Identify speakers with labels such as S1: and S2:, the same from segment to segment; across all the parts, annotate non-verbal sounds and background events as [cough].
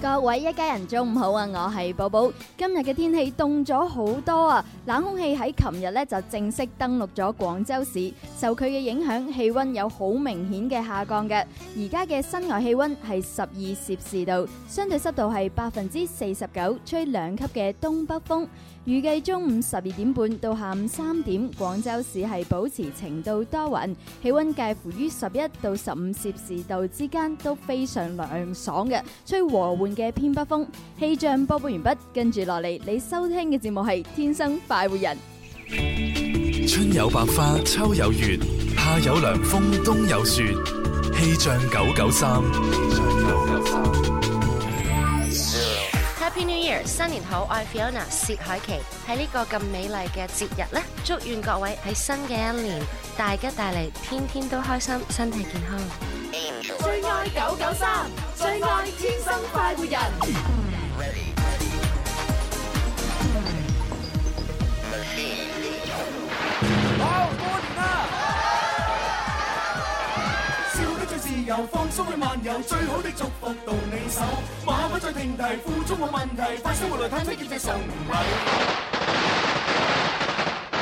S1: 各位一家人中午好啊！我係寶寶。今日嘅天氣凍咗好多啊，冷空氣喺琴日咧就正式登陸咗廣州市，受佢嘅影響，氣温有好明顯嘅下降嘅。而家嘅室外氣温係十二攝氏度，相對濕度係百分之四十九，吹兩級嘅東北風。預計中午十二點半到下午三點，廣州市係保持晴到多雲，氣温介乎於十一到十五攝氏度之間，都非常涼爽嘅，吹和緩嘅偏北風。氣象播報完畢，跟住落嚟你收聽嘅節目係《天生快活人》，
S2: 春有百花，秋有月，夏有涼風，冬有雪。氣象九九三，
S3: Happy New Year！新年好，我係 Fiona 薛凱琪。喺呢個咁美麗嘅節日呢，祝願各位喺新嘅一年大吉大利，天天都開心，身體健康。
S4: 最愛九九三，最愛天生快活人。
S5: 好，過年啦！笑得最自由，放鬆去漫遊，最好的祝福到你手。馬不再停蹄，付出冇問題，快生活來探出見只手。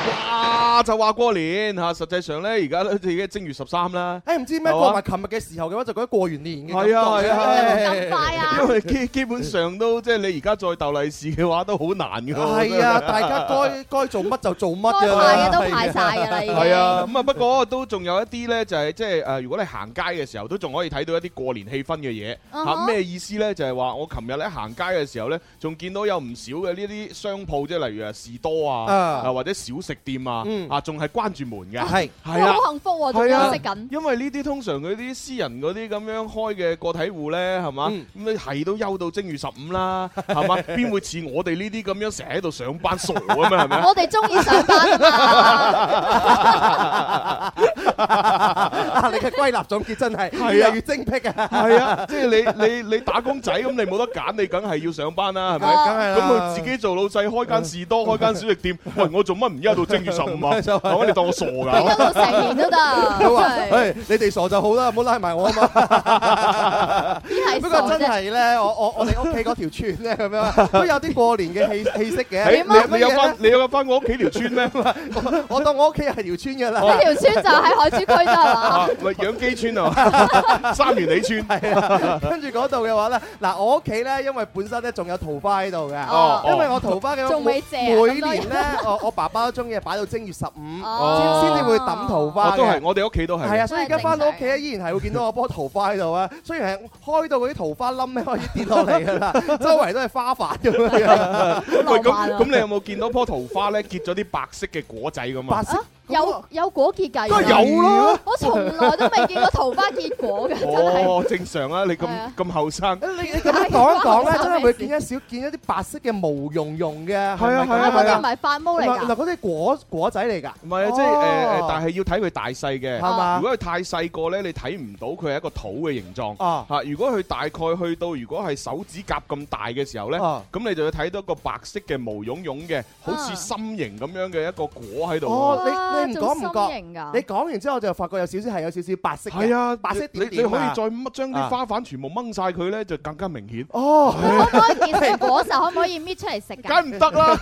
S6: 哇！就話過年嚇，實際上咧，而家咧已經正月十三啦。
S7: 誒哎唔知咩
S6: 係嘛
S7: 過埋琴日嘅時候嘅話，就覺得過完年嘅感覺。哎
S6: 係啊係啊，
S7: 咁快啊
S6: 因為基基本上都即係你而家再鬥利是嘅話，都好難㗎。
S7: 係啊，大家該該做乜就做乜㗎
S6: 該
S7: 啦。
S6: 派嘅都
S7: 係啊
S6: 派晒
S1: 㗎啦已經
S6: 係啊，咁啊不過都仲有一啲咧，就係即係呃誒，如果你行街嘅時候，都仲可以睇到一啲過年氣氛嘅嘢
S1: 嗯
S6: 嚇。
S1: 哼
S6: 咩意思咧？就係話我琴日咧行街嘅時候咧，仲見到有唔少嘅呢啲商鋪，即係例如誒士多
S1: 啊
S6: 啊，啊或者小食店啊
S1: 嗯，
S6: 啊仲係關住門嘅，
S1: 係
S6: 係啊，
S1: 好幸福喎，仲
S6: 係啊
S1: 休息緊。
S6: 因為呢啲通常嗰啲私人嗰啲咁樣開嘅個體戶咧，係嘛？咁你係都休到正月十五
S7: [laughs]
S6: 啦，係嘛？邊會似我哋呢啲咁樣成日喺度上班傻咁嘛？係
S7: [laughs]
S6: 咪啊？
S1: 我哋中意上班啊嘛，
S7: [laughs] 啊你嘅歸納總結真係
S6: 係
S7: 越
S6: 啊
S7: 嚟越精闢啊！
S6: 係啊，即係你你你打工仔咁，你冇得揀，你梗係要上班啦，係咪？
S7: 啊梗係啦
S6: 哦咁佢自己做老細，開間
S7: [laughs]
S6: 士多，開間小食店，喂，我做乜唔休到正月十五啊？係咪你當我傻
S7: [laughs]
S6: 㗎？
S1: 休到成年都得。
S7: 佢話：，
S1: 真係
S7: 誒，你哋傻就好啦，唔好拉埋我啊嘛。
S1: 係
S7: 不過
S1: 傻啫
S7: 真係咧，我我我哋屋企嗰條村咧咁樣，都有啲過年嘅氣氣息
S6: [laughs]
S7: 嘅。
S6: 誒你你有
S7: 乜嘢
S6: 翻
S7: 呢
S6: 你有翻我屋企條村咩？
S7: [laughs] 我我當我屋企係條村㗎啦。
S1: 呢條村就喺海珠區啫係嘛
S6: 啊？咪養雞村啊，三元里村。
S7: 跟住嗰度嘅話咧，嗱我屋企咧，因為本身咧仲有桃花喺度嘅
S6: 哦，
S7: 因為我桃花嘅話
S1: 仲未謝啊
S7: 每每
S1: 咁多
S7: 年
S1: 人
S7: 咧，我我爸爸都中意擺到正月十五
S1: 哦
S7: 先先至會抌桃花
S6: 我都係，
S7: 嘅。
S6: 我哋屋企都係。
S7: 係啊，所以而家翻到屋企咧，依然係會見到我棵桃花喺度啊。雖然係開到嗰啲桃花冧咧，可以跌落嚟㗎啦，周圍都係花瓣咁樣嘅。
S6: 喂，咁
S7: 啊
S6: 咁你有冇見到棵桃花咧結咗啲白色嘅果仔咁啊？
S7: 白色
S1: 有有果結㗎，
S6: 梗
S1: 原來
S6: 係有啦
S1: 我從來都未見過桃花結果
S7: [laughs]
S1: 嘅，真係。
S6: 哦，正常啊，你咁
S1: 係啊
S6: 咁後生。
S7: 你你咁樣講一講咧，真係會見一少見一啲白色嘅毛茸茸嘅，係咪
S6: 係啊係啊
S7: 咁樣
S6: 係啊
S1: 唔係發毛嚟
S7: 嗱嗱
S1: 㗎，
S7: 嗰啲果果仔嚟㗎，
S6: 唔係啊，即係
S7: 哦
S6: 誒誒，但係要睇佢大細嘅。
S7: 係嘛
S6: 如果佢太細個咧，你睇唔到佢係一個土嘅形狀。
S7: 啊
S6: 嚇，如果佢大概去到如果係手指甲咁大嘅時候咧，
S7: 啊
S6: 咁你就要睇到一個白色嘅毛茸茸嘅，好似心形咁樣嘅一個果喺度。
S7: 哦，你你唔講唔
S1: 哇仲
S7: 覺
S1: 心形㗎，
S7: 你講完之後我就發覺有少少係有少少白色嘅，
S6: 係啊，
S7: 白色
S6: 你
S7: 點
S6: 你可以
S7: 點啊
S6: 再將啲花瓣全部掹晒佢咧，就更加明顯。
S7: 哦，
S1: 可唔
S7: [laughs]
S1: 可以見到果實？可唔可以搣出嚟食㗎？
S6: 梗唔得啦，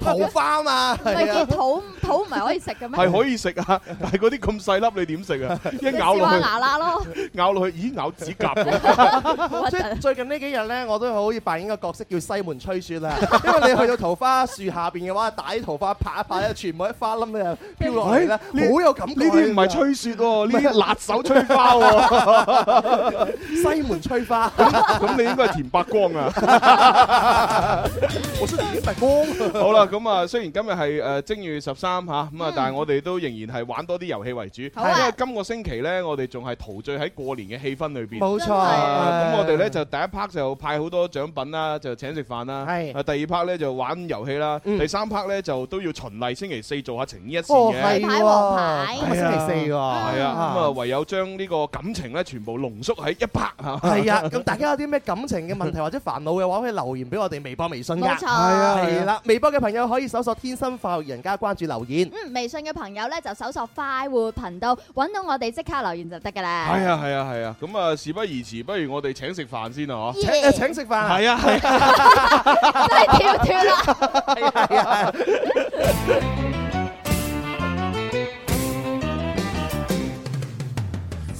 S7: 桃花嘛，
S1: 唔係
S7: 係
S1: 見
S7: 啊，
S1: 土土唔係可以食嘅咩？
S6: 係可以食 [laughs] 啊，但係嗰啲咁細粒你點食啊？一
S1: 笑
S6: 咬落
S1: 下
S6: 去，
S1: 牙罅咯，啊
S6: 咬落去，咦咬指甲 [laughs] 咁。
S1: 核突
S7: [laughs] 即係最啊近呢幾日咧，我都好似扮演個角色叫西門吹雪啦， [laughs] 因為你去到桃花樹下邊嘅話，打啲桃花拍一拍咧，全部啲花冧咧飄落嚟咧，
S6: 呢
S7: 好有感覺。啊
S6: 啊呢啲唔係吹雪喎，呢啲辣手吹花喎。
S7: 西門吹花，
S6: [laughs] 咁你應該係田伯光啊。
S7: 我雖然已經係光。
S6: 好啦，咁啊，雖然今日係誒正月十三嚇，咁啊，但係我哋都仍然係玩多啲遊戲為主，因
S1: 好啊
S6: 為今個星期咧，我哋仲係陶醉喺過年嘅氣氛裏邊。
S7: 冇錯，
S6: 啊咁我哋咧就第一 part 就派好多獎品啦，就請食飯啦。
S7: 係
S6: 啊，第二 part 咧就玩遊戲啦，
S7: 嗯
S6: 第三 part 咧就都要循例星期四做下情意一線
S7: 哦
S6: 嘅。
S1: 牌牌王牌。
S7: 今日星期四喎，
S6: 系
S7: 係
S6: 啊，咁啊，唯有將呢個感情咧，全部濃縮喺一百嚇。
S7: 係啊，咁大家有啲咩感情嘅問題或者煩惱嘅話，可以留言俾我哋微博、微信㗎。
S1: 冇錯
S7: 係啊，係啦，微博嘅朋友可以搜索「天生快活人家」關注留言。
S1: 嗯，微信嘅朋友咧就搜索快活頻道，揾到我哋即刻留言就得噶啦。
S6: 係啊，係啊，係啊，咁啊，事不宜遲，不如我哋請食飯先啊，嗬。
S7: 請
S1: 耶
S7: 誒請食飯啊！
S6: 係啊，係啊。
S1: 真係跳脱啦！
S7: 係啊，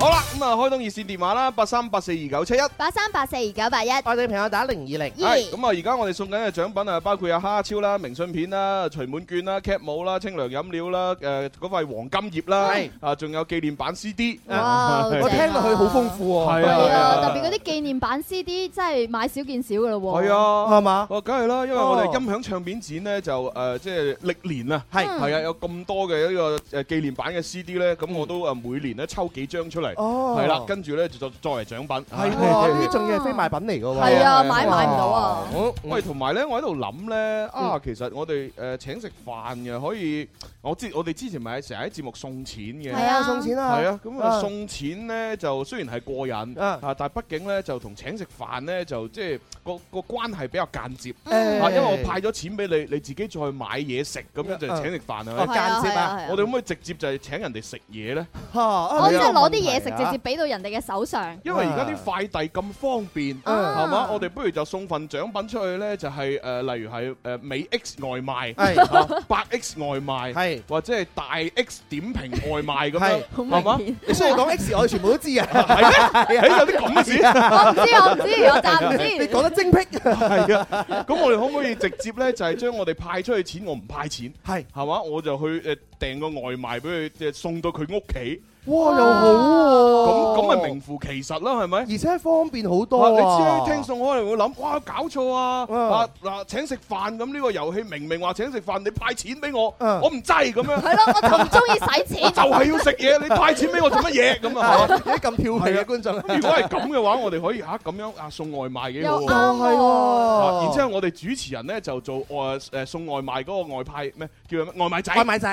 S6: 好啦，咁啊，開通熱線電話啦，八三八四二九七一。
S1: 八三八四二九
S7: [laughs]
S1: 八一，
S7: 我哋朋友打零二零。
S6: 系
S1: 咦
S6: 咁啊！而家我哋送緊嘅獎品啊，包括有蝦超啦、明信片啦、除滿券啦、cap 帽啦、清涼飲料啦、誒嗰塊黃金葉啦
S7: 係，
S6: 啊仲有紀念版 CD。
S1: 哇！
S7: 我聽
S1: 正啊
S7: 落去好豐富喎。
S6: 係啊
S1: 係啊，
S6: 係啊
S1: 特別嗰啲紀念版 CD 真係買少見少噶咯喎。
S6: 係啊
S7: 係。嘛？
S6: 哦，梗係啦，因為我哋音響唱片展咧就誒，即係歷年啊，
S7: 係
S6: 係啊，有咁多嘅呢個誒紀念版嘅 CD 咧，咁我都誒每年咧抽幾張出嚟，
S7: 嗯哦
S6: 係啦，跟住咧就作作為獎品。啊
S7: 係喎，呢啲仲要係非賣品嚟㗎喎。
S1: 係啊，
S6: 係啊
S1: 買買唔到啊！
S7: 好嗯
S6: 喂，同埋咧，我喺度諗咧，啊，其實我哋誒請食飯嘅可以，我之我哋之前咪成日喺節目送錢嘅。
S1: 係啊
S7: 送錢啦。
S6: 係啊，咁啊
S7: 啊
S6: 送錢咧就雖然係過癮
S7: 啊
S6: 啊，但係畢竟咧就同請食飯咧就即係個個關係比較間接
S7: 誒
S6: 啊，因為我派咗錢俾你，你自己再去買嘢食，咁樣就
S7: 啊
S6: 請食飯係
S7: 啊
S6: 咪？
S1: 係啊
S7: 間接啊
S1: 係係
S6: 我哋可唔可以直接就係請人哋食嘢咧？
S7: 嚇啊
S1: 我
S7: 你
S1: 即
S7: 有
S1: 係攞啲
S7: 問題
S1: 嘢
S7: 啊
S1: 食直接俾到人哋嘅手上。
S6: 因為而家啲快遞咁方便，
S7: 啊
S6: 係嘛？我哋不如就送份獎品出去咧，就係誒，例如係誒美 X 外賣、 [laughs]
S7: 係
S6: 啊八 X 外賣，
S7: 係。
S6: [laughs] 或者係大 X 點評外賣咁樣
S7: 係，
S1: 好
S6: 係嘛
S1: 明？顯，
S7: 你雖然講 X，我哋全部都知啊。
S6: 係咩？誒有啲咁嘅事。
S1: 我唔知，我唔知，我暫唔
S7: 你
S1: 知。
S7: 講得精辟。
S6: 系啊，咁我哋可唔可以直接咧，就係將我哋派出去錢，我唔派錢，
S7: 係。
S6: 係嘛？我就去诶订个外賣俾佢，即係送到佢屋企，
S7: 哇，又好喎。
S6: 咁咁咪名副其實啦，係咪？
S7: 而且方便好多
S6: 哇！你
S7: 啊！
S6: 知啲聽眾可能會諗，哇，搞錯啊！
S7: 啊
S6: 啊嗱，請食飯咁呢個遊戲明明話請食飯，你派錢俾我，
S7: 啊
S6: 我唔制咁樣，
S7: [laughs]
S1: 係咯，我就唔中意使
S6: 我
S1: 錢。
S6: 就係要食嘢，你派錢俾我做乜嘢咁
S7: 係
S6: 啊？
S7: 有啲咁跳皮
S6: 係
S7: 嘅
S6: 啊
S7: 觀眾，
S6: 如果係咁嘅話，我哋可以吓咁樣啊送外賣幾好
S1: 又
S6: 喎。
S1: 啱
S7: 係
S6: 啊
S7: 喎。
S6: 然之後我哋主持人咧就做外誒送外賣嗰個外派咩叫咩外賣仔，
S7: 外賣仔，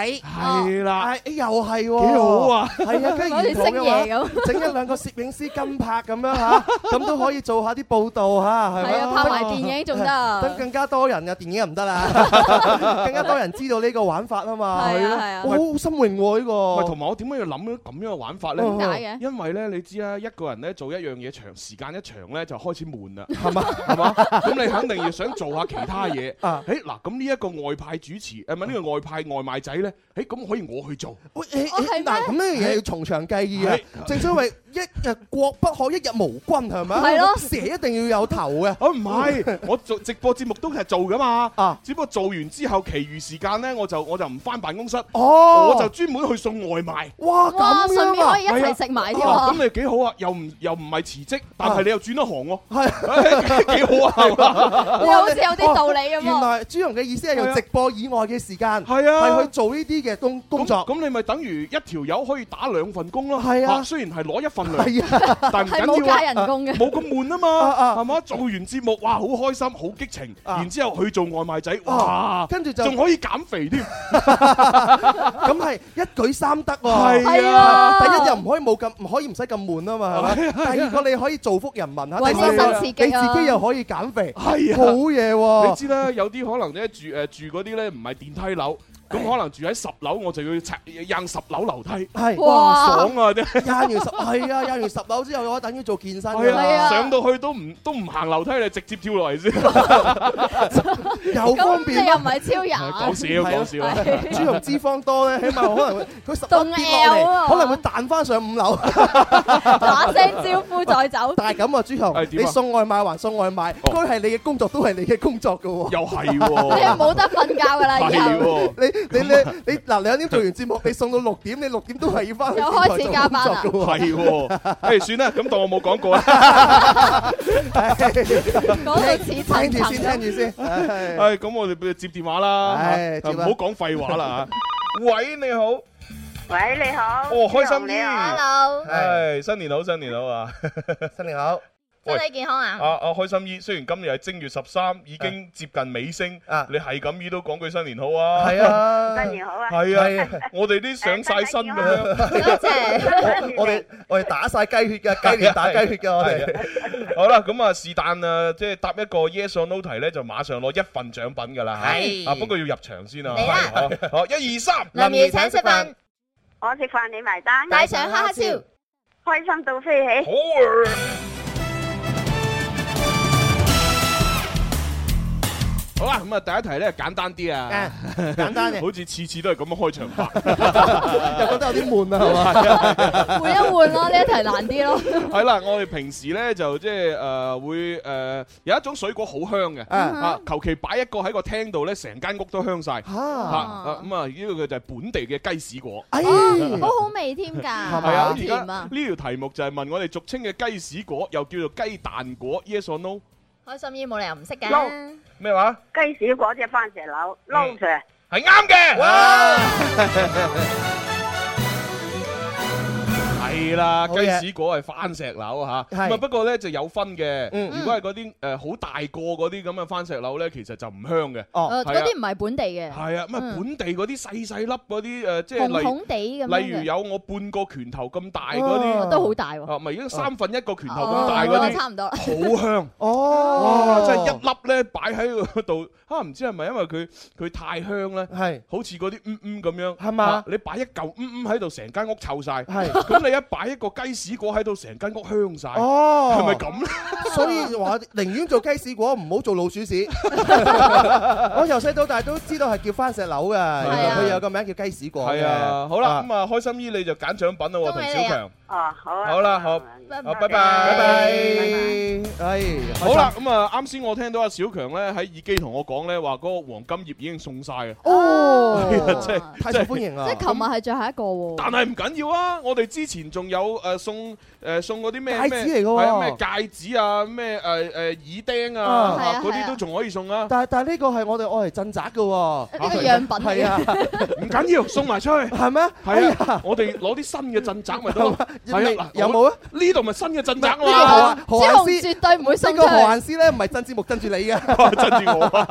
S6: 係啦，
S7: 係又係喎，
S6: 幾好！啊！
S7: 係啊，跟住
S1: 攞嚟
S7: 沿途
S1: 識
S7: 嘅話
S1: 嘢咁，
S7: 整一兩個攝影師跟拍咁樣嚇，咁都可以做下啲報導嚇，係咪
S1: 係啊，拍埋電影仲得啊。
S7: 等更加多人啊，電影又唔得啦，更加多人知道呢個玩法啊嘛，
S1: 係啊係啊
S7: 哇好新穎喎呢個，
S6: 喂，同埋我點解要諗咗咁樣嘅玩法咧？
S7: 點
S1: 解嘅
S6: 因為咧，你知啦，一個人咧做一樣嘢長時間一長咧，就開始悶
S7: [laughs]
S6: 啦，
S7: 係嘛
S6: 係嘛？咁你肯定要想做下其他嘢。
S7: 啊
S6: 誒嗱，咁呢一個外派主持，誒咪呢個外派外賣仔咧，誒咁可以我去做，
S7: 喂誒
S1: 哦係
S7: 誒
S1: 咩
S7: 嗱咁呢樣嘢要從長計議啊，正所謂一日國不可一日無君係咪？
S1: 係咯
S7: 蛇一定要有頭嘅
S6: 啊唔係，我做直播節目都係做噶嘛，
S7: 啊，
S6: 只不過做完之後，其餘時間咧我就我就唔翻辦公室，
S7: 哦，
S6: 我就專門去送外賣。
S7: 哇
S1: 哇，
S7: 咁
S1: 順
S7: 樣
S1: 便可
S7: 啊
S1: 以，一齊食埋添
S6: 哇！
S1: 喎。
S6: 咁你幾好啊？又唔又唔係辭職，但係你又轉咗行喎，
S7: 啊係。
S6: 幾好啊係嘛？
S1: 你好似有啲道理咁
S7: 原
S1: 喎。
S7: 來朱容嘅意思係用直播以外嘅時間，
S6: 係啊
S7: 係去做呢啲嘅工工作
S6: 咁。咁你咪等於一條友可以打兩份工咯。
S7: 係啊
S6: 雖然係攞一份糧，
S7: 係啊，
S6: 但唔
S1: 係冇
S6: 緊要
S1: 加
S6: 啊。
S1: 人工嘅，
S6: 冇咁悶啊嘛，
S7: 啊啊
S6: 係嘛？做完節目，哇，好開心，好激情，
S7: 啊
S6: 然之後去做外賣仔，哇，
S7: 跟住就
S6: 仲可以減肥
S7: [laughs]
S6: 添，
S7: 咁係一舉三得
S6: 係
S7: 喎。
S1: 係啊
S7: 第一又唔可以冇咁，唔可以唔使咁悶啊嘛，係咪？第二個你可以造福人民嚇，
S1: 為
S7: 第三
S1: 呢
S7: 個
S1: 新刺
S7: 你
S1: 激啊
S7: 自己又可以減肥，
S6: 係
S7: 好
S6: 啊。
S7: 嘢
S6: 你
S7: 喎！
S6: 知啦，有啲可能咧住誒住嗰啲咧唔係電梯樓，咁可能住喺十樓，我就要拆硬十樓樓梯，
S7: 係
S1: 哇
S6: 爽啊！啲
S7: 廿完十係啊，廿完十樓之後嘅話，等於做健身㗎
S6: 係
S7: 啦
S1: 係啊
S6: 啊，上到去都唔都唔行樓梯，你直接跳落
S7: [laughs]
S6: 嚟先。
S7: 又方
S1: 咁
S7: 便
S1: 你
S7: 啦
S1: 又唔係超人
S6: 講。笑講笑啊，
S7: 豬肉脂肪多咧，起碼可能會佢十
S1: 動
S7: 粒跌
S1: L
S7: 落
S1: 啊
S7: 嚟，可能會彈翻上五樓。
S1: [laughs] 打聲招呼再走。
S7: 但係咁啊，朱
S6: 係
S7: 紅，
S6: 點啊
S7: 你送外賣還送外賣，
S6: 哦
S7: 該係你嘅工作都係你嘅工作㗎喎。
S6: 又
S1: [laughs]
S6: 係
S1: 你
S6: 喎，
S1: 係冇得瞓覺噶啦，以
S6: 係
S1: 後
S6: 喎。
S7: 你你你你嗱兩點做完節目，你送到六點，你六點都係要翻去
S1: 又
S7: 電台
S1: 開始
S7: 做
S1: 加
S7: 工
S1: 班啦 [laughs]
S7: 作嘅
S6: 係
S7: 喎。
S6: 喎，誒算啦，咁當我冇講過啦。
S1: 講到似層
S7: 聽住
S1: 層
S7: 先，聽住先。唉
S6: 誒，咁我哋接電話啦
S7: 唉，
S6: 嚇
S7: 接
S6: 唔
S7: 啦
S6: 好講廢話啦嚇。喂，你好，哦，
S4: 喂，你好，
S6: 開心
S4: 你
S6: 姨，
S1: ，hello，
S6: 唉，新年好，新年好啊！
S7: 新年好，
S1: 身體健康啊！
S6: 啊啊！開心姨，雖然今日係正月十三，已經接近尾聲，
S7: 啊
S6: 你係咁姨都講句新年好啊！
S7: 係啊，
S4: 新年好啊，
S6: 係
S7: 係
S6: 啊，我哋啲上晒身咁樣。
S1: 多
S7: [laughs]
S1: 謝，
S7: 我哋我哋打晒雞血嘅，雞年打雞血嘅我哋。
S6: [laughs] 好啦，咁啊是但啊，即係答一個 yes or no 題咧，就馬上攞一份獎品㗎啦嚇
S7: 係
S6: 啊，不過要入場先啊。
S1: 嚟啦
S6: 好，好，一二三，
S1: 林如請食飯，
S4: 我食飯你埋單，
S1: 帶上哈哈笑。
S4: 開心到飛起
S6: 好。啊！好啦，咁啊第一題咧簡單啲啊
S7: 啊，簡單嘅，
S6: 好似次次都係咁樣開場白。
S7: [laughs] 又覺得有啲悶啦，係嘛？
S1: 換一換咯，呢一題難啲咯。
S6: 係啦，我哋平時咧就即係誒會誒有一種水果好香嘅，
S7: 啊
S6: 啊求其擺一個喺個廳度咧，成間屋都香晒。嚇
S7: 嚇，
S6: 啊咁啊！呢個就係本地嘅雞屎果，
S7: 哎，
S1: 好好味添㗎，
S7: 嘛
S6: 係啊！
S1: 好
S6: 而
S1: 甜
S6: 家
S1: 啊
S6: 呢！條題目就係問我哋俗稱嘅雞屎果，又叫做雞蛋果，yes or no？
S1: 開心姨冇理由唔識嘅，
S4: 撈
S6: 咩話？
S4: 雞屎果只番石榴
S6: 嗯
S4: 撈 Sir，
S6: 係啱嘅。 [laughs] 係啦，
S7: 好
S6: 雞
S7: 嘢
S6: 屎果係番石榴嚇，
S7: 係
S6: 咁啊不過咧就有分嘅。
S7: 嗯
S6: 如果係嗰啲誒好大個嗰啲咁嘅番石榴咧，其實就唔香嘅。
S7: 哦，
S1: 誒
S6: 係啊
S1: 嗰啲唔係本地嘅，
S6: 係啊，咁啊
S1: 嗯
S6: 本地嗰啲細細粒嗰啲誒，即係
S1: 紅
S6: 例如
S1: 紅地咁
S6: 例如
S1: 樣
S6: 有我半個拳頭咁大嗰啲，
S1: 嘅，哦都好大喎。
S6: 啊咪已經三分一個拳頭咁
S1: 哦
S6: 大嗰
S1: 差唔多啦。
S6: 啲，好香。
S7: 哦
S6: 哇！，真係一粒咧擺喺嗰度，啊唔知係咪因為佢佢太香咧，
S7: 係
S6: 好似嗰啲嗯嗯咁樣，
S7: 係嘛
S6: 啊你擺一嚿嗯嗯喺度，成間屋臭晒。
S7: 係，啊
S6: 咁你一擺一個雞屎果喺度，成間屋香晒，
S7: 哦，
S6: 係咪？咁咧？
S1: [laughs]
S7: 所以話寧願做雞屎果，唔好做老鼠屎。我由細到大都知道係叫番石榴嘅，
S1: 啊
S7: 佢有個名叫雞屎果嘅。
S6: 係啊，好啦，咁啊，開心姨你就揀獎品咯喎，
S1: 恭
S6: 同
S1: 喜
S6: 小
S1: 你啊
S6: 強。
S4: 哦好啊，
S6: 好啦好
S4: 拜
S1: 好
S6: 好，拜拜，
S7: 拜拜
S4: 拜拜。
S7: 哎，
S6: 好啦，，咁啊，啱先我聽到阿小強咧喺耳機同我講咧，話嗰個黃金葉已經送晒啊嘅，
S7: 哦，
S6: 即係
S7: 太受歡迎啊
S1: 即！係琴日係最後一個喎。
S6: 但係唔緊要啊，我哋之前仲有誒送誒送嗰啲咩
S7: 戒指嚟㗎喎
S6: 咩係啊咩戒指啊，咩誒誒耳釘
S7: 啊
S6: 啊，
S1: 係啊
S6: 啊嗰
S1: 係
S6: 啲
S1: 啊
S6: 都仲可以送啊，
S7: 但係但係呢個係我哋愛嚟鎮宅嘅喎，
S1: 呢個樣品嚟
S7: 係
S1: 嘅，
S7: 啊，
S6: 唔緊要， [laughs] 送埋出去。
S7: 係咩？
S6: 係啊，我哋攞啲新嘅鎮宅咪得咯。係啊，嗱
S7: 有冇啊？
S6: 我呢度咪新嘅鎮宅啊
S7: 呢個好
S6: 嘛
S7: 啊？
S1: 朱
S7: 何
S1: 紅
S7: 雁詩
S1: 絕對唔會送
S7: 呢
S1: 出
S7: 個何
S1: [laughs] 去。
S7: 雁詩咧，唔係真子木真住你嘅，
S6: 鎮住我啊。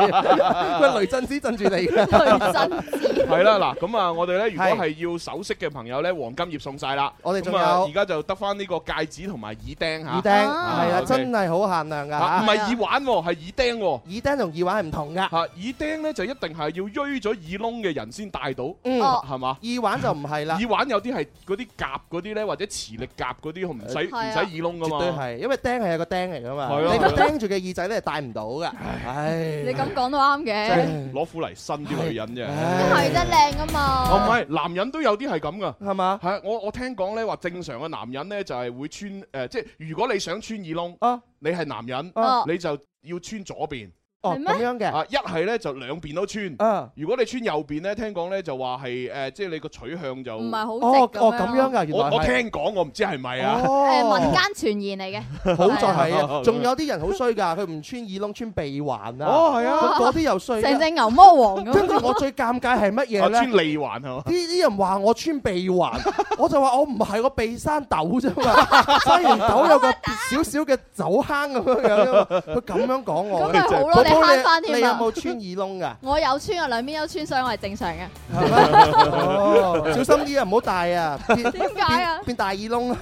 S7: 佢雷震子震住你嘅。
S1: 雷震子
S6: [laughs] 係啦，嗱咁啊，我哋咧如果
S7: 係
S6: 係要首飾嘅朋友咧，黃金葉送晒啦。
S7: 我哋仲
S6: 咁啊
S7: 有
S6: 而家就得翻呢個戒指同埋耳釘嚇。
S7: 耳釘
S1: [laughs]
S7: 係
S1: 啊
S7: 啊，
S6: OK
S7: 真係好限量㗎
S6: 啊唔
S7: 嚇。
S6: 係耳環喎，係耳釘喎。
S7: 耳釘同耳環係唔同㗎，
S6: 嚇耳釘咧就一定係要鋥咗耳窿嘅人先戴到，
S7: 嗯，耳
S1: 哦
S6: 係嘛？
S7: 環就唔係啦
S6: 耳，環有啲係嗰啲夾嗰啲咧，或者磁力夾嗰啲，唔使
S1: 係啊
S6: 唔使耳窿噶
S7: 絕對
S6: 嘛。
S7: 係，因為釘係有個釘嚟㗎嘛，
S6: 係啊
S7: 你個
S6: 係啊
S7: 釘住嘅耳仔咧戴唔到㗎，唉，
S1: 你咁講都啱嘅，
S7: 唉
S6: 攞苦嚟辛啲女人啫。
S7: 唉
S1: 係得靚啊
S6: 哦，唔
S1: 嘛。
S6: 係，男人都有啲係咁噶。
S7: 係嘛？
S6: 係啊我我聽講咧話，正常嘅男人咧就係會穿誒，即係如果你想穿耳窿，
S7: 啊
S6: 你係男人，
S1: 哦，
S6: 你就要穿左邊。
S7: 哦
S1: 係咩
S7: 咁樣嘅，
S6: 啊，一係咧就兩邊都穿。
S7: 啊。
S6: 如果你穿右邊咧，聽講咧就話係誒，即係你個取向就
S1: 唔係好
S7: 哦
S1: 直
S7: 哦咁
S1: 咁
S7: 樣
S1: 樣。
S7: 㗎，原
S6: 我
S7: 來
S6: 我
S7: 係。
S6: 聽講，我唔知係咪啊。 [laughs]
S1: 誒，民
S7: 哦，
S1: 間傳言嚟嘅，
S7: 好在係
S6: 係啊
S7: 啊，仲有啲人好衰㗎，佢唔穿耳窿穿鼻環啊，
S6: 哦，係啊，
S7: 嗰嗰啲又衰
S1: 成
S7: 㗎。
S1: 隻牛魔王咁。
S7: 跟住我最尷尬係乜嘢
S6: 啊
S7: 咧
S6: 穿？脷環係
S7: [laughs]
S6: 嘛？
S7: 啲啲人話我穿
S1: [laughs]
S7: 鼻環，我就話我唔係個鼻山豆啫嘛， [laughs] 山完豆
S1: [laughs]
S7: 有個少少嘅酒坑咁樣樣，佢咁樣講我
S1: 咁。咪好咯，你
S7: 寶寶
S1: 慳翻
S7: 你
S1: 添
S7: 有
S1: 啊！
S7: 冇穿耳窿噶？
S1: 我有穿啊，兩邊都穿，所以我係正常嘅。 [laughs]
S7: 係咪哦小心啲啊，唔好戴啊！變
S1: 點解啊
S7: 變變大耳窿啊！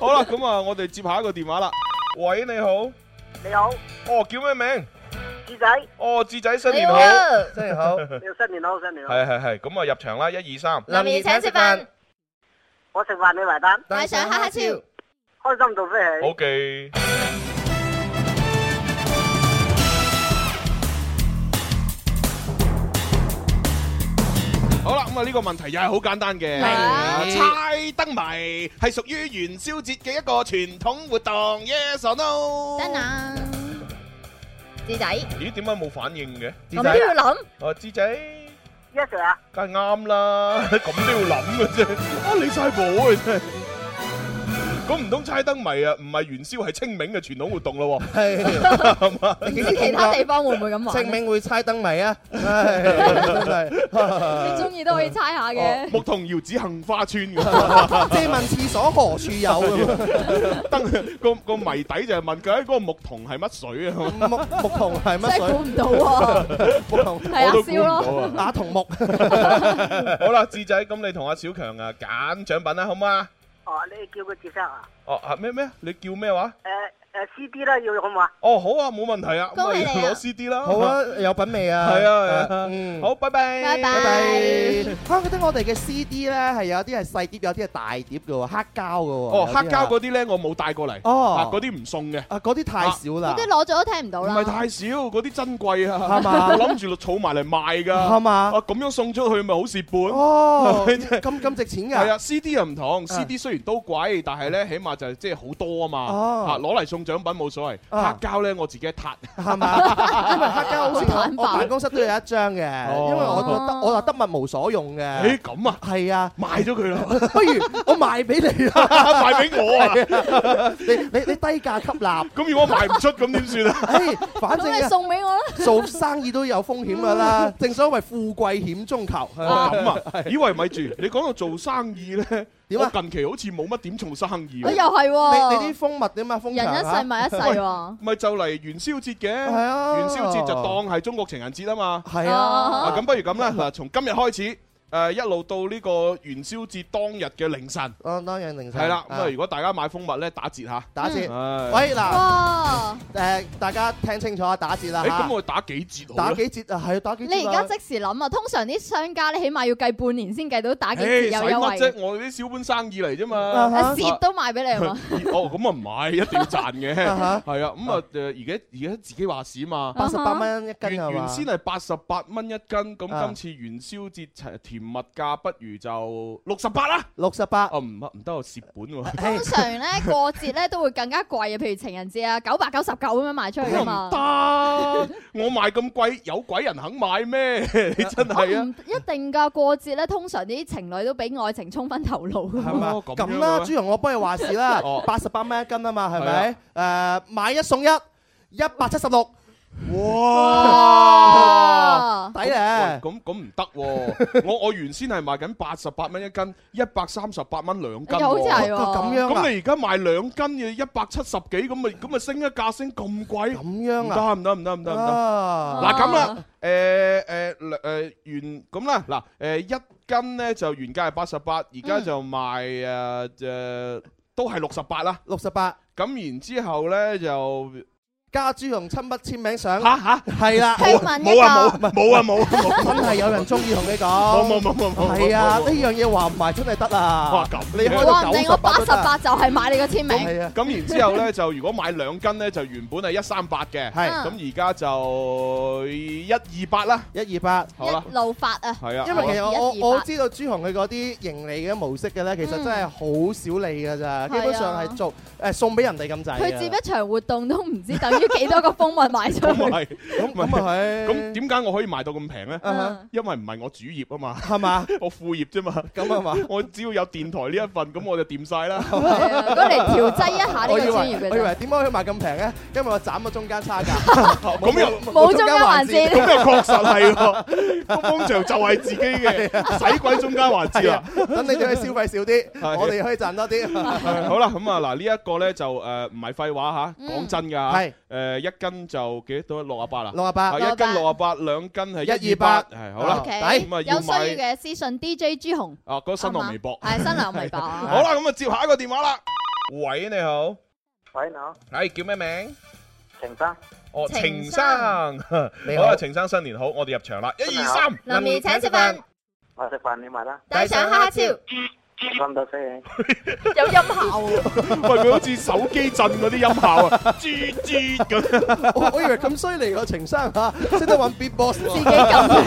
S6: 好啦，咁啊，我哋接下一個電話啦。喂，你好。
S4: 你好，
S6: 哦，叫咩名？
S4: 志
S6: [laughs]
S4: 仔，
S6: 哦，志仔，新年好。係
S1: 好，
S7: 真係好，
S4: 你新年好，新年好，
S6: 係係，咁啊入場啦，一二三。
S1: [laughs] 林怡請食飯，
S4: 我食飯你埋單，
S1: 帶上哈哈超。
S4: 開心到飛起。
S6: 好嘅。好啦，咁啊呢個問題又係好簡單嘅，啊猜燈謎係屬於元宵節嘅一個傳統活動，yes or no？
S1: 等啊，志仔，
S6: 咦，點解冇反應嘅？
S7: 志仔
S1: 要諗。
S6: 哦，芝仔，
S8: Yes sir 啊，
S6: 梗係啱啦， [laughs] 咁都要諗嘅啫。啊，你晒寶啊真係。咁唔通猜燈謎啊？唔係元宵，係清明嘅傳統活動咯喎。
S7: 係嘛？你
S1: 唔知其他地方會唔會咁玩？
S7: 證明會猜燈謎啊！唉真係
S1: 你中意都可以猜下嘅。
S6: 牧童遙指杏花村 [laughs] 咁，
S7: 借問廁所何處有啊咁 [laughs]
S6: 燈個個謎底就係問佢喺嗰個牧童係乜 [laughs] 水啊？
S7: 啊？牧牧童係
S1: 真
S7: 乜
S1: 係
S7: 水
S1: 估？唔到喎，
S7: 牧童
S1: 係阿
S6: 我都估
S1: 蕭
S6: 唔到
S1: 咯。
S6: 啊！
S7: 打童木。
S6: 好啦，智仔，咁你同阿小強啊揀獎品啦，好唔好啊？
S8: 哦，你叫佢接收啊，
S6: 哦，啊咩咩？你叫咩話？
S8: 誒誒 CD 啦，要好唔好啊？
S6: 哦，好啊，冇問題啊，咁
S1: 恭喜
S6: 咪
S1: 你啊
S6: 攞 CD 啦。
S7: 好，啊，有品味
S6: [laughs]
S7: 啊！
S6: 係啊，係啊
S7: 嗯，
S6: 好，拜拜，
S1: 拜拜
S7: 拜拜。啊，覺得我哋嘅 CD 咧係有啲係細碟，有啲係大碟嘅喎，黑膠嘅喎。
S6: 哦，
S7: 有啲
S6: 黑膠
S7: 啊
S6: 嗰啲咧，我冇帶過嚟。
S7: 哦
S6: 啊嗰啲唔送嘅。
S7: 啊，嗰啲太少啦
S1: 嗰。啲攞咗都聽唔到
S6: 唔
S1: 啦。
S6: 係太少，嗰啲珍貴啊，
S7: 係嘛
S6: 我 [laughs] 諗住儲埋嚟賣㗎，
S7: 係嘛
S6: 啊咁樣送出去咪好蝕本。
S7: 哦，
S6: 係咪
S7: 咁咁值錢㗎。
S6: 係啊，CD 嗯又唔同，CD 雖然都貴，但係咧起碼就係即係好多啊嘛，
S7: 哦
S6: 啊攞嚟送獎品冇所謂。
S7: 啊
S6: 黑膠咧我自己一 [laughs] 撻，
S7: 係嘛？因為黑膠好
S1: 好
S7: 似
S1: 坦
S7: 我
S1: 白
S7: 我辦公室都有一張嘅，
S6: 哦
S7: 因為我覺得我就得物無所用
S6: 誒
S7: 嘅。
S6: 咁啊，
S7: 係啊，
S6: 賣咗佢啦，
S7: 不如我賣俾你啦，
S6: [laughs] 賣俾 [laughs] 我啊！
S7: [laughs] 你你你低價吸納。
S6: 咁如果賣唔出咁點算啊？
S7: 誒，反正
S1: 咁你
S7: 啊
S1: 送俾我啦。
S7: 做生意都有風險㗎
S1: 嗯
S7: 啦，正所謂富貴險中求。
S1: 哦
S6: 咁 [laughs] 啊，以為咪住，你講到做生意咧，
S7: 點啊
S6: 我近期好似冇乜點做生意
S1: 我
S6: 喎，
S1: 又係
S7: 你你啲
S1: 喎，
S7: 蜂蜜點啊？蜂
S1: 人一世
S7: 場
S1: 物一世喎。
S6: 咪就嚟元宵節嘅，
S7: 啊
S6: 元宵節就當係中國情人節啊嘛。
S7: 係
S6: 啊，
S7: 啊
S1: 啊，
S6: 咁不如咁啦，嗱，從今日開始，誒一路到呢個元宵節當日嘅凌晨，
S7: 當啊當然凌晨
S6: 係啦，咁啊，如果大家買蜂蜜咧，打折嚇，
S7: 打折。
S6: 唉，
S7: 喂嗱，
S1: 嗯哇！
S7: 誒大家聽清楚啊，打折啦
S6: 誒咁
S7: 嚇，
S6: 我打幾折好
S7: 打
S6: 咧？
S7: 幾折啊？係啊打幾折啊？
S1: 你而家即時諗啊，通常啲商家咧，起碼要計半年先計到打幾折
S6: 誒，
S1: 有
S6: 使
S1: 優
S6: 乜
S1: 惠
S6: 啫？，我哋啲小本生意嚟啫
S1: [laughs]
S7: 啊
S6: 嘛。
S7: 哈
S1: 蝕都賣俾你係嘛？
S6: [laughs] 哦，咁啊唔係，一定要賺嘅，
S7: [laughs] 啊
S1: [laughs]
S7: 哈
S6: 係啊，咁啊誒，而家而家自己話事嘛。
S7: 八十八蚊一斤
S6: 原
S7: 啊係
S6: 原
S7: 嘛
S6: 先？係八十八蚊一斤，咁
S7: 啊
S6: 今次元宵節齊甜蜜價，不如就六十八啦。
S7: 六十八
S6: 哦，。唔唔得，我蝕本
S1: [laughs]
S6: 喎。
S1: 通常咧過節咧都會更加貴啊，譬如情人節啊，九百九十九咁樣賣出去噶啊嘛。
S6: 唔得，我賣咁貴，有鬼人肯買咩？ [laughs] 你真
S1: 我
S6: 係啊！
S1: 唔一定㗎，過節咧通常啲情侶都俾愛情衝昏頭腦㗎
S7: 係嘛？
S6: 哦咁樣
S7: 咁啦，
S6: 嘅咩
S7: 朱紅，我幫你話事啦
S6: [laughs] 哦，啊
S7: 八十八蚊一斤啊嘛，係咪？誒，買一送一，一百七十六， [laughs]
S6: 啊
S7: 哇，
S1: 哇
S7: 抵咧！
S6: 咁咁唔
S7: [laughs]
S6: 得喎！我我原先係賣緊八十八蚊一斤，一百三十八蚊兩斤喎。
S1: 又好似係喎
S7: 咁樣
S6: 咁
S7: 啊，
S6: 你而家賣兩斤嘅一百七十幾，咁咪咁咪升一價升咁貴？
S7: 咁
S6: 唔
S7: 樣啊，
S6: 得唔得唔得唔得唔得！
S7: 啊，
S6: 嗱咁啦，誒誒兩誒原咁啦，嗱誒一斤咧就原價係八十八，而家就賣誒誒都係六十八啦。
S7: 六十八，
S6: 咁然之後咧就
S7: 加朱紅親筆簽名相，
S6: 嚇嚇。
S7: 係啦，
S1: 聽聞
S6: 冇啊
S1: 一
S6: 冇冇啊冇啊冇啊
S7: 真係有人中意同你
S6: 冇
S7: 講，
S6: 冇冇冇冇，
S7: 係啊，呢
S6: 冇冇
S7: 樣嘢話唔埋真係得
S6: 哇
S7: 啊，
S6: 咁
S7: 你
S1: 個，
S7: 開
S1: 話
S7: 到
S1: 唔
S7: 九
S1: 定我
S7: 十
S1: 八
S7: 八
S1: 十
S7: 都得，
S1: 八就係買你個簽名，
S7: 係啊，
S6: 咁然之後咧就如果買兩斤咧就原本係一三八嘅，
S7: 係
S6: 咁而家就一二八啦，
S7: 一二八。
S6: 好啦
S1: 一，路發啊！
S6: 係啊，
S7: 因為其實
S1: 好啊
S7: 我
S1: 一二八
S7: 我知道朱紅佢嗰啲盈利嘅模式嘅咧，其實真係好少利㗎咋，基本上係做誒送俾人哋咁滯。
S1: 佢接一場活動都唔知等於幾多個蜂蜜賣出
S6: 好啊咁
S1: 去。
S6: 咪 [laughs] 係，
S7: 咁咁啊係。
S6: 咁點解我可以賣到咁平
S7: À
S6: 咧？
S1: 嗯
S6: 因為唔係我主業啊嘛， [laughs]
S7: 係嘛？
S6: 我副業啫嘛，
S7: 咁啊嘛。
S6: 我只要有電台呢一份，咁我就掂晒啦。
S1: 係啊攞嚟調劑一下呢
S7: 我
S1: 個
S7: 以為
S1: 專業嘅
S7: 我以
S1: 啫
S7: 為點解可以賣咁平咧？因為我斬咗中間差
S1: [laughs]
S7: 價，
S6: 咁又
S1: 冇中間環節
S6: 咁又確實係喎，個風場就係自己嘅，使鬼中間環節
S7: 係
S6: 啊
S7: 啊！，等你哋去消費少
S6: 係
S7: 啲，我哋可以賺多啲。
S6: 好啦，咁啊嗱，呢一個咧就誒唔係廢話嚇，
S1: 嗯
S6: 講真㗎嚇
S7: 係
S6: 誒一斤就幾多？六啊八啊，
S7: 六啊八
S6: 啊，
S1: 六
S6: 一
S1: 啊八
S6: 斤六啊八，兩斤係一二
S7: 128
S6: 八，係好啦
S7: 好啦。抵
S1: ，OK，
S6: 咁
S1: 有
S6: 啊要
S1: 需要
S6: 買
S1: 嘅私信 DJ 朱紅，
S6: 啊，嗰個新浪微博。
S1: 係新浪微博啊。
S6: 好啦，咁啊接下一個電話啦。喂，你好，
S8: 喂，你好，
S6: 係叫咩名？
S8: 程生，
S6: 哦，
S1: 程
S6: 程
S1: 生
S6: 生。
S7: 你
S6: 好啊，程生新年好，我哋入場啦，一二三。
S1: 林怡請食飯，
S8: 我食飯你埋啦，
S1: 帶上哈哈超，有
S4: 嗯
S8: 咁多聲，
S1: 音效 [laughs] 喎。
S6: 喂，佢好似手機震嗰啲音效啊，吱吱咁。
S7: 我我以為咁犀利個情商嚇，識
S1: 啊
S7: 得揾 beatbox
S1: 自己撳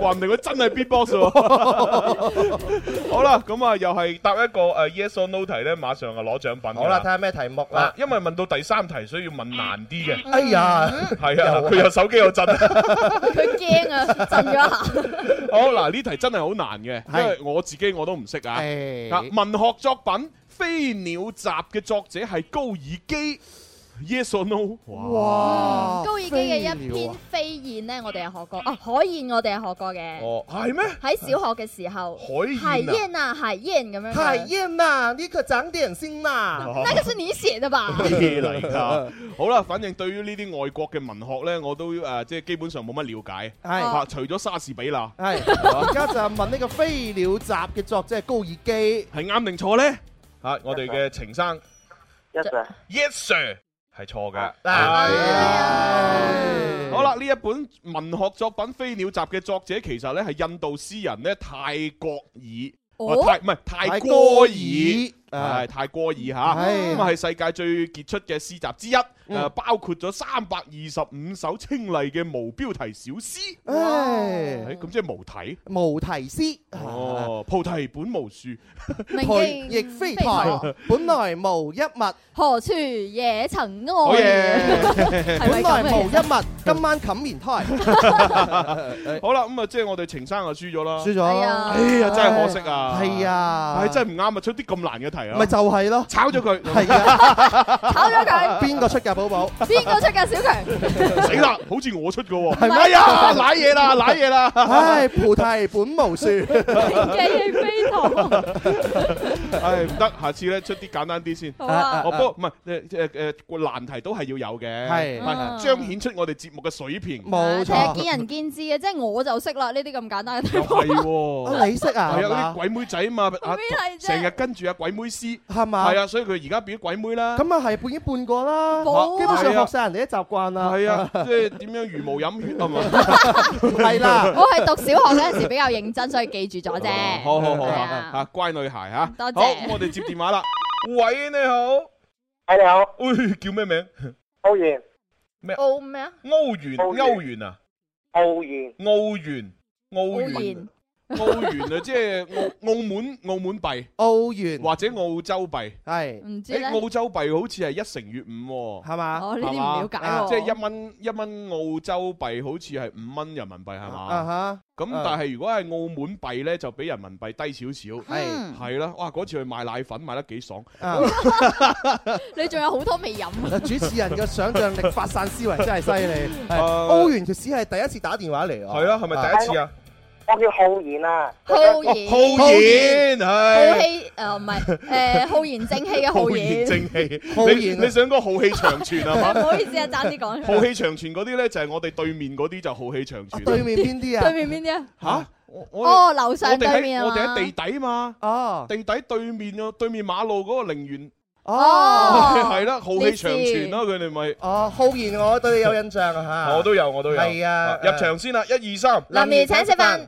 S6: 話唔定佢真係 beatbox 喎。好啦，咁啊，又係答一個诶 yes or no 題咧，馬上啊攞獎品㗎。
S5: 好啦，睇下咩題目
S6: 啊
S5: 啦，。
S6: 因為問到第三題，所以要問難啲嘅。
S5: 哎呀，
S6: 係啊，佢有手機有震。啊
S1: 佢驚 [laughs] 啊，震咗一下。
S6: [laughs] 好嗱，呢題真係好難嘅，因為我自己我都唔識啊。
S7: 哎
S6: 啊，文學作品《飛鳥集》嘅作者係高爾基。Yes or no？
S7: 哇！
S1: 高爾基嘅一
S7: 飛鳥
S1: 篇
S7: 啊
S1: 飛燕咧，我哋係學過，哦，海燕我哋係學過嘅。
S6: 哦，係咩？
S1: 喺小學嘅時候，海
S6: 海燕啊
S1: 燕啊，海燕咁樣。
S5: 海，燕呐，你可長點心呐！
S1: 那個是你寫的吧？
S6: 咩嚟 [laughs] 㗎？好啦，反正對於呢啲外國嘅文學呢，我都誒、呃即係基本上冇乜了解。
S7: 係
S6: 啊，除咗莎士比亞，
S7: 係，而家就問呢個《飛鳥集》嘅作者係高爾基。
S6: 係啱定錯呢？嚇、啊我哋嘅程生
S8: Yes sir，
S6: ，Yes sir，係錯嘅。
S7: 唉
S6: 好啦，，呢一本文學作品《飛鳥集》嘅作者其實呢係印度詩人呢泰國爾。
S1: 哦
S6: 啊泰唔係泰戈爾，係泰戈爾嚇，
S7: 啊係嗯
S6: 咁啊係世界最傑出嘅詩集之一，誒包括咗三百二十五首清麗嘅無標題小詩，
S7: 唉啊
S6: 誒，咁即係無題，
S7: 無題詩。
S6: 哦，菩提本無樹，
S1: 明
S7: 培
S1: 鏡
S7: 亦非台，本來無一物，
S1: [laughs] 何處惹塵
S7: 哦
S6: 好
S1: 埃？
S6: 嘢！
S1: [laughs] 係咪
S7: 本來
S1: 咁
S7: 無
S1: 嘅
S7: 一物，今晚冚棉
S6: [laughs]
S7: 胎，
S6: 好啦，咁啊即係我哋程生啊輸咗啦，
S7: 輸咗。
S1: 係啊
S6: 哎呀真係可惜啊，
S7: 係，啊，
S6: 唉真係唔啱啊，出啲咁難嘅題啊
S7: 咪，就係咯，
S6: 炒咗佢，
S7: 係啊，
S1: 炒咗佢，
S6: 啊
S7: 邊個出㗎寶寶？
S1: 邊個出㗎？小強，
S6: [laughs] 死啦，好似我出嘅喎，
S7: 係咩
S6: 哎呀，賴嘢啦，賴嘢啦。
S7: 唉，菩提本
S6: [laughs]
S7: 無樹，
S1: 明鏡亦非台。
S6: 唉，唔得，下次咧出啲簡單啲先。
S1: [laughs] 好
S7: 啊
S1: 啊，
S6: 哦，不過唔係誒誒誒，難題都係要有嘅，
S7: 係
S6: 唔係彰顯出我哋節目嘅水平。
S7: 冇
S1: 其實
S7: 錯。
S1: 見仁見智嘅，即係我就識啦呢啲咁簡單嘅 [laughs] 題
S6: 又
S1: 目。
S6: 係喎，
S7: 啊你識啊？
S6: 係啊，
S7: 係
S6: 啲
S7: 嘛？
S6: 鬼妹仔嘛，啊
S1: 咩嚟啫
S6: 成日跟住阿鬼妹師，
S7: 係嘛？
S6: 係啊，所以佢而家變咗鬼妹啦。
S7: 咁啊係已經半個啦，
S1: 冇啊
S7: 基本上學晒人哋啲習慣啦。
S6: 係啊，即係點樣茹毛飲血啊嘛。
S7: 係啦，
S1: 我係讀小學嗰陣時比較認真，所以記住咗
S6: [laughs]
S1: 啫。
S6: 好好好
S1: 係
S6: 啊
S1: 啊，
S6: 嚇乖女孩嚇。
S1: 多謝
S6: 好，咁我哋接電話啦。喂，你好。
S8: 哎你好，
S6: 喂，叫咩名？
S8: 歐元，
S1: 澳咩啊？
S6: 歐元，
S8: 歐元
S6: 歐元啊，
S8: 歐元，
S6: 澳元，澳
S1: 澳
S6: 元
S1: 元。。
S6: 澳元啊，即係
S1: [laughs]
S6: 澳澳門澳門幣
S7: 澳元
S6: 或者澳洲幣。
S7: 係
S1: 唔知
S6: 誒
S1: 咧，
S6: 澳洲幣好似係一乘以五喎，
S7: 係嘛？
S1: 哦呢啲唔
S6: 係嘛
S1: 了解
S7: 啊
S1: 喎，
S6: 即係一蚊一蚊澳洲幣好似係五蚊人民幣係
S7: 啊
S6: 嘛？
S7: 哈，
S6: 咁
S7: 啊
S6: 但係如果係澳門幣呢，就比人民幣低少少。
S7: 係
S1: 嗯
S6: 係啦，哇！嗰次去買奶粉買得幾爽，
S7: 啊
S1: 你仲有好多未
S6: [laughs]
S1: 飲。
S7: 主持人嘅想像力、發散思維真係
S6: [laughs]
S7: 犀利。係
S6: 誒
S7: 歐元就只係第一次打電話嚟啊。
S6: 啊係啦，係咪第一次啊？哦
S8: 我叫浩然啊，
S1: 浩然，
S6: 浩然
S1: 浩
S6: 係
S1: 氣誒哦唔
S6: [laughs]
S1: 係誒浩然正氣啊嘅浩然。
S6: 正氣，
S7: 浩然
S6: 你你想講浩氣長存係嘛？
S1: [laughs] 唔好意思啊，爭啲講
S6: 浩
S1: 出嚟。
S6: 氣長存嗰啲呢，就係我哋對面嗰啲就浩氣長存。
S7: 對面邊啲
S1: 對
S7: 啊？
S1: 面邊啲啊？
S6: 嚇！我我
S1: 哦，樓
S6: 我
S1: 上
S6: 哋
S1: 對面
S6: 喺
S1: 啊
S6: 我哋
S1: 嘛。
S6: 喺地底嘛，
S7: 哦
S6: 地底對面啊，對面馬路嗰個陵園。
S7: 哦
S1: 哦
S6: [laughs] 係啦，浩氣長存啦，佢哋咪
S7: 哦，浩然，我對你有印象啊嚇。
S6: 哦我都有，我都有。
S7: 係啊
S6: 入場先啦，一二三，
S1: 林兒請食飯，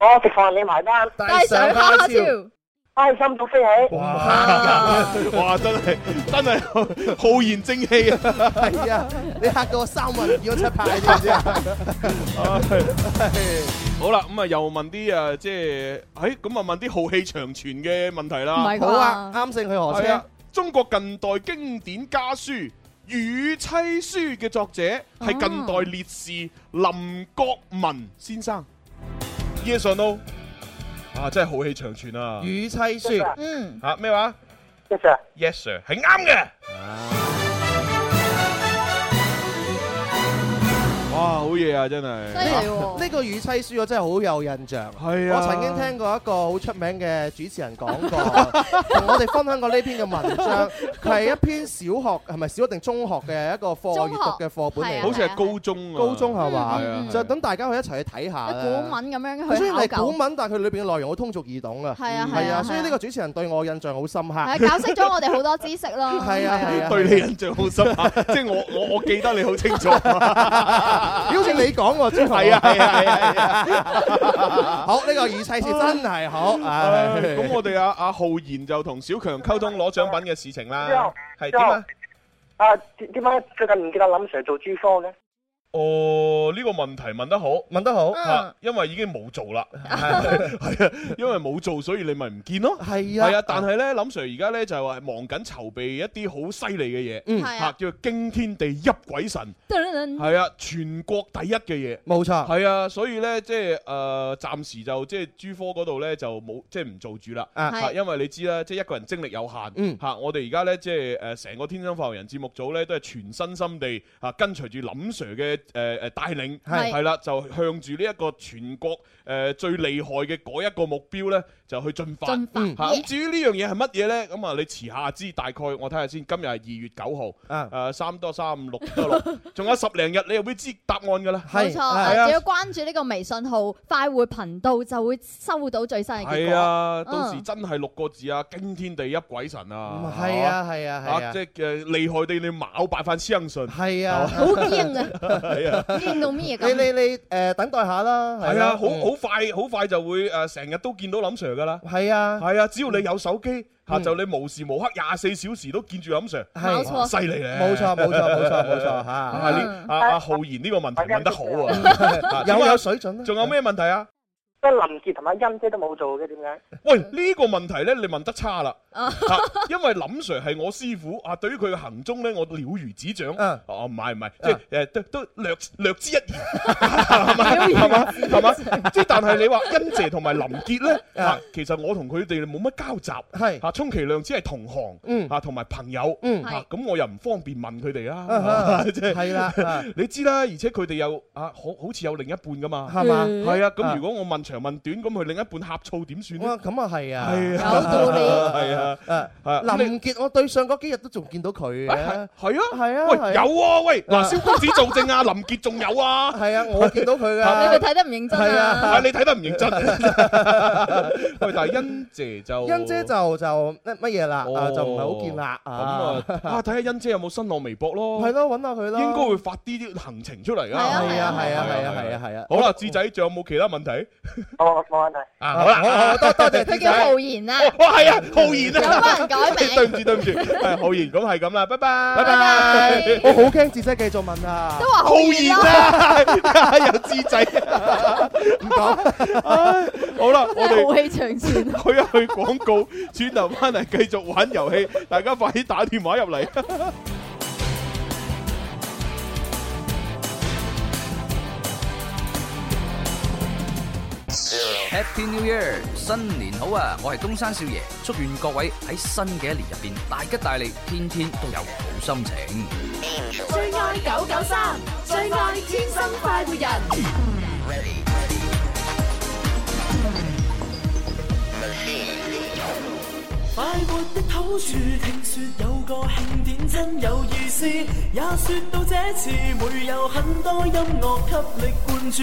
S8: 我食飯你埋單，
S1: 帶上蝦超。
S8: 開心到飛起。
S6: 哇！ [laughs] 哇！真係 [laughs] 真係 [laughs] 浩然正氣啊！
S7: 係啊，你嚇到我三魂二我七魄，你知唔
S1: [laughs]
S7: 知啊？
S6: 好啦，咁啊又問啲啊，即係，誒咁啊問啲浩氣長存嘅問題
S1: 唔
S6: 啦。
S1: 係
S7: 好啊，
S1: 啩？
S7: 啱性去何
S6: 係啊
S7: 車？，
S6: 中國近代經典家書《與妻書》嘅作者
S7: 啊
S6: 係近代烈士林國民先生。Yes or no？啊，真係浩氣長存啊！
S7: 與妻書，
S1: 嗯，
S6: 嚇咩話？
S8: Yes sir，
S6: Yes sir，係啱嘅。
S7: 啊
S6: 哇，好嘢啊，真
S1: 犀
S6: 係。
S1: 利喎。
S7: 呢個與妻書我真係好有印象。
S6: 係啊，
S7: 我曾經聽過一個好出名嘅主持人講過， [laughs] 同我哋分享過呢篇嘅文章，佢係一篇小學係咪小學定中學嘅一個課
S1: 中學
S7: 閱讀嘅課本
S1: 係啊
S7: 嚟
S6: 好
S7: 嘅，
S6: 似係高中啊，
S7: 高中係嘛
S6: 係啊
S1: 嗯？
S7: 就等大家去一齊去睇下
S1: 一
S7: 啦
S1: 古文咁
S7: 佢雖然
S1: 樣去
S7: 係
S1: 考
S7: 古
S1: 究。
S7: 文，但係佢裏邊嘅內容好通俗易懂啊。
S1: 係啊
S7: 係
S1: 係
S7: 啊，
S1: 啊，
S7: 所以呢個主持人對我印象好深刻。
S1: 係教識咗我哋好多知識咯。
S7: [laughs] 係啊係啊
S6: 對你印象好深
S7: [laughs]
S6: 刻，即係我我我記得你好清楚。
S7: [laughs] 好似你講喎，朱
S6: 係啊係啊係啊係
S7: 啊！ [laughs] 好，呢個語氣是真係好。唉
S6: 咁我哋阿阿浩然就同小強溝通攞獎品嘅事情
S8: 之後
S6: 啦，係點啊？
S8: 啊，點點解最近唔見阿林 Sir 做 G 科嘅？
S6: 哦，呢個問題問得好，
S7: 問 [laughs] 得好，
S6: 嚇，因為已經冇做
S7: [laughs]
S6: 啦，係啊，因為冇做，所以你咪唔見咯。
S7: 係啊，
S6: 係啊，但係咧，林 Sir 而家咧就係話忙緊籌備一啲好犀利嘅嘢，
S7: 嗯
S1: 係
S6: 嚇
S1: 啊，
S6: 叫做驚天地泣鬼神，
S1: 噔
S6: 係啊，全國第一嘅嘢。
S7: 冇錯，
S6: 係啊，所以咧，即係誒，呃暫時就即係珠科嗰度咧就冇，即係唔做主啦。
S7: 啊
S6: 嚇，
S1: 係
S6: 因為你知啦，即係一個人精力有限，
S7: 嗯
S6: 嚇，我哋而家咧即係誒成個天生發育人節目組咧都係全身心地嚇跟隨住林 Sir 嘅呃誒誒帶領，
S1: 係
S6: 係啦，就向住呢一個全國誒最厲害嘅嗰一個目標咧就去進發。
S1: 進
S7: 嗯
S6: 嚇
S1: 發
S6: 咁至於呢樣嘢係乜嘢咧？咁啊，你遲下知，大概我睇下先。今日係二月九號，
S7: 啊，
S6: 誒三多三，六多
S7: [laughs]
S6: 六，仲有十零日，你又會知答案㗎啦。
S1: 冇
S7: 係啊
S1: 錯，只要關注呢個微信號快活頻道，就會收到最新嘅結
S6: 係
S1: 果。嗯
S6: 啊，到時真係六個字啊，驚天地泣鬼神
S7: 嗯
S6: 啊！
S7: 係啊，係啊，
S6: 係嘛，
S7: 係
S6: 啊
S7: 啊
S6: 即，係誒厲害地，你冇辦法相
S7: [laughs]
S6: 信。
S7: 係啊，
S1: 好驚啊！
S6: 係啊，
S1: 驚到咩
S7: 你
S1: 咁？
S7: 你你誒等待下啦，
S6: 係啊，
S7: 嗯
S6: 好好快，好快就會誒成日都見到林 Sir 噶啦。
S7: 好，係啊，
S6: 係啊，只要你有手機，嚇
S7: 嗯
S6: 就你無時無刻廿四小時都見住林 Sir，
S1: 冇
S7: 係，
S1: 錯，
S6: 犀利咧！
S7: 冇錯，冇錯，冇錯，冇錯
S6: 啊
S7: 嚇，
S6: 呢啊啊浩然呢個問題問得好啊！啊
S7: 有
S6: 點
S7: 有
S6: 啊
S7: 水準
S6: [laughs]
S7: 啦，
S6: 仲有？咩問題啊？
S8: 即係林杰同埋欣姐都冇做嘅，點解？
S6: 喂，呢個問題咧，你問得差啦，
S1: 啊
S6: 啊因為林 Sir 係我師傅啊，對於佢嘅行蹤咧，我了如指掌。
S7: 嗯
S6: 哦，唔係唔係，即
S7: 嗯
S6: 係誒都都略略知一二，係 [laughs] 咪？係嘛係嘛？即係但係你話欣姐同埋林傑咧，
S7: 嗯
S6: 啊，其實我同佢哋冇乜交集，
S7: 係，
S6: 啊，充其量只係同行，
S7: 嗯
S6: 啊，同埋朋友，
S7: 嗯，
S6: 啊，咁我又唔方便問佢哋啦， [laughs]
S7: 啊
S6: 即係
S7: 係啦，啊
S6: 你知啦，而且佢哋又啊，好好似有另一半噶嘛，
S7: 係嘛？
S6: 係啊，
S7: 啊
S6: 咁如果我問長問短，咁佢另一半呷醋點算咧？
S7: 哇，咁啊係啊，
S6: 係
S1: 啊有道理
S7: ờ,
S6: 係啊
S7: 啊，
S6: 啊
S7: 林傑，我對上嗰幾日都仲見到佢嘅，
S6: 係啊，
S7: 係啊，
S6: 喂，
S7: 係
S6: 有
S7: 啊
S6: 啊，喂，嗱，
S7: 啊
S6: 蕭公子做證啊，林傑仲
S7: [laughs]
S6: 有啊，
S7: 係啊，我見到佢
S1: 你咪
S7: 噶。
S1: 睇得唔認真
S7: 係
S1: 啊
S7: 啊！
S6: 啊，你睇得唔認真， [laughs] 喂，但係欣姐就
S7: 欣姐就就乜乜嘢啦，啊就唔係好見啦
S6: 咁
S7: 啊
S6: 啊，，啊，睇下欣姐有冇新浪微博咯，
S7: 係，咯，揾下佢咯，
S6: 應該會發啲啲行程出嚟噶，
S1: 係啊
S7: 係啊，係啊，係啊，係
S6: 係
S7: 啊，係啊，
S6: 好啦，智仔仲有冇其他問題？
S8: 冇冇問題。
S6: 啊，
S7: 啊，
S6: 好啦，
S7: 好好多多
S1: 佢
S7: 謝佢
S1: 叫
S7: 叫
S1: 浩然啊，
S6: [laughs] 哦哇，係 [laughs] 啊，浩然
S1: 有
S6: 啊，
S1: 幫人改
S7: [laughs]
S1: 名。
S6: 對唔住對唔住，係浩然，咁係咁啦，拜拜，
S7: 拜拜。我好驚智姐繼續問啊
S1: 都，話
S6: 浩
S1: 浩然啦，
S6: 然啊，有智仔，唔講，好啦，我
S1: 真 [laughs] 係
S6: 哋。
S1: 浩氣長存。
S6: 去一去廣告，轉頭翻嚟繼續玩遊戲，大家快啲打電話入嚟。
S9: Happy New Year，新年好啊！我係東山少爺，祝願各位喺新嘅一年入邊大吉大利，天天都有好心情。
S10: 最愛九九三，最愛天生快活人。快活的好處，聽說有個慶典真有意思，也說到這次會有很多音樂給力灌注。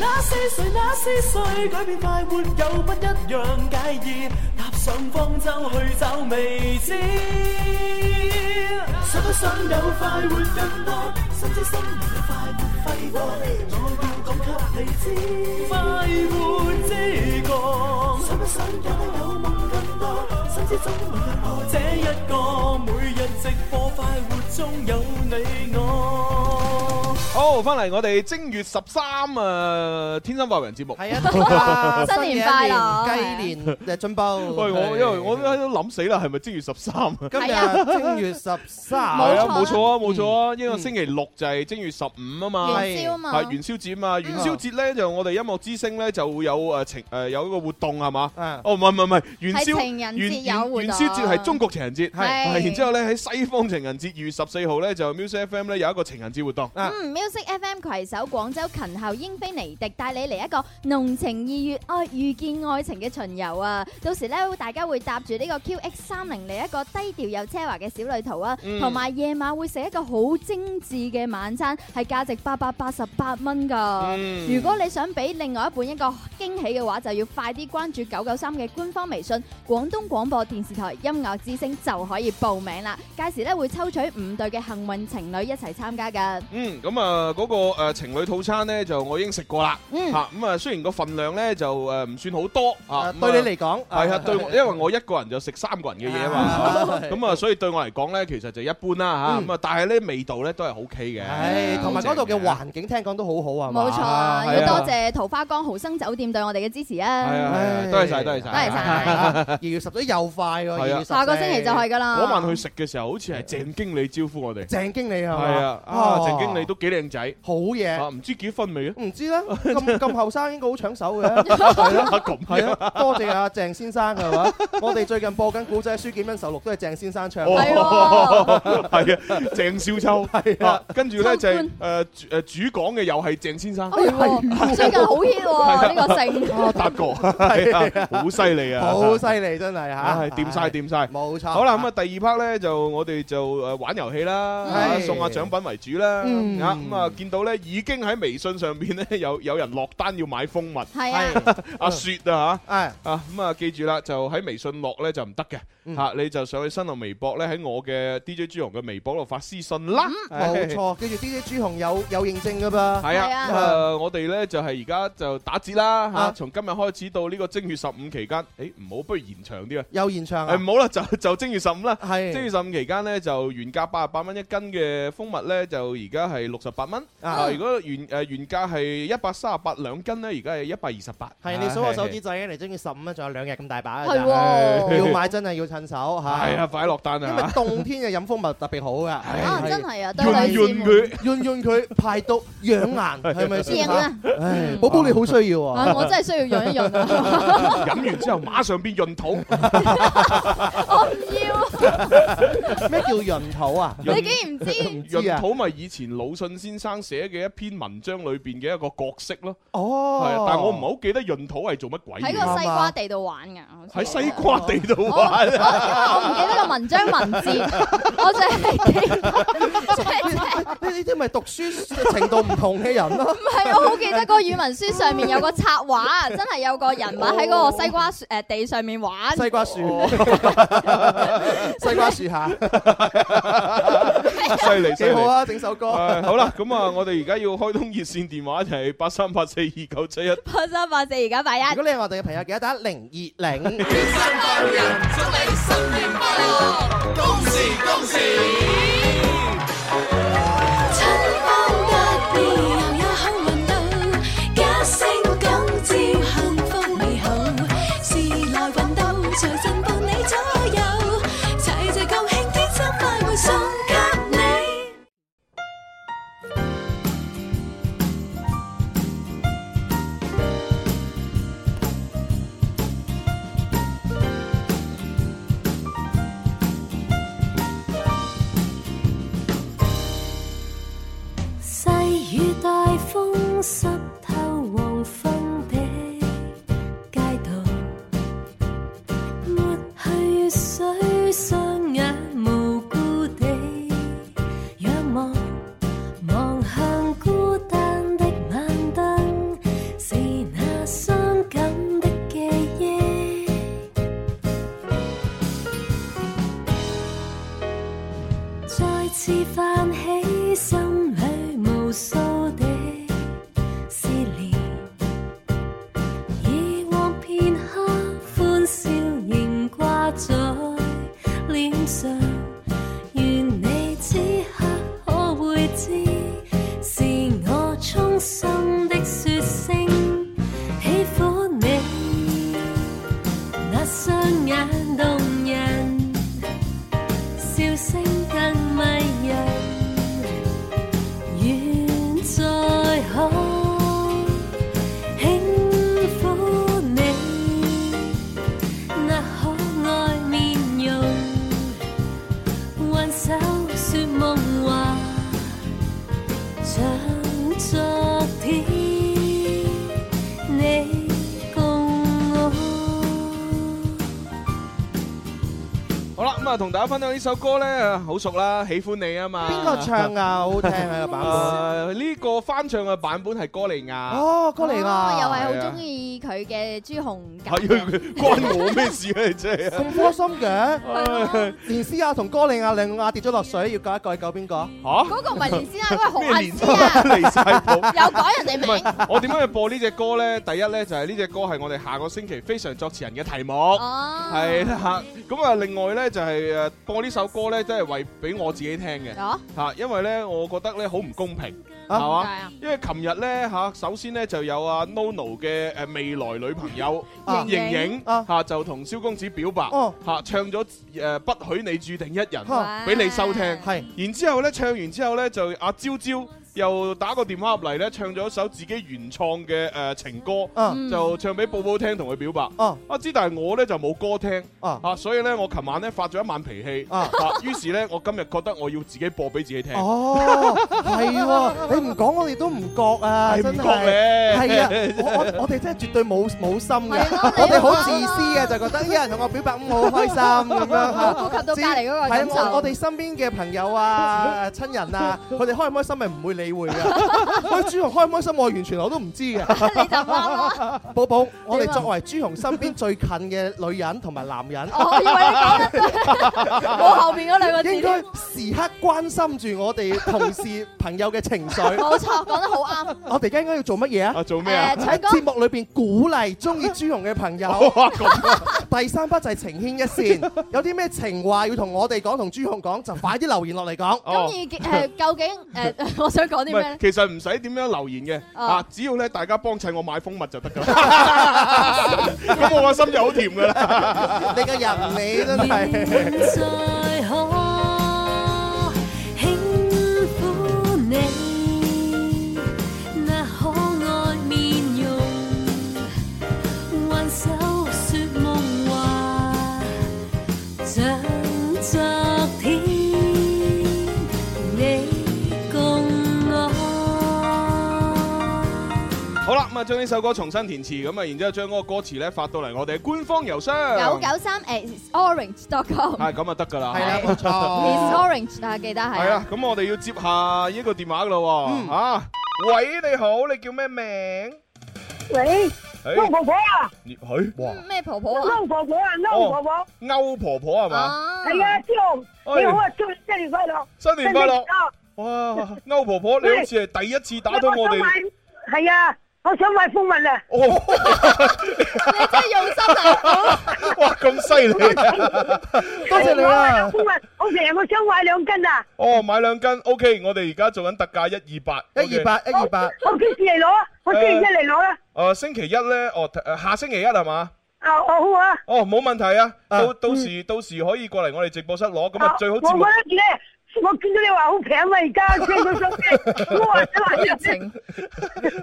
S10: 那是誰？那是誰？改變快活有不一樣介意，踏上方舟去找未知。想不想有快活更多？心知心明有快活揮霍，我要講給你知，快活之歌。想不想有得有夢更多？心知總會有我這一個，每日直播快活中有你我。
S6: 好，翻嚟我哋正月十三啊，天生發人節目。
S7: 係啊，祝啊
S1: 新年快樂
S7: 雞年誒進步。
S6: 喂，我因為我都喺度諗死啦，係咪正月十三啊？
S7: 今日正月十三，
S6: 係啊，
S1: 冇錯啊
S6: 冇錯啊，冇錯啊，因為星期六就係正月十五啊嘛。
S7: [laughs] 係
S1: 元宵啊嘛，
S6: 係元宵節嘛，元宵節咧就我哋音樂之聲咧就會有誒情誒有一個活動係嘛？
S7: 啊，
S6: 哦，唔係唔係唔係，元宵
S1: 係情人節
S6: 元
S1: 有活動
S6: 元宵節係中國情人節，
S7: 係
S6: 係然之後咧喺西方情人節二月十四號咧就 Music FM 咧有一個情人節活動。
S1: 嗯，Music FM 攜手廣州勤校英菲尼迪帶你嚟一個濃情二月愛遇見愛情嘅巡遊啊！到時咧，大家會搭住呢個 QX 三零嚟一個低調又奢華嘅小旅途啊，
S6: 嗯
S1: 同埋夜晚會食一個好精緻嘅晚餐，係價值八百八十八蚊㗎。
S6: 嗯
S1: 如果你想俾另外一半一個驚喜嘅話，就要快啲關注九九三嘅官方微信廣東廣播電視台音樂之聲就可以報名啦。屆時咧會抽取五對嘅幸運情侶一齊參加㗎。
S6: 嗯，咁啊，啊嗰個誒情侶套餐咧就我已經食過啦，嚇咁啊雖然個份量咧就誒唔算好多啊，咁啊
S7: 對你嚟講
S6: 係啊
S7: 啊
S6: 對我，因為我一個人就食三個人嘅嘢
S7: Ờ,
S6: 啊嘛，咁啊所以對我嚟講咧其實就一般啦嚇，咁啊但係咧味道咧都係 O K 嘅，
S7: 唉，同埋嗰度嘅環境聽講都好好啊，係嘛
S1: 冇錯啊，
S6: 係啊
S1: 要多謝桃花江豪生酒店對我哋嘅支持
S6: 係啊係
S1: 啊！
S6: 啊，多謝晒，多謝晒，
S1: 多謝晒
S7: 二月十都又快喎，
S6: 係啊
S7: 二月十
S1: 下個星期就係㗎啦
S6: 嗰晚去食嘅時候，好似係鄭經理招呼我哋。
S7: 鄭經理係嘛？
S6: 係啊，啊
S7: Ờ.
S6: 鄭經理都幾靚仔，
S7: 好嘢
S6: 啊，唔知結婚未啊？
S7: 唔知咧，咁咁後生應該好搶手嘅，係咯，
S6: 咁
S7: 係啊，多謝阿鄭先生係嘛？ [laughs] 我哋最近播緊古仔《書劍恩仇錄》都係鄭先生
S6: 哦
S7: 唱，
S6: 啊
S1: 係喎
S6: [laughs] [laughs] 係啊，鄭少秋係啊，跟住咧就係誒主誒主講嘅又係鄭先生，
S1: 係喎哎最近好 hit 喎呢個姓，
S6: 啊 [laughs] 達哥係啊，好犀利啊，
S7: 好犀利真係嚇，
S6: 啊掂晒掂晒。
S7: 冇錯。
S6: 好啦，咁啊，第二 part 咧就我哋就誒玩遊戲啦，
S7: 係
S6: 啊送下獎品為主啦。
S7: 嗯
S6: 啊咁啊，見到咧已經喺微信上邊咧有有人落單要買蜂蜜，
S1: 係啊，
S6: 阿雪啊嚇。
S7: 唉，
S6: 啊，咁啊，記住啦，就喺微信落咧就唔得嘅，嚇你就上去新浪微博咧，喺我嘅 DJ 朱紅嘅微博度發私信啦。
S7: 冇錯，記住 DJ 朱紅有有認證㗎
S6: 係
S7: 噃，
S1: 係啊
S6: 啊，咁啊，我哋咧就係而家就打折啦嚇，
S7: 啊
S6: 從今日開始到呢個正月十五期間，誒唔好，不如延長啲啊，
S7: 有現場
S6: 誒
S7: 啊
S6: 唔，好啦，就就正月十五啦。正
S7: 係
S6: 月十五期間咧，就原價八十八蚊一斤嘅蜂蜜咧，就而家係六十八蚊。啊，如果原誒原價係一百三十八兩斤咧，而家係一百二十八。
S7: 係你數個手指仔，嚟中意十五咧，仲有兩日咁大把㗎
S1: 係
S7: 咋，
S1: 喎。
S7: 要買真係要趁手嚇。
S6: 係啊，快落單
S7: 因為
S6: 啊！
S7: 凍天嘅飲蜂蜜特別好噶，
S1: 啊，真係啊，對
S6: 潤
S1: 女士
S6: 潤
S1: 們，
S6: 佢，
S7: 潤潤佢排毒養顏，係咪先
S1: 正？啊！
S7: 唉，寶寶你好需要
S1: 啊，
S7: 喎，
S1: 我真係需要潤一潤啊！
S6: [laughs] 飲完之後馬上變潤
S7: [laughs]
S6: 土。
S1: 我唔要，啊
S7: 咩叫潤土啊？
S6: 潤
S1: 你竟然唔知？
S6: [laughs]
S7: 知啊
S6: 潤土咪以前魯迅先生寫嘅一篇文章裏邊嘅一個角色咯，係啊、
S7: 哦，
S6: 但我唔係好記得潤土係做乜鬼
S1: 喺
S6: 嘢，
S1: 個西瓜地度玩㗎，好
S6: 喺
S1: 似
S6: 西瓜地度
S1: 我
S6: 玩。 [laughs] 啊
S1: 我我唔記得個文章文字，我淨係記得， [laughs] 即係
S7: 呢呢哎啲咪讀書程度唔同嘅人
S1: [laughs]
S7: 咯，
S1: 唔係我好記得嗰個語文書上面有個插畫，啊真係有個人物喺嗰個西瓜
S6: [laughs]
S1: 樹誒地上面玩。
S7: 西瓜樹，
S1: 哦
S7: [laughs] 西瓜樹
S6: [laughs]
S7: 下
S6: 犀利犀
S7: 幾
S6: 利
S7: 好。啊，整首歌。
S6: 唉好啦，咁啊，我哋而家要開通熱線電話就係八三八四二九七一。
S1: [laughs] 八三八四而家八一，
S7: 如果你係我哋嘅朋友，記得打零二零。
S4: 春風得意，又也好運到，加星九朝幸福美好，時來運到，財神伴你左右，齊齊共慶天生快活送給你。
S11: 天
S6: 啊，同大家分享呢首歌咧，好熟啦，喜歡你啊嘛。
S7: 邊個唱啊好聽啊版本
S6: 誒呢個翻唱嘅版本係歌利亞。
S7: 哦歌利亞
S1: 哦又係
S6: 係
S1: 好
S6: 啊
S1: 中意佢嘅朱紅
S6: 係啊佢關我咩事啊？你真係
S7: 咁窩心嘅，連詩雅同哥利亞兩個亞跌咗落水，要救一救，救邊個？
S6: 嚇？
S1: 嗰個唔係連詩雅，嗰個係
S6: 咩
S1: 何
S6: 連
S1: 雁詩啊，
S6: 離晒譜。
S1: 又改人哋
S6: 唔
S1: 名。
S6: 係，我點解要播呢只歌咧？第一咧就係呢只歌係我哋下個星期非常作詞人嘅題目。
S1: 哦，
S6: 係啦，咁啊，另外咧就係誒播呢首歌咧，真係為俾我自己聽嘅
S1: 哦，
S6: 嚇，因為咧我覺得咧好唔公平，
S7: 啊
S6: 係
S1: 點
S6: 嘛？
S1: 解啊？ [laughs]
S6: 因為琴日咧嚇，首先咧就有阿 NoNo 嘅誒未來女朋友
S7: 啊
S6: 盈盈
S7: 啊
S6: 嚇就同蕭公子表白
S7: 哦
S6: 嚇，唱咗誒不許你注定一人，
S7: 啊
S6: 俾你收聽。
S7: 係
S6: 然之後咧唱完之後咧就阿朝朝又打個電話入嚟咧唱咗一首自己原創嘅誒情歌，
S7: 啊
S1: 嗯
S6: 就唱俾寶寶聽同佢表白。
S7: 哦
S6: 啊知，但係我咧就冇歌聽
S7: 啊
S6: 啊，所以咧我琴晚咧發咗一晚脾
S1: 哦
S6: 氣
S7: 啊
S6: 啊，於是咧我今日覺得我要自己播俾自己聽，
S7: 哦，係喎，你唔講我哋都唔覺啊，
S6: 係
S7: 真
S6: 唔
S7: 係
S6: 覺。咧？
S7: 係啊，我我我哋真係絕對冇冇心嘅
S1: 係啊咯，
S7: 我哋好自
S1: 啊
S7: 私啊嘅，就覺得有人同我表白咁好開心咁
S1: [laughs]
S7: 樣嚇。
S1: 冇顧及到隔離嗰個
S7: 係啊
S1: 感受。
S7: 我我哋身邊嘅朋友啊、親人
S1: [laughs]
S7: 啊，佢哋開唔開心咪唔會理會嘅。 [laughs] 喂，朱紅開唔開心，我完全我都唔知嘅。
S1: 你就啱啦。[laughs]
S7: 寶寶，我
S1: 啊
S7: 哋作為朱紅身邊最近嘅女人同埋男人，
S1: 我以為你講得對，冇後邊嗰兩個字
S7: 應該
S1: 添。
S7: 時刻關心住我哋同事朋友嘅情
S1: [laughs]
S7: 緒。
S1: 冇錯，講得好啱。
S7: 我哋而家應該要做乜嘢啊？
S6: 啊做咩啊
S1: 誒，？
S7: 喺
S1: 唱歌
S7: 節目裏邊鼓勵中意朱紅嘅朋 [laughs] 友。
S6: 哇咁啊
S7: [laughs] 第三筆就係情牽一線，有啲咩情話要同我哋講，同朱紅講，就快啲留言落嚟講。
S1: 咁
S6: 哦
S1: 而誒，究竟呃 [laughs] 誒，我想講啲
S6: 唔
S1: 咩咧
S6: 係，？其實唔使點樣留言嘅，
S1: 哦
S6: 啊，只要咧大家幫襯我買蜂蜜就得
S1: [laughs]
S6: 㗎啦。咁我個心就好甜㗎啦。
S7: 你個人你真係。
S4: 再可輕撫你那可愛面容，挽手説夢話，像昨天你共我。
S6: 好啦，咁啊將呢首歌重新填詞，咁啊然之後將嗰個歌詞咧發到嚟我哋嘅官方郵箱。
S1: 九九三呃誒 orange.com
S6: 係咁就得㗎啦。
S7: [laughs] 係啦，啊冇
S1: is
S7: 錯。
S1: orange 啊，記得
S6: 係
S1: 係
S6: 啦，。咁我哋要接下一個電話㗎啦
S7: 嗯
S6: 喎。啊，喂，你好，你叫咩名？
S8: 喂，
S6: 誒
S8: 婆婆啊，
S6: 你誒哇，
S1: 咩婆婆啊？
S8: 婆婆啊，
S6: 嬲婆
S8: 婆，
S6: 歐婆婆係嘛？
S1: 啊，
S8: 朱紅，
S6: 哎你好
S8: 啊，祝你新年快樂，
S6: 新年快樂！哇，歐婆婆，你好似係第一次打通我哋。
S8: 係啊，我想買蜂蜜啊。
S6: 哦，
S1: 你真係用心良苦。
S6: 啊哇，咁犀利！
S7: 多謝你啊！
S8: 我成日我想買兩斤啊，
S6: 哦，買兩斤，OK，我哋而家做緊特價一二八，
S7: 一二。八，一二八，
S8: 我幾時嚟攞啊？我星期一嚟攞啦。
S6: 誒，星期一咧，哦，誒下星期一係嘛？
S8: 啊，我好啊。
S6: 哦，冇問題啊，
S7: 啊
S6: 到到時到時可以過嚟我哋直播室攞，咁啊最好
S8: 我
S6: 節
S8: 覺
S6: 目。
S8: 得咧，我見到你話好平啊，而家聽到收聲，我話想話
S1: 熱情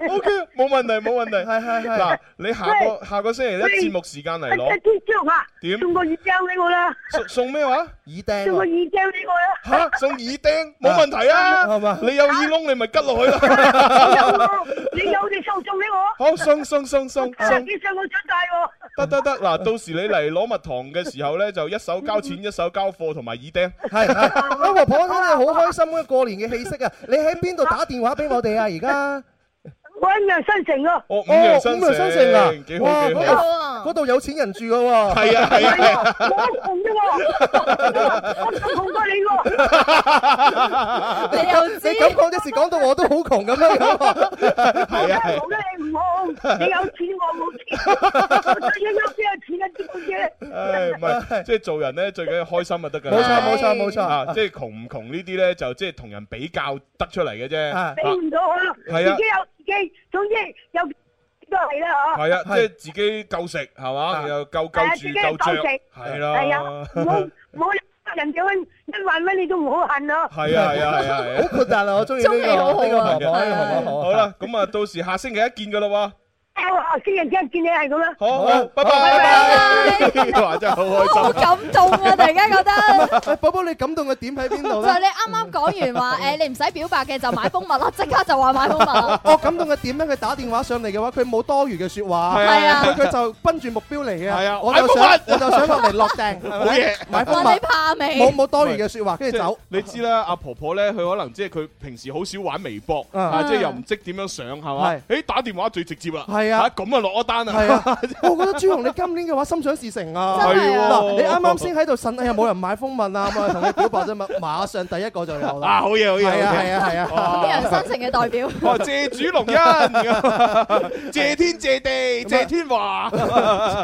S6: [laughs] OK，冇問題，冇問題。
S7: 係係係
S6: 嗱，你下個下個星期一
S8: 喂
S6: 節目時間嚟
S7: [laughs]
S8: 一
S6: 攞，
S8: 支張啊，
S6: 點
S8: 送個耳釘俾我啦，
S6: 送送咩話？
S7: 耳
S8: 送個耳
S7: 釘
S8: 釘俾我啦。
S6: 吓，送耳釘，冇問題啊。
S7: 係嘛
S6: 你有耳窿，你咪吉落去
S7: [laughs]
S6: 啦。
S8: 你有你送送俾我，
S6: 好，送送送送
S7: 啊
S6: 送。
S8: 幾想我想戴喎。
S6: 得得得，嗱，到時你嚟攞蜜糖嘅時候咧，就一手交錢，一手交貨同埋耳釘。
S7: 係係，啊婆婆真係好開心嘅過年嘅氣息啊！你喺邊度打電話俾我哋啊？而家
S8: 我喺陽新城啊，
S6: 哦，五
S7: 哦
S6: 羊
S7: 五羊新城啊
S6: 幾
S7: 哇
S6: 好幾
S7: 嗰
S6: 好
S7: 個。
S1: 好啊
S7: 嗰度有錢人住嘅喎，
S6: 係啊係啊係啊！
S8: 我紅啫喎，我紅過你喎。
S1: 啊，你又
S7: 你
S1: 知。
S7: 咁講一時講到我都好窮咁樣喎。
S6: 係啊係
S8: 好啦，你唔好，你有錢我冇錢，我一喐邊有錢啊？知唔知？
S6: 唉，唔
S7: [laughs]
S6: 係，啊即係做人咧，最緊要開心就得㗎啦。
S7: 冇錯冇錯冇錯
S6: 啊！即係窮唔窮呢啲咧，就即係同人比較得出嚟嘅啫。
S7: 啊
S8: 俾唔到我咯，自己
S6: 係啊
S8: 有自己，總之有都係啦嗬。
S6: 係啊，即
S7: 係
S6: 係自己夠食係嘛，
S7: 啊
S6: 又夠
S8: 係
S6: 夠
S8: 啊
S6: 住
S8: 自己
S6: 夠
S8: 夠
S6: 着，
S8: 食
S6: 係
S8: 係
S6: 啦
S8: 啊，，唔好唔好人哋揾一萬蚊你都唔好恨啊！
S6: 係啊係啊係啊係
S7: 好
S6: 啊。
S7: 豁達啊！我中意呢
S1: 中氣好好
S7: 個
S1: 啊
S7: 呢個婆婆，呢個婆婆好
S6: 好啦，咁啊，到時下星期一見㗎啦喎。
S8: 好啊啊，星期一見你係咁啦。
S6: 好
S7: 啊
S6: 好，拜拜
S8: 拜
S6: 拜拜。哇，真係好開心。
S1: 好感動啊！突然間覺得。
S7: [laughs] 哎寶寶，你感動嘅點喺邊度
S1: [laughs] 就
S7: 咧
S1: 係？你啱啱講完話，誒你唔使表白嘅就買蜂蜜啦，即刻就話買蜂蜜
S7: [laughs]
S1: 啦。
S7: 我哦感動嘅點咧，佢打電話上嚟嘅話，佢冇多餘嘅説話，
S6: 係
S1: 啊
S7: 佢佢就奔住目標嚟嘅。
S6: 係啊
S7: 我就想
S6: 買
S7: 我就想落嚟落訂，
S6: [laughs]
S7: 好
S6: 好嘢
S7: 買蜂
S1: 問你
S7: 蜜，
S1: 怕
S7: 冇
S1: 未？
S7: 冇多餘嘅説話，跟
S6: 即
S7: 住
S6: 係
S7: 走。
S6: 你知啦，阿婆婆咧，佢可能即係佢平時好少玩微博，
S7: 嗯
S6: 啊，即係又唔識點樣上，係嘛
S7: 係？
S6: 誒，打電話最直接啦，
S7: 係啊
S6: 咁啊落咗單
S7: 係
S6: 啊， [laughs]
S7: 啊，我覺得朱紅你今年嘅話心想事成啊！
S1: 真係啊
S7: 嗱，你啱啱先喺度呻，哎呀冇人買蜂蜜啊，冇人同你表白啫嘛，馬上第一個就有
S6: 啊，
S7: 啦。
S6: 好嘢好嘢，
S7: 係啊
S6: 好嘢
S7: 係啊係啊！
S1: 呢樣新情嘅代表。
S6: 哦，謝主隆 [laughs] 恩，謝天謝地謝天華，
S7: [laughs] 黐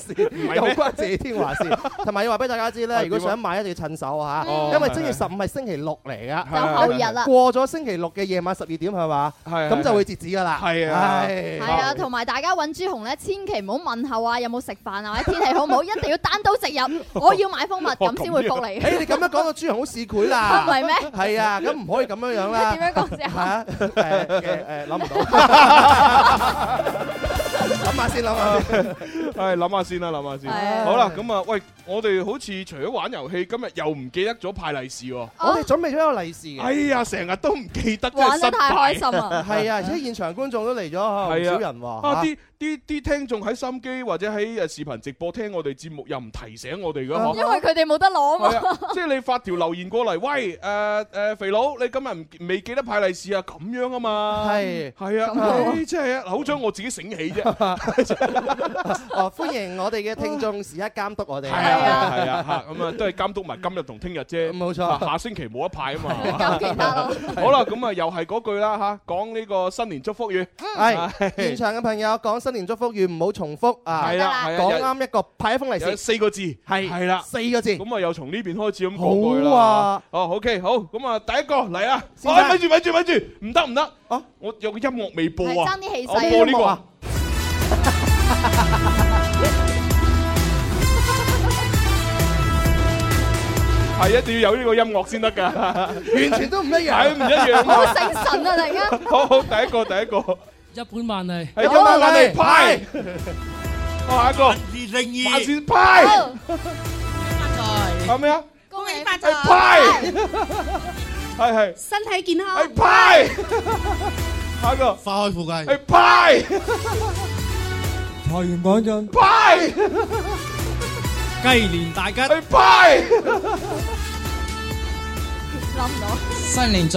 S7: 線，
S6: 係
S7: 有
S6: 咩
S7: 關謝天華事，同埋要話俾大家知
S6: 啊
S7: 咧，如果
S6: 點啊
S7: 想買一定要趁手啊
S6: 哦
S7: 嚇，因為正月十五係星期六嚟啊噶。
S1: 就後日啦，
S7: 過咗星期六嘅夜晚十二點係嘛，
S6: 係
S7: 咁就會截止㗎啦。
S6: 係啊
S7: 唉
S1: 係啊，同埋大家揾朱紅咧，千祈唔好問候啊，有冇食飯啊，或者天氣好唔好，一定要單刀直入，
S6: [laughs]
S1: 我要買蜂蜜
S6: 哦
S1: 咁先會復你。
S7: 誒你咁樣講到朱紅好市
S1: [laughs]
S7: 儈啦
S1: 唔，係咩？
S7: 係啊，咁唔可以咁樣
S1: [laughs]
S7: 樣啦。
S1: 點樣講先啊？
S7: 嚇誒誒誒 [laughs]
S1: [laughs]
S7: 諗唔到，諗下先諗下先。
S6: 係諗下先啦，諗下
S1: 係
S6: 先。
S1: 啊
S6: 好啦，咁啊，喂，我哋好似除咗玩遊戲，今日又唔記得咗派利是喎。
S7: 我哋準備咗一個利是
S6: 哎
S7: 嘅，
S6: 呀，成日都唔記 [laughs] 得，真係
S1: 玩
S6: 失
S1: 得太
S6: 敗
S1: 開。心啊！
S7: 係啊，而且現場觀眾都嚟咗，
S6: 啊
S7: 唔少人喎。
S6: 啊！
S7: 嚇
S6: 啲啲啲聽眾喺心機或者喺誒視頻直播聽我哋節目，又唔提醒我哋噶
S7: 啊
S6: 嗬。
S1: 因為佢哋冇得攞
S6: [laughs]
S1: 嘛
S6: 係。啊，即係你發條留言過嚟，喂誒誒、呃肥佬，你今日唔未記得派利是啊？咁樣啊嘛，
S7: 係
S6: 係
S1: 咁好
S6: 啊，唉真係啊，好彩我自己醒起啫，係
S7: 哦，歡迎我哋嘅聽眾時刻監督
S1: [laughs]
S7: 我哋。
S1: 啊
S6: 係啊，嚇咁啊，都係監督埋今日同聽日啫，
S7: 冇錯
S6: 啊下星期冇得派啊嘛。
S1: 搞其他咯，
S6: [laughs] 好啦，咁啊又係嗰句啦嚇，講呢個新年祝福語， [laughs]
S7: 係現場嘅朋友講新年祝福語唔好重複啊
S6: 係，啦，係
S7: 講
S6: 啊
S7: 啱一個派一封利
S6: 有有
S7: 是。
S6: 四個字，係係啦。
S7: 四個字。
S6: 咁啊，又從呢邊開始咁講過去啦。
S7: 好啊
S6: 哦，OK，好，咁啊，第一個嚟啦。
S7: 先生
S6: 哎，咪住，咪住，咪住，唔得，唔得。
S7: 啊，
S6: 我有個音樂未播
S1: 係
S6: 啊
S1: 爭，啲氣
S6: 我播
S1: 勢
S6: 呢
S7: 音
S6: [laughs]
S7: 樂啊
S6: 個。係一定要有呢個音樂先得㗎，
S7: 完全都唔一
S6: 係
S7: 樣。
S6: 唔一樣
S1: 好
S6: 啊。
S1: 精神啊！突然間，
S6: [laughs] 好好，第一個，第一個，係
S7: 好
S6: 今晚我哋
S7: 嚟
S6: 派。好，下一個，萬線派，
S1: 好
S6: 係咩啊？
S1: 恭喜
S6: 係派，係係。系派，下一个花开富貴，系派，財源廣進，派，系派，
S1: 諗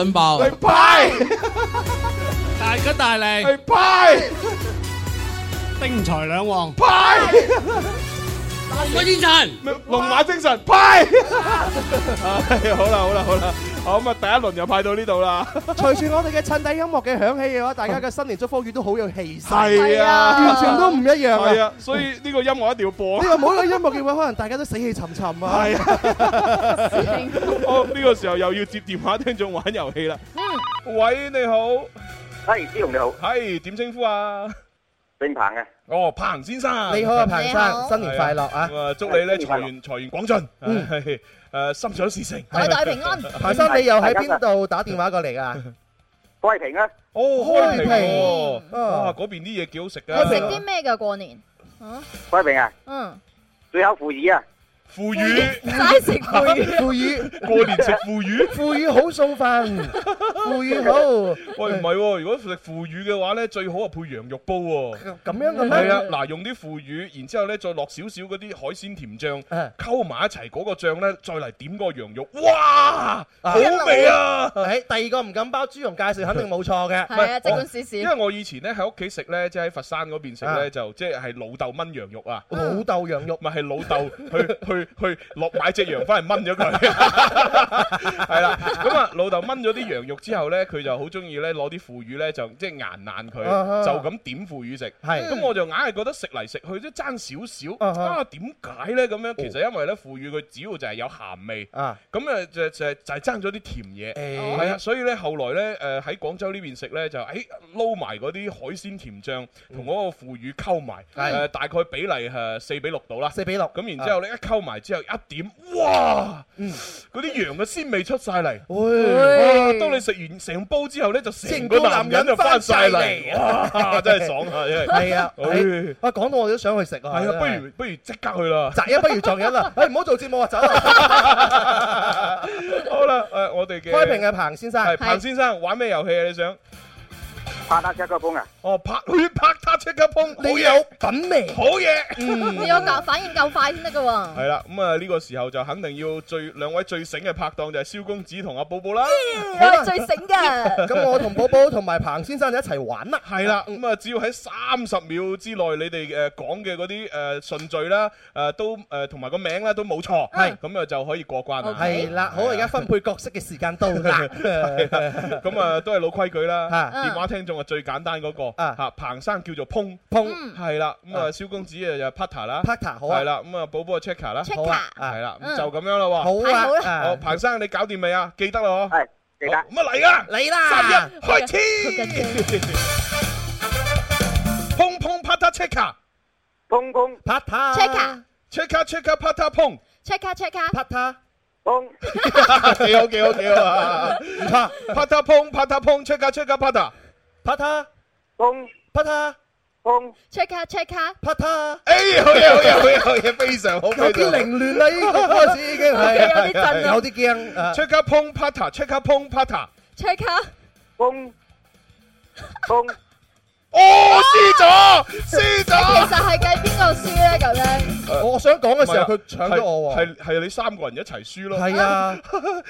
S1: 唔到。
S6: 系派，系派，派，咩龍馬精神，派，唉好啦好啦好啦，好咁啊，第一輪又派到呢度啦，
S7: 隨住我哋嘅襯底音樂嘅響起嘅話，大家嘅新年祝福語都好有氣勢，
S6: 係啊，
S7: 完全都唔一樣
S6: 係
S7: 啊！
S6: 啊，所以呢個音樂一定要播
S7: 你。話冇咗音樂嘅話，可能大家都死氣沉沉啊！
S6: 係啊，哦，呢個時候又要接電話聽眾玩遊戲啦。喂，你好，
S11: 係，朱紅你好，
S6: 係點稱呼啊？
S11: 姓彭嘅，
S6: 哦，彭先生，
S7: 你好啊，彭
S1: 你
S7: 生，
S1: 好
S7: 新年快樂啊！
S6: 咁啊，祝你咧
S11: 新年快
S6: 財
S11: 樂
S6: 源財源廣進，係誒心想事成。
S1: 代代平安，
S7: 彭生，你又喺邊度打電話過嚟㗎？
S11: 郭慧平啊，
S6: 哦，開
S7: 開
S6: 平
S7: 平
S6: 喎，
S7: 啊
S6: 哇，嗰邊啲嘢幾好食啊噶
S1: 我，食啲咩㗎過年？
S11: 郭慧平啊，
S1: 嗯，
S11: 最口腐耳啊，
S6: 腐乳，
S1: 齋食攰嘅。
S7: 腐乳，
S6: 過年食腐乳。
S7: 腐乳好送飯，腐乳好
S6: 喂，唔係喎，如果食腐乳嘅話咧，最好係配羊肉煲喎。
S7: 咁樣嘅咩？ [laughs]
S6: 係啊，嗱，用啲腐乳，然之後咧再落少少嗰啲海鮮甜醬，
S7: 啊
S6: 溝埋一齊嗰個醬咧，再嚟點個羊肉，哇，好味啊！
S7: 誒，第二個唔敢包，朱容介紹肯定冇錯嘅。
S1: 係啊，即管試
S6: 因
S1: 試。
S6: 為我以前咧喺屋企食咧，即係喺佛山嗰邊食咧，
S7: 啊哦
S6: 就即係係老豆炆羊肉啊。
S7: 老豆羊肉
S6: 咪係老豆去去去落買只羊翻嚟炆咗佢， [laughs] 係啦。咁啊，老豆炆咗啲羊肉之後咧，佢就好中意咧攞啲腐乳咧，就即係研爛佢，
S7: 啊哈
S6: 就咁點腐乳食。
S7: 係
S6: 咁我就硬係覺得食嚟食去都爭少
S7: 啊
S6: 少，
S7: 哦哈
S6: 啊點解咧咁樣？其實因為咧腐乳佢主要就係有鹹味，
S7: 啊，
S6: 咁啊就就就係爭咗啲甜嘢。
S7: 誒
S6: 係啊，所以咧後來咧，誒喺廣州呢邊食咧就誒撈埋嗰啲海鮮甜醬同嗰個腐乳溝埋，
S7: 係
S6: 誒大概比例係四比六度啦。
S7: 四比六，
S6: 咁然之後咧一溝埋之後一點，哇！嗰啲羊嘅鮮味出晒嚟。
S7: 喂
S6: 哇當你食完成煲之後咧，就成
S7: 成
S6: 個
S7: 個
S6: 男
S7: 男
S6: 人
S7: 人
S6: 就翻晒嚟。
S7: 返晒嚟
S6: 哇！真係爽啊，真係。
S7: 係啊，
S6: 唉
S7: 係啊，講到我都想去食啊。
S6: 係啊，
S7: 真係
S6: 不如不如即刻去啦。
S7: 擇一不如撞
S6: [laughs]
S7: 一啦。誒唔好做節目啊，走啦。
S6: 好啦，誒我哋嘅
S7: 開屏嘅彭先生，
S6: 係彭先生玩咩遊戲啊？你想？
S11: 拍打一個風啊！
S6: 哦，拍去拍他即刻碰，
S7: 你有品味，
S6: 好嘢。
S1: 你有夠反應夠快先得噶喎。
S6: 系啦，咁啊呢個時候就肯定要最兩位最醒嘅拍檔就係蕭公子同阿寶寶啦。
S1: 我係最醒嘅。
S7: 咁我同寶寶同埋彭先生就一齊玩啦。
S6: 係啦，咁啊只要喺三十秒之內，你哋诶講嘅嗰啲诶顺序啦，诶都诶同埋個名啦都冇錯，
S7: 係
S6: 咁啊就可以過關啦。
S7: 係啦，好，而家分配角色嘅時間到
S6: [laughs]
S7: 啦。
S6: 咁啊都係老規矩啦。
S7: 啊
S6: 電話聽眾啊最簡單嗰個
S7: 啊
S6: 吓，彭生叫做碰
S7: 碰
S11: 嗯
S6: 係啦，咁啊蕭公子啊就 Peter 啦，
S7: Peter 好啊
S6: 係啦，咁啊寶寶啊 Checker 啦，
S7: 好啊，啊
S6: 係啦，咁
S1: 嗯
S6: 就咁樣啦喎。
S7: 好啊，
S6: 好，
S7: 啊
S6: 彭生你搞掂未啊？記得啦嗬。
S11: 係記得
S6: 好。咁啊嚟啦！
S7: 嚟
S6: 三
S7: 啦，
S6: 一開始， [laughs] 砰砰啪嗒 checker。
S11: 砰砰
S7: Peter
S1: Check 啊
S6: check 啊 check 啊啪嗒砰，
S1: [laughs] check 啊 check 啊，
S7: Peter，
S11: 砰
S6: 幾好幾好幾好啊！
S7: 唔錯
S6: 啪嗒砰啪嗒砰 check 啊 check 啊啪嗒，
S7: ，Peter。
S11: 砰
S7: Peter，
S11: 砰
S1: check 啊 check 啊，
S7: Peter，
S6: 哎好嘢好嘢好嘢好嘢，非常好
S7: 有
S6: 非
S7: 啲
S6: 常好。
S7: 凌亂啦，呢個嗰陣時已經係
S1: 有啲震啦
S7: 啊 [laughs] 有啲驚啊！
S6: check 啊砰啪嗒 check 啊砰啪嗒，
S1: check 啊
S11: 砰砰
S6: 哦輸咗輸
S1: 其
S6: 咗。
S1: 實係計邊個輸咧咁樣？
S7: 我我想講嘅時候，佢搶咗我喎。
S6: 係係你三個人一齊輸咯。
S7: 係 [laughs] 啊，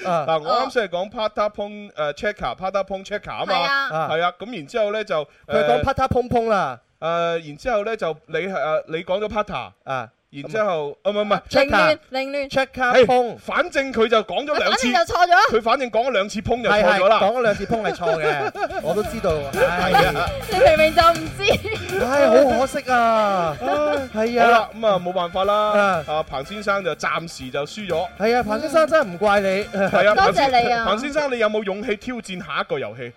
S7: 啊
S6: 嗱，我啱先係講 p a t a p o n 誒 checker p a t a p o n checker 啊嘛，
S1: 係啊
S7: 啊
S6: 係啊，咁然之後咧就
S7: 佢
S6: 誒
S7: 講 Peter 碰碰啦，
S6: 誒，然之後咧就你誒你講咗 p a t a
S7: 啊
S6: 然之後啊唔係唔係，
S1: 凌亂
S7: Checker
S1: 凌亂，
S7: ，Checker
S6: 係
S7: 碰，
S6: 反正佢就講咗兩
S1: 反
S6: 次
S1: 正，就錯咗。
S6: 佢反正講咗兩次碰就
S7: 係
S6: 錯
S7: 係
S6: 咗啦。
S7: 講咗兩次碰係錯 [laughs] 嘅，我都知道。係啊，
S1: 你明明就唔知，
S7: 唉，好可惜啊！係
S6: 好
S7: 啊
S6: 啦，，咁啊冇辦法啦
S7: 啊，
S6: 啊彭先生就暫時就輸
S7: [laughs]
S6: 咗。
S7: 係啊，彭先生真係唔怪 [laughs] 你。
S6: 係
S1: 多
S6: 啊，
S1: 謝
S6: 彭先
S1: 你啊
S6: [laughs] 彭先生，你有冇勇氣挑戰下一個遊戲？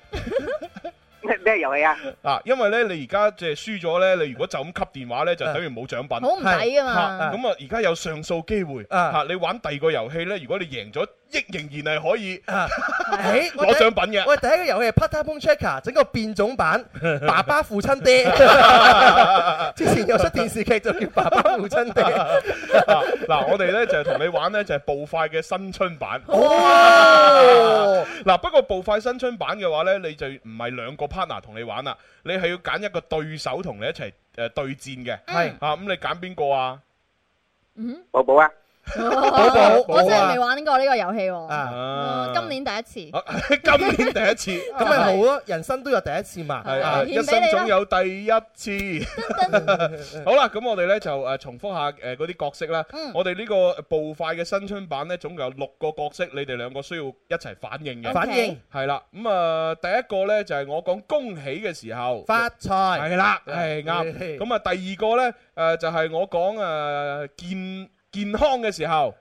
S11: 咩咩遊戲啊？
S8: à?
S6: 嗱，因為咧你而家即係輸咗咧，你如果就咁吸電話咧，就
S7: 啊
S6: 等於冇獎品。
S1: 好唔抵噶嘛
S7: 係。
S6: 咁啊，而家有上訴機會
S7: 啊
S6: 嚇，你玩第二個遊戲咧，如果你贏咗，亦仍然係可以
S7: 啊誒
S6: 攞
S7: 我第一
S6: 獎品 [laughs] 嘅。
S7: 我第一個遊戲係 Peter 碰 Checker，整個變
S6: [laughs]
S7: 種版，爸爸父親爹。之前有出電視劇就叫《爸爸
S6: [laughs]
S7: 父親爹》。
S6: 啊嗱，我哋咧就係同你玩咧就係步快嘅新春版。
S7: 哦，
S6: 嗱，不過步快新春版嘅話咧，你就唔係兩個 partner 同你玩啦，你係要揀一個對手同你一齊誒對戰嘅。
S1: 嗯
S7: 係
S6: 啊，咁你揀邊個啊？
S11: 寶寶
S8: à?
S11: 啊！
S7: 寶寶
S1: 哦我真
S7: 好啊
S1: 係未玩過呢個遊戲喎，
S7: 啊，
S1: 嗯今年啊第一次。
S6: 啊 [laughs] 今年第一次，
S7: 咁咪好咯，人生都有第一次嘛。
S6: 係
S7: 啊
S6: 啊，
S1: 獻
S6: 一
S1: 俾你
S6: 生
S1: 啦
S6: 總有第一次。
S1: [laughs]
S6: 好啦，咁我哋咧就誒重複下誒嗰啲角色啦。
S1: 嗯
S6: 我哋呢個步快嘅新春版咧，總共有六個角色，你哋兩個需要一齊反應
S1: 啊
S6: 嘅。
S7: 反應
S6: 係啦，咁啊第一個咧就係我講恭喜嘅時候。
S7: 發財，
S6: 係啦，係啱。
S7: 嘿
S6: 咁啊，第二個咧，誒就係我講誒健健康嘅時候，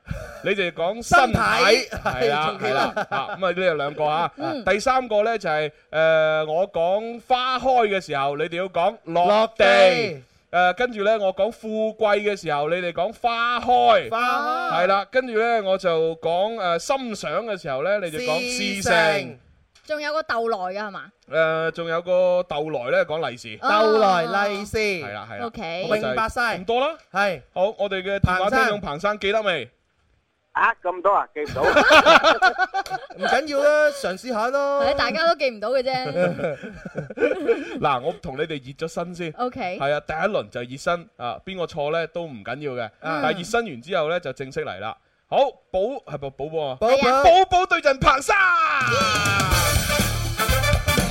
S6: 你哋講身
S7: 身
S6: 體
S7: 體
S6: 係啦
S7: 係
S6: 係啦，啊咁啊呢有兩個啊。第三個咧就係誒我講花開嘅時候，你哋要講落
S7: 落
S6: 地
S7: 地。
S6: 誒跟住咧，我講富貴嘅時候，你哋講花開。
S7: 花
S6: 係啦，跟住咧我就講誒心想嘅時候咧，你就講事成。
S1: 仲有個豆來嘅係嘛？
S6: 誒，仲有個豆來咧講利是。
S7: 豆來利是，
S6: 係
S7: 係，
S6: 啦係啊啦。
S1: 哦 OK
S6: 咁就係
S7: 明白晒
S6: 咁多啦。
S7: 係
S6: 好，我哋嘅電話聽眾彭生記得未？ [laughs]
S11: 啊咁
S8: à?
S11: 多啊，記唔到。
S7: 唔緊要啦，嘗試下咯。
S1: 係大家都記唔到嘅啫。
S6: 嗱，我同你哋熱咗身先。
S1: O K，
S6: 係啊，第一輪就熱身啊，邊個錯呢都唔緊要嘅。但係熱身完之後呢，就正式嚟啦。好，寶係咪寶寶啊？
S7: 寶
S1: 係啊
S7: 寶，
S6: 寶寶對陣彭生，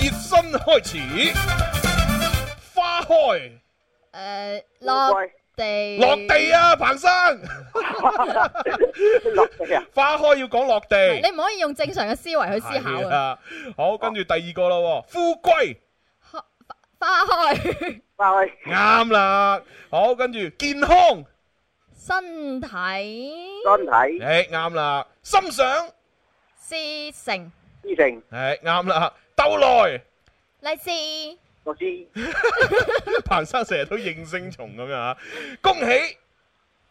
S6: 熱身開始，花開
S1: 誒
S11: 富
S1: 落
S11: 貴
S1: 地
S6: 落地啊，彭生，
S11: 落地
S8: à?
S11: 啊！
S6: 花開要講落地。
S1: 你唔可以用正常嘅思維去思考
S6: 係
S1: 啊！
S6: 啊！好，跟住第二個啦喎，富貴
S1: 花開 [laughs]
S11: 花去
S6: 啱啦。好，跟住健康。
S1: 身體
S11: 身體
S6: 诶，啱啦，心想，
S1: 思成
S11: 之城
S6: 诶，啱啦，斗來，
S1: 利是
S11: 我知
S6: 彭生成日都應聲蟲咁樣啊！恭喜，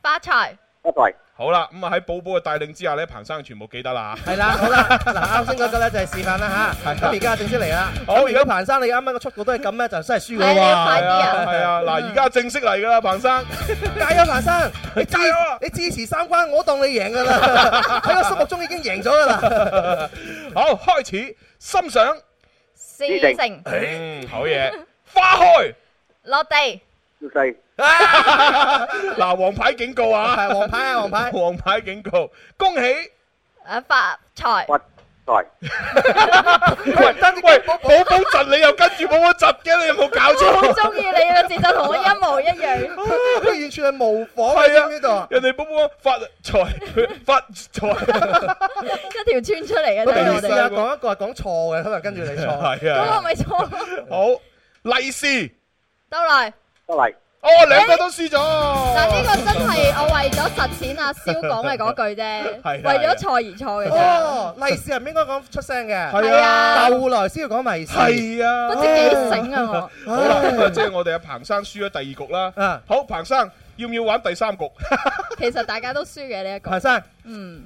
S1: 發財
S11: 一台
S6: 好啦，咁啊喺寶寶嘅帶領之下咧，彭生全部記得啦。
S7: 係啦，好啦，嗱啱先嗰個咧就係示範啦吓，
S6: 係啊
S7: 咁而家正式嚟啦。
S6: 好
S7: 咁如果彭生你啱啱個速度都係咁咧，就真係輸㗎
S6: 係啊
S7: 喎。
S6: 快啲啊係啊嗱而家正式嚟㗎啦，彭 [laughs] 生，
S7: 加油，彭生！啊你支你支持三關，我當你贏
S6: [laughs]
S7: 㗎啦。喺我心目中已經贏咗㗎啦。
S6: 好，開始心想
S1: 事成
S6: 嗯，好嘢，花開。
S1: 落地。
S6: 嗱，黃牌警告啊！
S7: 係黃牌啊黃牌
S6: 黃牌警告，恭喜！
S1: 诶，发财，
S6: 喂，寶寶窒你又跟住寶寶窒嘅，你有冇搞
S1: 我好
S6: 錯？
S1: 中意你嘅節奏同我一模一樣。
S7: 佢完全係模仿
S6: 係
S7: 喺呢度啊！
S6: 人哋寶寶發財，佢發財，
S1: 一條村出嚟嘅
S7: 不如
S1: 真係我
S7: 試
S1: 哋。
S7: 下講一個係講錯嘅，可能跟住你錯。
S6: 啊係
S1: 嗰個
S6: 啊！
S1: 咪錯咯，
S6: 好，利是，
S1: 到來。
S6: 哦，兩個都輸咗。
S1: 嗱，呢個真係我為咗實踐阿蕭講嘅嗰句啫，
S6: 係
S1: 為
S6: 啊
S1: 咗錯而錯嘅啫。
S7: 哦，利是係唔應該講出聲嘅，
S6: 係
S1: 係啊
S7: 後來先要講利是。
S6: 係啊
S1: 不。知幾醒啊
S6: 好啦，咁啊，即係我哋阿彭生輸咗第二局啦
S7: 啊。
S6: 好，彭生要唔要玩第三 [laughs] 局？
S1: 我！其實大家都輸嘅呢一個
S7: 彭。生，
S1: 嗯，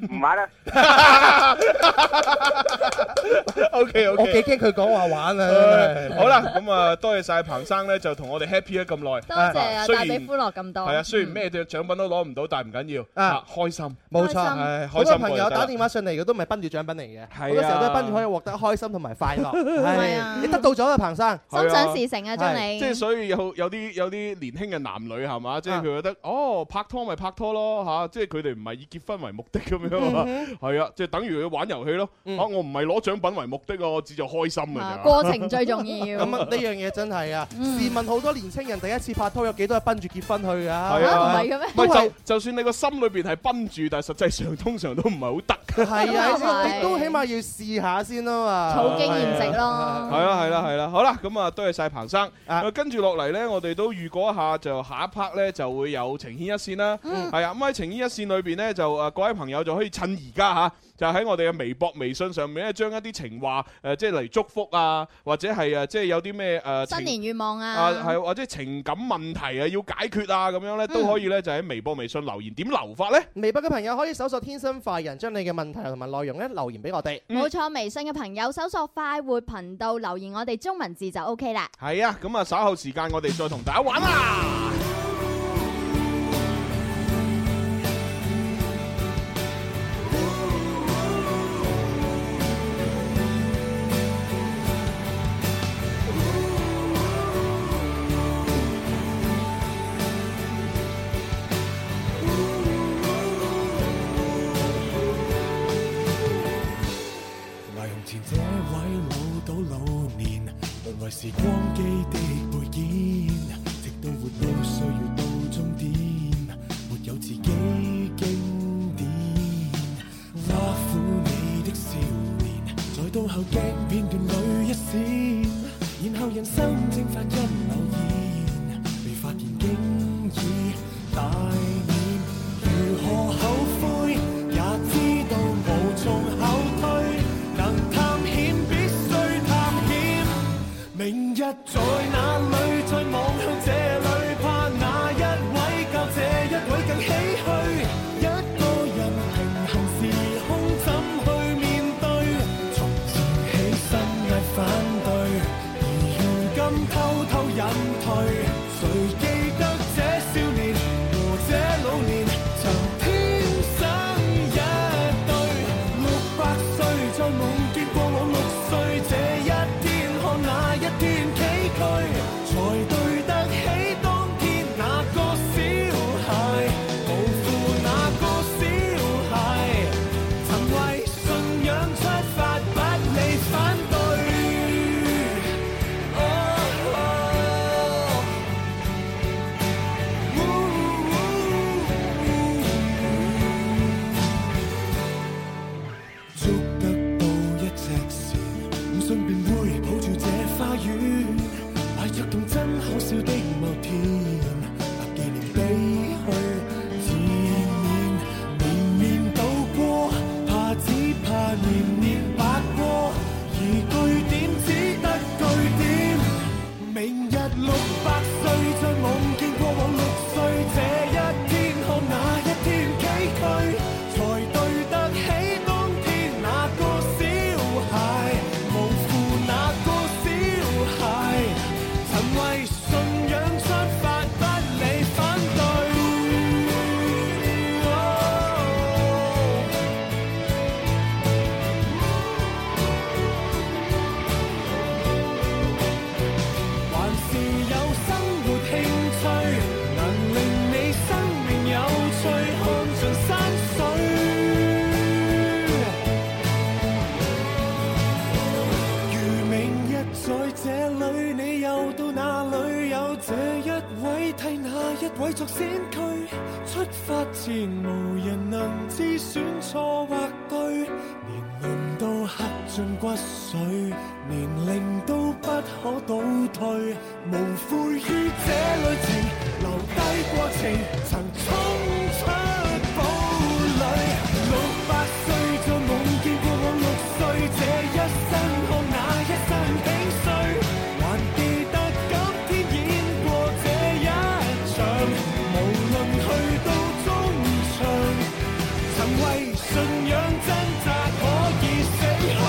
S6: O K O
S7: 我
S6: K
S7: 幾。驚佢講話玩啊！真係
S6: 好啦，咁啊，多謝晒彭生咧，就同我哋 happy 咗咁耐。
S1: 多謝啊，
S6: 雖
S1: 帶
S6: 然
S1: 俾歡樂咁多。
S6: 係啊，雖然咩嘅獎品都攞唔到，但係唔緊要，
S7: 啊
S6: 啊，開心，
S7: 冇
S1: 開心
S7: 錯。
S6: 唉，
S7: 好
S6: 開
S7: 多
S6: 心
S7: 朋友打電
S6: 話，
S7: 話上嚟，佢都唔係奔住獎品嚟嘅，
S6: 係啊
S7: 好多時候都係奔住可以獲得開心同埋快樂。
S1: 係啊
S7: 你得到咗啊，彭生。
S1: 心想事成啊，祝你。
S6: 即係所以有有啲有啲年輕嘅男女係嘛，即係
S7: 啊
S6: 佢覺得哦拍拖咪拍拖咯嚇，即係佢哋唔係以結婚為目的咁樣啊，係啊，即係等於佢玩遊戲咯，
S7: 嗯
S6: 啊我唔係攞獎品為目的啊，我只就開心㗎
S1: 啊
S6: 咋。
S1: 過程最重要。
S7: 咁啊，呢樣嘢真係啊！
S1: 嗯
S7: 試問好多年青人第一次拍拖有幾多係奔住結婚去㗎？
S6: 係
S1: 啊唔
S6: 啊
S7: à.
S1: 係嘅咩
S6: 唔係
S7: 都係
S6: 就就算你個心裏邊係奔住，但係實際上通常都唔係好得。
S7: 係啊，
S1: 係
S7: 你都起碼要試下先啊嘛。
S1: 儲經驗值
S6: 係
S1: 咯。
S6: 啦，係啦，係啦，好啦，咁啊，多謝晒彭生。
S7: 啊
S6: 啊咁啊跟住落嚟呢，我哋都預告一下，就下一 part 呢就會有情牽一線啦。係啊，咁喺情牽一線裏邊呢，就誒呃各位朋友就可以趁而家嚇，就喺我哋嘅微博、微信上面咧，將一啲情話誒，即係嚟祝福啊，或者係誒，即係有啲咩誒
S1: 新
S6: 情
S1: 年願望
S6: 啊，
S1: 啊，
S6: 係或者情感問題啊，要解決啊，咁樣呢，
S1: 嗯
S6: 都可以呢，就喺微博、微信留言。點留法呢？
S7: 微博嘅朋友可以搜索「天生快人」，將你嘅問題同埋內容咧留言俾我哋。
S1: 冇錯。微信嘅朋友搜索快活頻道，留言我哋中文字就 O K 啦。
S6: 係啊，咁啊，稍後時間我哋再同大家玩啦。
S10: 牙用前這位老到老年，淪為時光機的背景，直到活到歲月到終點，沒有自己經典。挖苦你的少年，在倒後鏡片段裏一閃，然後人生蒸發一溜煙，被發現經已大免。如何後悔，也知道無從後退。能探險必須探險，明日在哪裏？再望向這裏，怕哪一位較這一位更唏噓。一個人平行時空怎去面對？從前起身嗌反對，而如今偷偷隱退。誰記得這少年和這老年曾天生一對？六百歲再夢見過我六歲，這一天看那一天崎嶇，才對得起當天那個小孩，無負那個小孩，曾為信仰出發，不理反對。Oh, 哦嗚 oh. 捉得到一隻蟬，唔信便會抱住這花園，懷着童真可笑的某天，百幾年唏噓自勉，年年度過，怕只怕年年白過，而據點只得據點。明日六百歲，再夢見過往六歲，這一天看那一天崎嶇，Oh
S12: 一位作選區，出發前無人能知選錯或對，年輪都刻進骨髓，年齡都不可倒退，無悔於這旅程，留低過程，曾衝出堡壘，六百歲再夢見過我六歲，這一生看那一生景衰。還記得今天演過這一場，無論去到終場，曾為信仰掙扎，可以死去。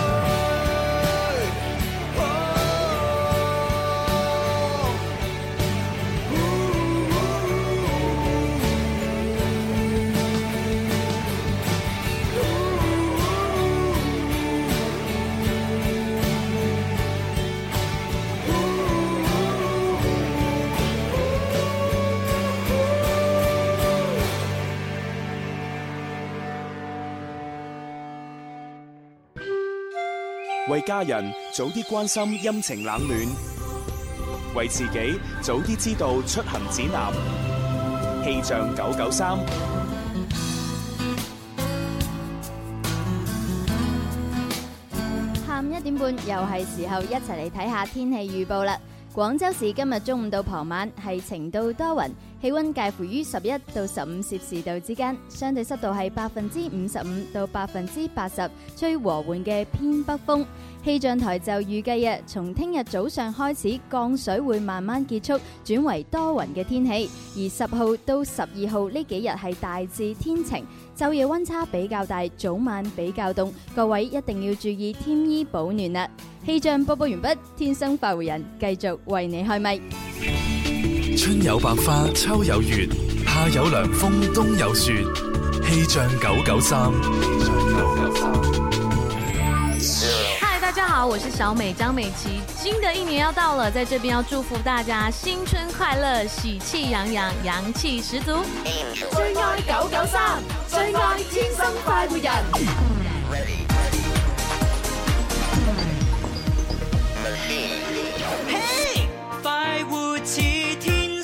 S13: 为家人早啲关心阴晴冷暖，为自己早啲知道出行指南。气象九九三，
S1: 下午一點半，又係時候一齊嚟睇下天氣預報啦。廣州市今日中午到傍晚係晴到多雲，氣温介乎於十一到十五攝氏度之間，相對濕度係百分之五十五到百分之八十，吹和緩嘅偏北風。氣象台就預計啊，從聽日早上開始，降水會慢慢結束，轉為多雲嘅天氣。而十號到十二號呢幾日係大致天晴，晝夜温差比較大，早晚比較凍，各位一定要注意添衣保暖啦。氣象播報完畢，天生快活人繼續為你開咪。
S2: 春有百花，秋有月，夏有涼風，冬有雪。氣象九九三，
S14: 嗨，大家好，我是小美张美琪。新的一年要到了，在这边要祝福大家新春快乐，喜气洋洋，阳气十足。最爱九九三，最爱天生快活人。
S9: 嘿，快活似天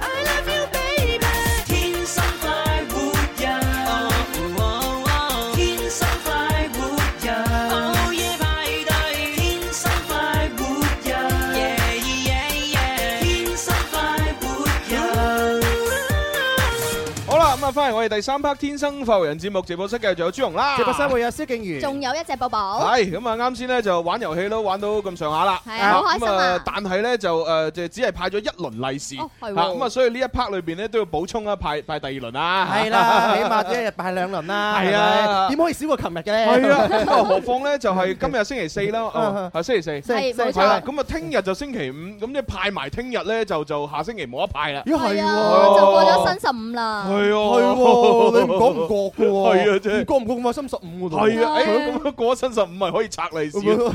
S9: I love you baby，天生快活人，哦哦哦天生快活人，哦耶派對，天生快活人，耶耶耶，天生快活人。
S6: 好啦，咁啊，翻嚟我哋第三 part《天生浮人》節目直播室嘅，仲有朱紅啦，
S7: 直播室會有蕭敬如
S1: 仲有一隻寶寶，
S6: 系咁啊！啱先咧就玩遊戲都玩到咁上下啦，
S1: 係啊好開心啊
S6: 咁但係咧就誒，就只係派咗一輪利是，嚇
S7: 係喎
S6: 咁啊，所以呢一 part 裏邊咧都要補充啊，派派第二輪啦， [laughs]
S7: 係啦，起碼一日拜兩輪啦，
S6: 係啊
S7: 係咪點可以少過琴日嘅咧？
S6: 係啊，咁
S7: [laughs]
S6: 啊，何況咧就係今日星期四啦，哦係星期四，
S7: 係冇錯
S6: 係啦，咁啊，聽日就星期五，咁即派埋聽日咧就就下星期冇得派啦，
S7: 咦係
S1: 係
S6: 係
S1: 啊，
S6: 喎
S1: 就過咗新十五啦。
S6: 係喎，
S7: 哦係喎你唔講唔覺㗎喎
S6: 係啊，真係
S7: 唔覺唔覺咁啊，心十五嗰度，
S6: 係啊，誒咁過咗新十五咪可以拆利是咯，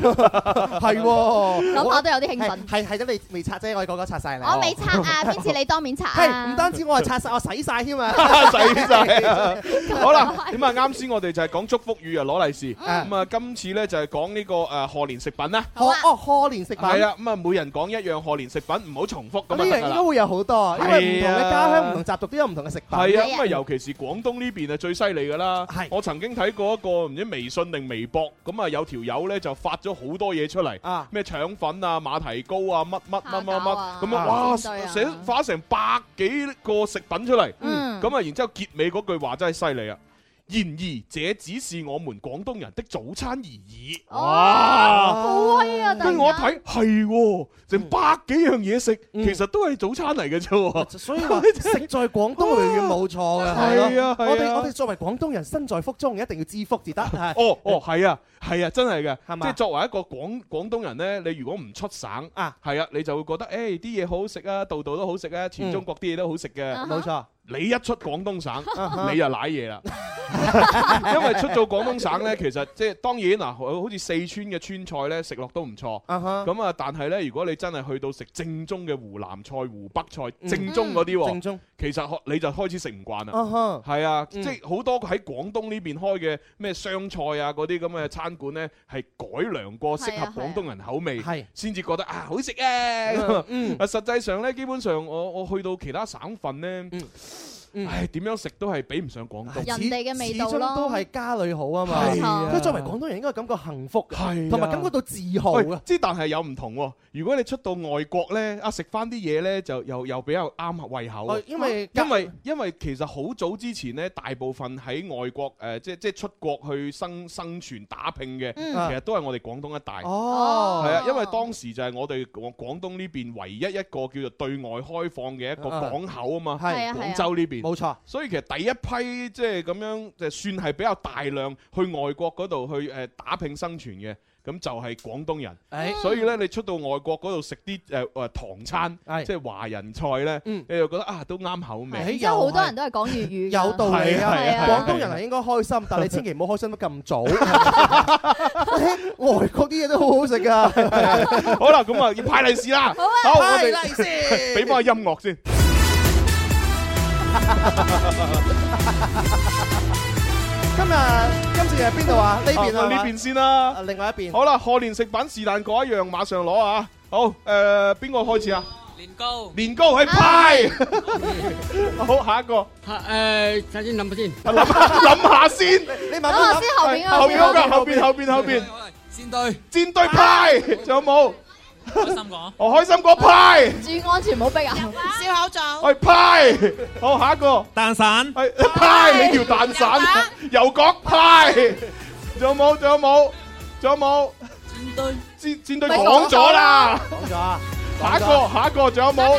S7: 係喎，
S1: 諗下都有啲興奮
S7: 係係係得你未拆啫，我哋個個拆晒啦。
S1: 我未拆
S6: [laughs]
S1: 啊，邊次你當面拆啊？
S7: 係唔單止我係拆晒，我洗晒添啊！
S6: [laughs] 使晒。好啦，咁啊，啱先我哋就係講祝福語啊，攞利是。
S7: 嗯
S6: 咁啊，今次咧就係講呢個誒賀年食品啦。
S7: 賀哦賀年食品
S6: 係啊，咁啊，每人講一樣賀年食品，唔好重複咁啊
S7: 哦呢樣
S6: 得
S7: 應
S6: 㗎
S7: 該
S6: 啦。
S7: 會有好多，因為唔同
S6: 係啊
S7: 嘅家鄉、唔同習俗都有唔同嘅食品。
S6: 係啊，咁啊，尤其是廣東呢邊啊，最犀利㗎啦。我曾經睇過一個唔知微信定微博，咁啊有條友咧就發咗好多嘢出嚟，咩腸粉啊、馬蹄糕啊、乜乜乜乜乜，咁樣哇，
S7: 煎堆啊
S6: 寫發成百幾個食品出嚟。
S7: 嗯
S6: 咁啊，然之後結尾嗰句話真係犀利啊！然而，這只是我們廣東人的早餐而已。
S7: 哦
S1: 好威啊！
S6: 跟住我一睇，係喎，成百幾樣嘢食，
S7: 嗯
S6: 其實都係早餐嚟嘅啫
S7: [laughs]
S6: 喎。
S7: 所以話食在廣東永遠冇錯嘅，
S6: 係啊係啊
S7: 我哋我哋作為廣東人，身在福中，一定要知福至得。係
S6: 哦哦，係啊，係啊，真係嘅，
S7: 係
S6: 即
S7: 嘛
S6: 係作為一個廣廣東人呢，你如果唔出省啊，係啊，你就會覺得誒啲嘢好好食啊，度度都
S7: 嗯
S6: 好食啊，全中國啲嘢都好食嘅，
S7: 嗯冇錯。
S6: 你一出廣東省
S7: [laughs] 啊哈， [laughs]
S6: 你就舐嘢啦，因為出到廣東省咧，其實即係當然嗱，好好似四川嘅川菜咧，食落都唔錯。
S7: 啊哈
S6: 咁啊，但係咧，如果你真係去到食正宗嘅湖南菜、湖北菜、
S7: 嗯
S6: 正宗嗰啲喎，
S7: 正宗
S6: 其實學你就開始食唔慣
S7: 啊
S6: 啦
S7: 哈。
S6: 係啊，即
S7: 嗯
S6: 係好多喺廣東呢邊開嘅咩湘菜啊嗰啲咁嘅餐館咧，係改良過適
S7: 係啊
S6: 合廣東人口味
S7: 係，
S6: 先至覺得啊好食啊。咁啊
S7: 嗯
S6: [laughs] 啊實際上咧，基本上我我去到其他省份咧。
S7: 嗯
S6: 唉，點樣食都係比唔上廣東
S1: 人哋嘅味道
S7: 始終
S1: 咯
S7: 都係家裏好啊嘛。
S6: 係啊
S7: 佢作為廣東人應該感覺幸福
S6: 係
S7: 嘅，
S6: 啊
S7: 同埋感覺到自豪
S6: 喂
S7: 啊。
S6: 之但係有唔同喎，如果你出到外國呢，啊食翻啲嘢呢，就又又比較啱胃口啊
S7: 哦。因為
S6: 因為因為其實好早之前呢，大部分喺外國誒、呃即即出國去生生存打拼嘅，
S7: 嗯
S6: 其實都係我哋廣東一帶。
S7: 哦
S6: 係啊，因為當時就係我哋廣廣東呢邊唯一一個叫做對外開放嘅一個
S7: 啊
S6: 港口啊嘛，
S7: 係係啊
S6: 廣州呢邊。
S7: 冇錯。
S6: 所以其實第一批即係咁樣，就算係比較大量去外國嗰度去誒打拼生存嘅，咁就係廣東人。
S7: 誒
S6: 所以咧，你出到外國嗰度食啲誒誒唐餐，即係華人菜咧，
S7: 嗯 Ừ.
S6: 你就覺得啊都啱口
S1: 係
S6: 味。
S1: 然之後好多人都係講粵語㗎，
S7: 有道理啊
S6: 係啊！
S7: 廣東人係應該開心，但你千祈唔好開心得咁早。外國啲嘢都好好食㗎。
S6: 好啦，咁啊要派利是啦。
S7: [laughs] 好啊
S6: 我哋
S7: 派利是
S6: 俾翻個音樂先。
S7: 今日今次係邊度啊？呢邊啊？
S6: 啊呢邊先啦。
S7: 另外一邊。
S6: 好啦，賀年食品是但嗰一樣，馬上攞啊！好，誒邊個開始啊？
S15: 年糕，
S6: 年糕係派。
S7: 嗯
S6: [laughs] 好，下一個。
S15: 誒，啊呃首先諗先，
S6: 諗諗下先。
S7: 你
S15: 慢慢諗諗下先後邊嗰個
S6: 後邊嗰個，後
S15: 後邊
S6: 邊後邊後邊。
S15: 先對，
S6: 戰隊派，仲有冇？
S15: 開心果，
S6: 哦，開心果派。
S1: 注安全冇逼啊！
S15: 燒口罩
S6: 喂，派，好下一個蛋散，派你條蛋散，油角派，仲有冇？仲有冇？仲有冇？
S15: 戰隊，
S6: 戰戰隊講咗啦，
S7: 講咗啊！
S6: 下一個，下一個仲有冇？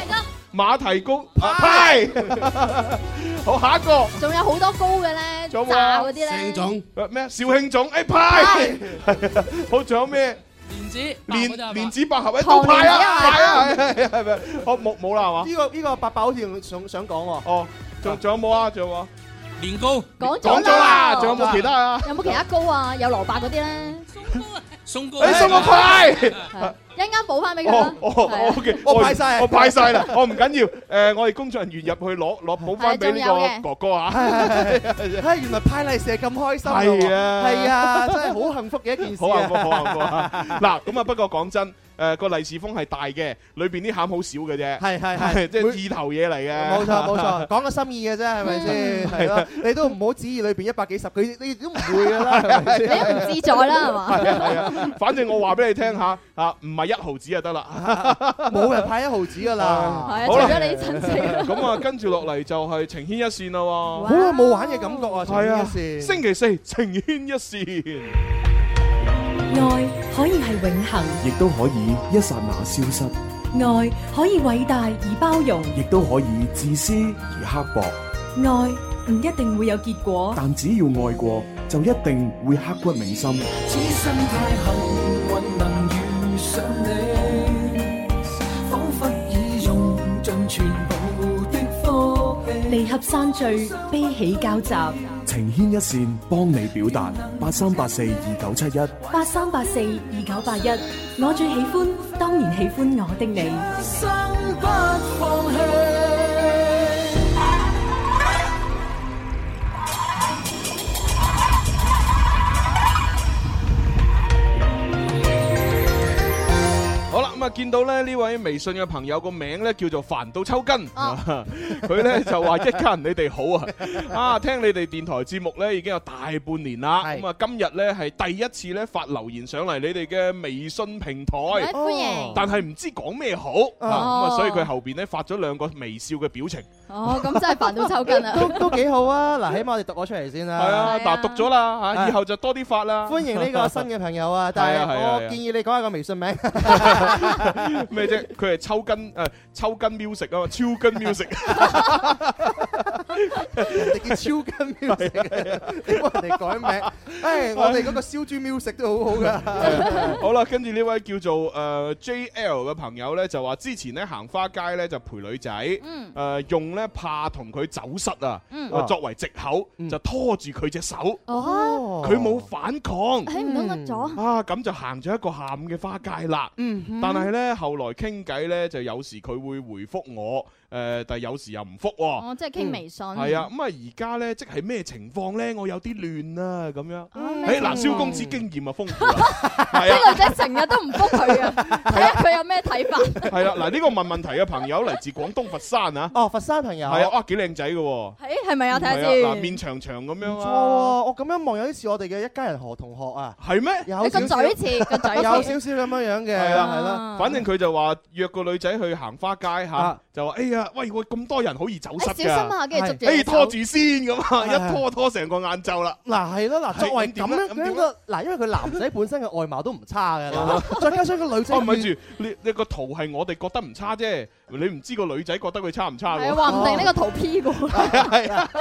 S6: 馬蹄公啊 [laughs] 派，好下一個，
S1: 仲有好多高嘅咧，
S6: 仲有冇啊
S1: 炸嗰啲咧，
S6: 誒咩？肇慶總，誒 [laughs] 派，好仲有咩？
S15: 蓮子，
S6: 蓮蓮子百合誒
S7: 糖
S6: 都派啊，
S7: 蓮子啊
S6: 派 [laughs] 啊，係係係咪？好冇冇啦係嘛？
S7: 呢個呢個伯伯好似想想講喎。
S6: 哦，仲仲有冇啊？仲有冇啊？
S15: 年糕，
S1: 講
S6: 講
S7: à.
S6: 咗啦，仲有冇其他啊？
S1: 有冇其他高啊？有蘿蔔嗰啲咧，
S15: 松糕，哎
S6: 誒送個派。
S1: 一陣間補翻俾佢啦
S6: 哦。哦
S7: à?
S6: 哦，OK，我派晒，我派晒啦，我唔緊要，誒，我哋工作人員入去攞攞補翻俾呢個哥哥
S7: [laughs]
S6: 啊，
S7: Dạ. 唉，原來派利是係咁開心㗎喎
S6: 係啊
S7: 係啊，真係好幸福嘅一件事
S6: 好幸福，
S7: 啊！
S6: 好幸福啊！嗱，咁啊，不過講真。誒個利是封係大嘅，裏邊啲餡好少嘅啫，
S7: 係係
S6: [laughs]
S7: 係
S6: 即係意頭嘢嚟嘅。
S7: 冇錯
S6: [laughs]
S7: 冇錯，講個心意嘅啫，係咪先？係咯，你都唔好指意裏邊一百幾十，佢你都唔會㗎啦，係咪先？
S1: 你都唔自在啦係嘛
S6: 係啊係啊，反正我話俾你聽嚇嚇，唔係一毫子就得
S7: [laughs]
S6: 啦，
S7: 冇人派一毫子㗎啦。
S1: 係啊，除咗你親
S6: [laughs]
S1: 戚啦。
S6: 咁啊，跟住落嚟就係情牽一線啦喎。
S7: 好耐冇玩嘅感覺啊！情
S6: 係
S7: 牽
S6: 啊，
S7: 一線
S6: 星期四情牽一線。 [laughs]
S16: 愛可以係永恒，
S13: 亦都可以一刹那消失，
S16: 愛可以偉大而包容，
S13: 亦都可以自私而刻薄，
S16: 愛唔一定會有結果。
S13: 但只要愛過，就一定會刻骨銘心。
S4: 此生太幸運能遇上你，彷彿已用盡全部的福氣。
S16: 離合散聚，悲喜交集。
S13: 情牽一線，幫你表達。八三八四二九七一。
S16: 八三八四二九八一，我最喜歡，當然喜歡我的你。
S4: 一生不放棄。
S6: 好啦，咁啊見到咧呢位微信嘅朋友個名咧叫做煩到抽筋，
S7: 啊
S6: [laughs] 佢咧就話一家人你哋好啊！ [laughs] 啊，聽你哋電台節目咧已經有大半年啦，咁啊今日咧係第一次咧發留言上嚟你哋嘅微信平台，
S4: 歡迎
S6: 但係唔知講咩好啊，咁
S1: 哦
S6: 啊所以佢後邊咧發咗兩個微笑嘅表情。
S1: 哦，咁真係煩到抽筋啊！
S7: 都都幾好啊！嗱，起碼我哋讀咗出嚟先
S6: 係
S7: 啦。
S6: 啊，嗱讀咗啦
S7: 係
S6: 嚇，以後就多啲發啦。
S7: 歡迎呢個新嘅朋友啊！但
S6: 係啊係
S7: 係
S6: 啊
S7: 我
S6: 係啊
S7: 建議你講下個微信名。
S6: 呃咩啫？佢係抽筋誒，抽筋 music 啊嘛，超筋 music。
S7: [laughs] 人哋叫超筋 music，你 [laughs] 幫人哋改名。誒，我哋嗰個燒豬 music 都好好㗎。
S6: 好啦，跟住呢位叫做誒 JL 嘅朋友呢，就話之前呢行花街呢，就陪女仔，
S4: 嗯
S6: 誒用呢怕同佢走失啊
S4: 嗯，
S6: 作為藉口就拖住佢隻手，
S1: 哦
S6: 佢冇反抗，
S1: 哎唔通屈咗
S6: 啊，咁就行咗一個下午嘅花街啦。
S1: 嗯哼
S6: 但係呢，後來傾偈呢，就有時佢會回覆我，誒，但係有時又唔覆喎。
S1: 哦即係傾微信
S6: 嗯係啊，咁啊而家呢，即係咩情況呢？我有啲亂啊，咁樣。
S1: 咩
S6: 誒，嗱，
S1: 情
S6: 蕭
S1: 況
S6: 公子經驗啊豐富啊。 [laughs]
S1: 啲女仔成日都唔覆佢啊，睇下佢有咩睇法。
S6: 系啦，嗱呢個問問題嘅朋友嚟自廣東佛山啊。
S7: 哦，佛山朋友
S6: 係啊，哇幾靚仔嘅喎。
S1: 誒係咪啊？睇下
S6: 係啊嗱
S1: 先。
S6: 面長長咁樣
S7: 錯
S6: 啊。
S7: 喎，我咁樣望有啲似我哋嘅一家人何同學啊，
S6: 係咩？
S7: 有少少
S1: 你個嘴
S6: [laughs]
S1: 似個嘴似
S7: 有少少咁樣樣嘅，
S6: 係啦
S7: 係啦，
S6: 反正佢就話約個女仔去行花街吓
S7: 啊，
S6: 就話哎呀，喂，我咁多人好易走失
S7: 哎小心啊跟住捉
S6: 㗎，
S7: 住隻
S6: 哎
S7: 手
S6: 拖住先咁啊，
S7: 係係
S6: 一拖拖成個晏晝啦。
S7: 嗱係啦，嗱
S6: 係
S7: 作為
S6: 咁點
S7: 咁
S6: 咧
S7: 樣
S6: 咁點
S7: 樣個嗱，因為佢男 [laughs] 仔本身嘅外貌都唔差嘅啦，再加上個女仔
S6: 哦，咪住，你你個圖係我哋覺得唔差啫，你唔知個女仔覺得佢差唔差
S1: 係
S6: 喎。
S1: 啊，話唔定呢個圖 P
S6: [laughs]
S1: 過。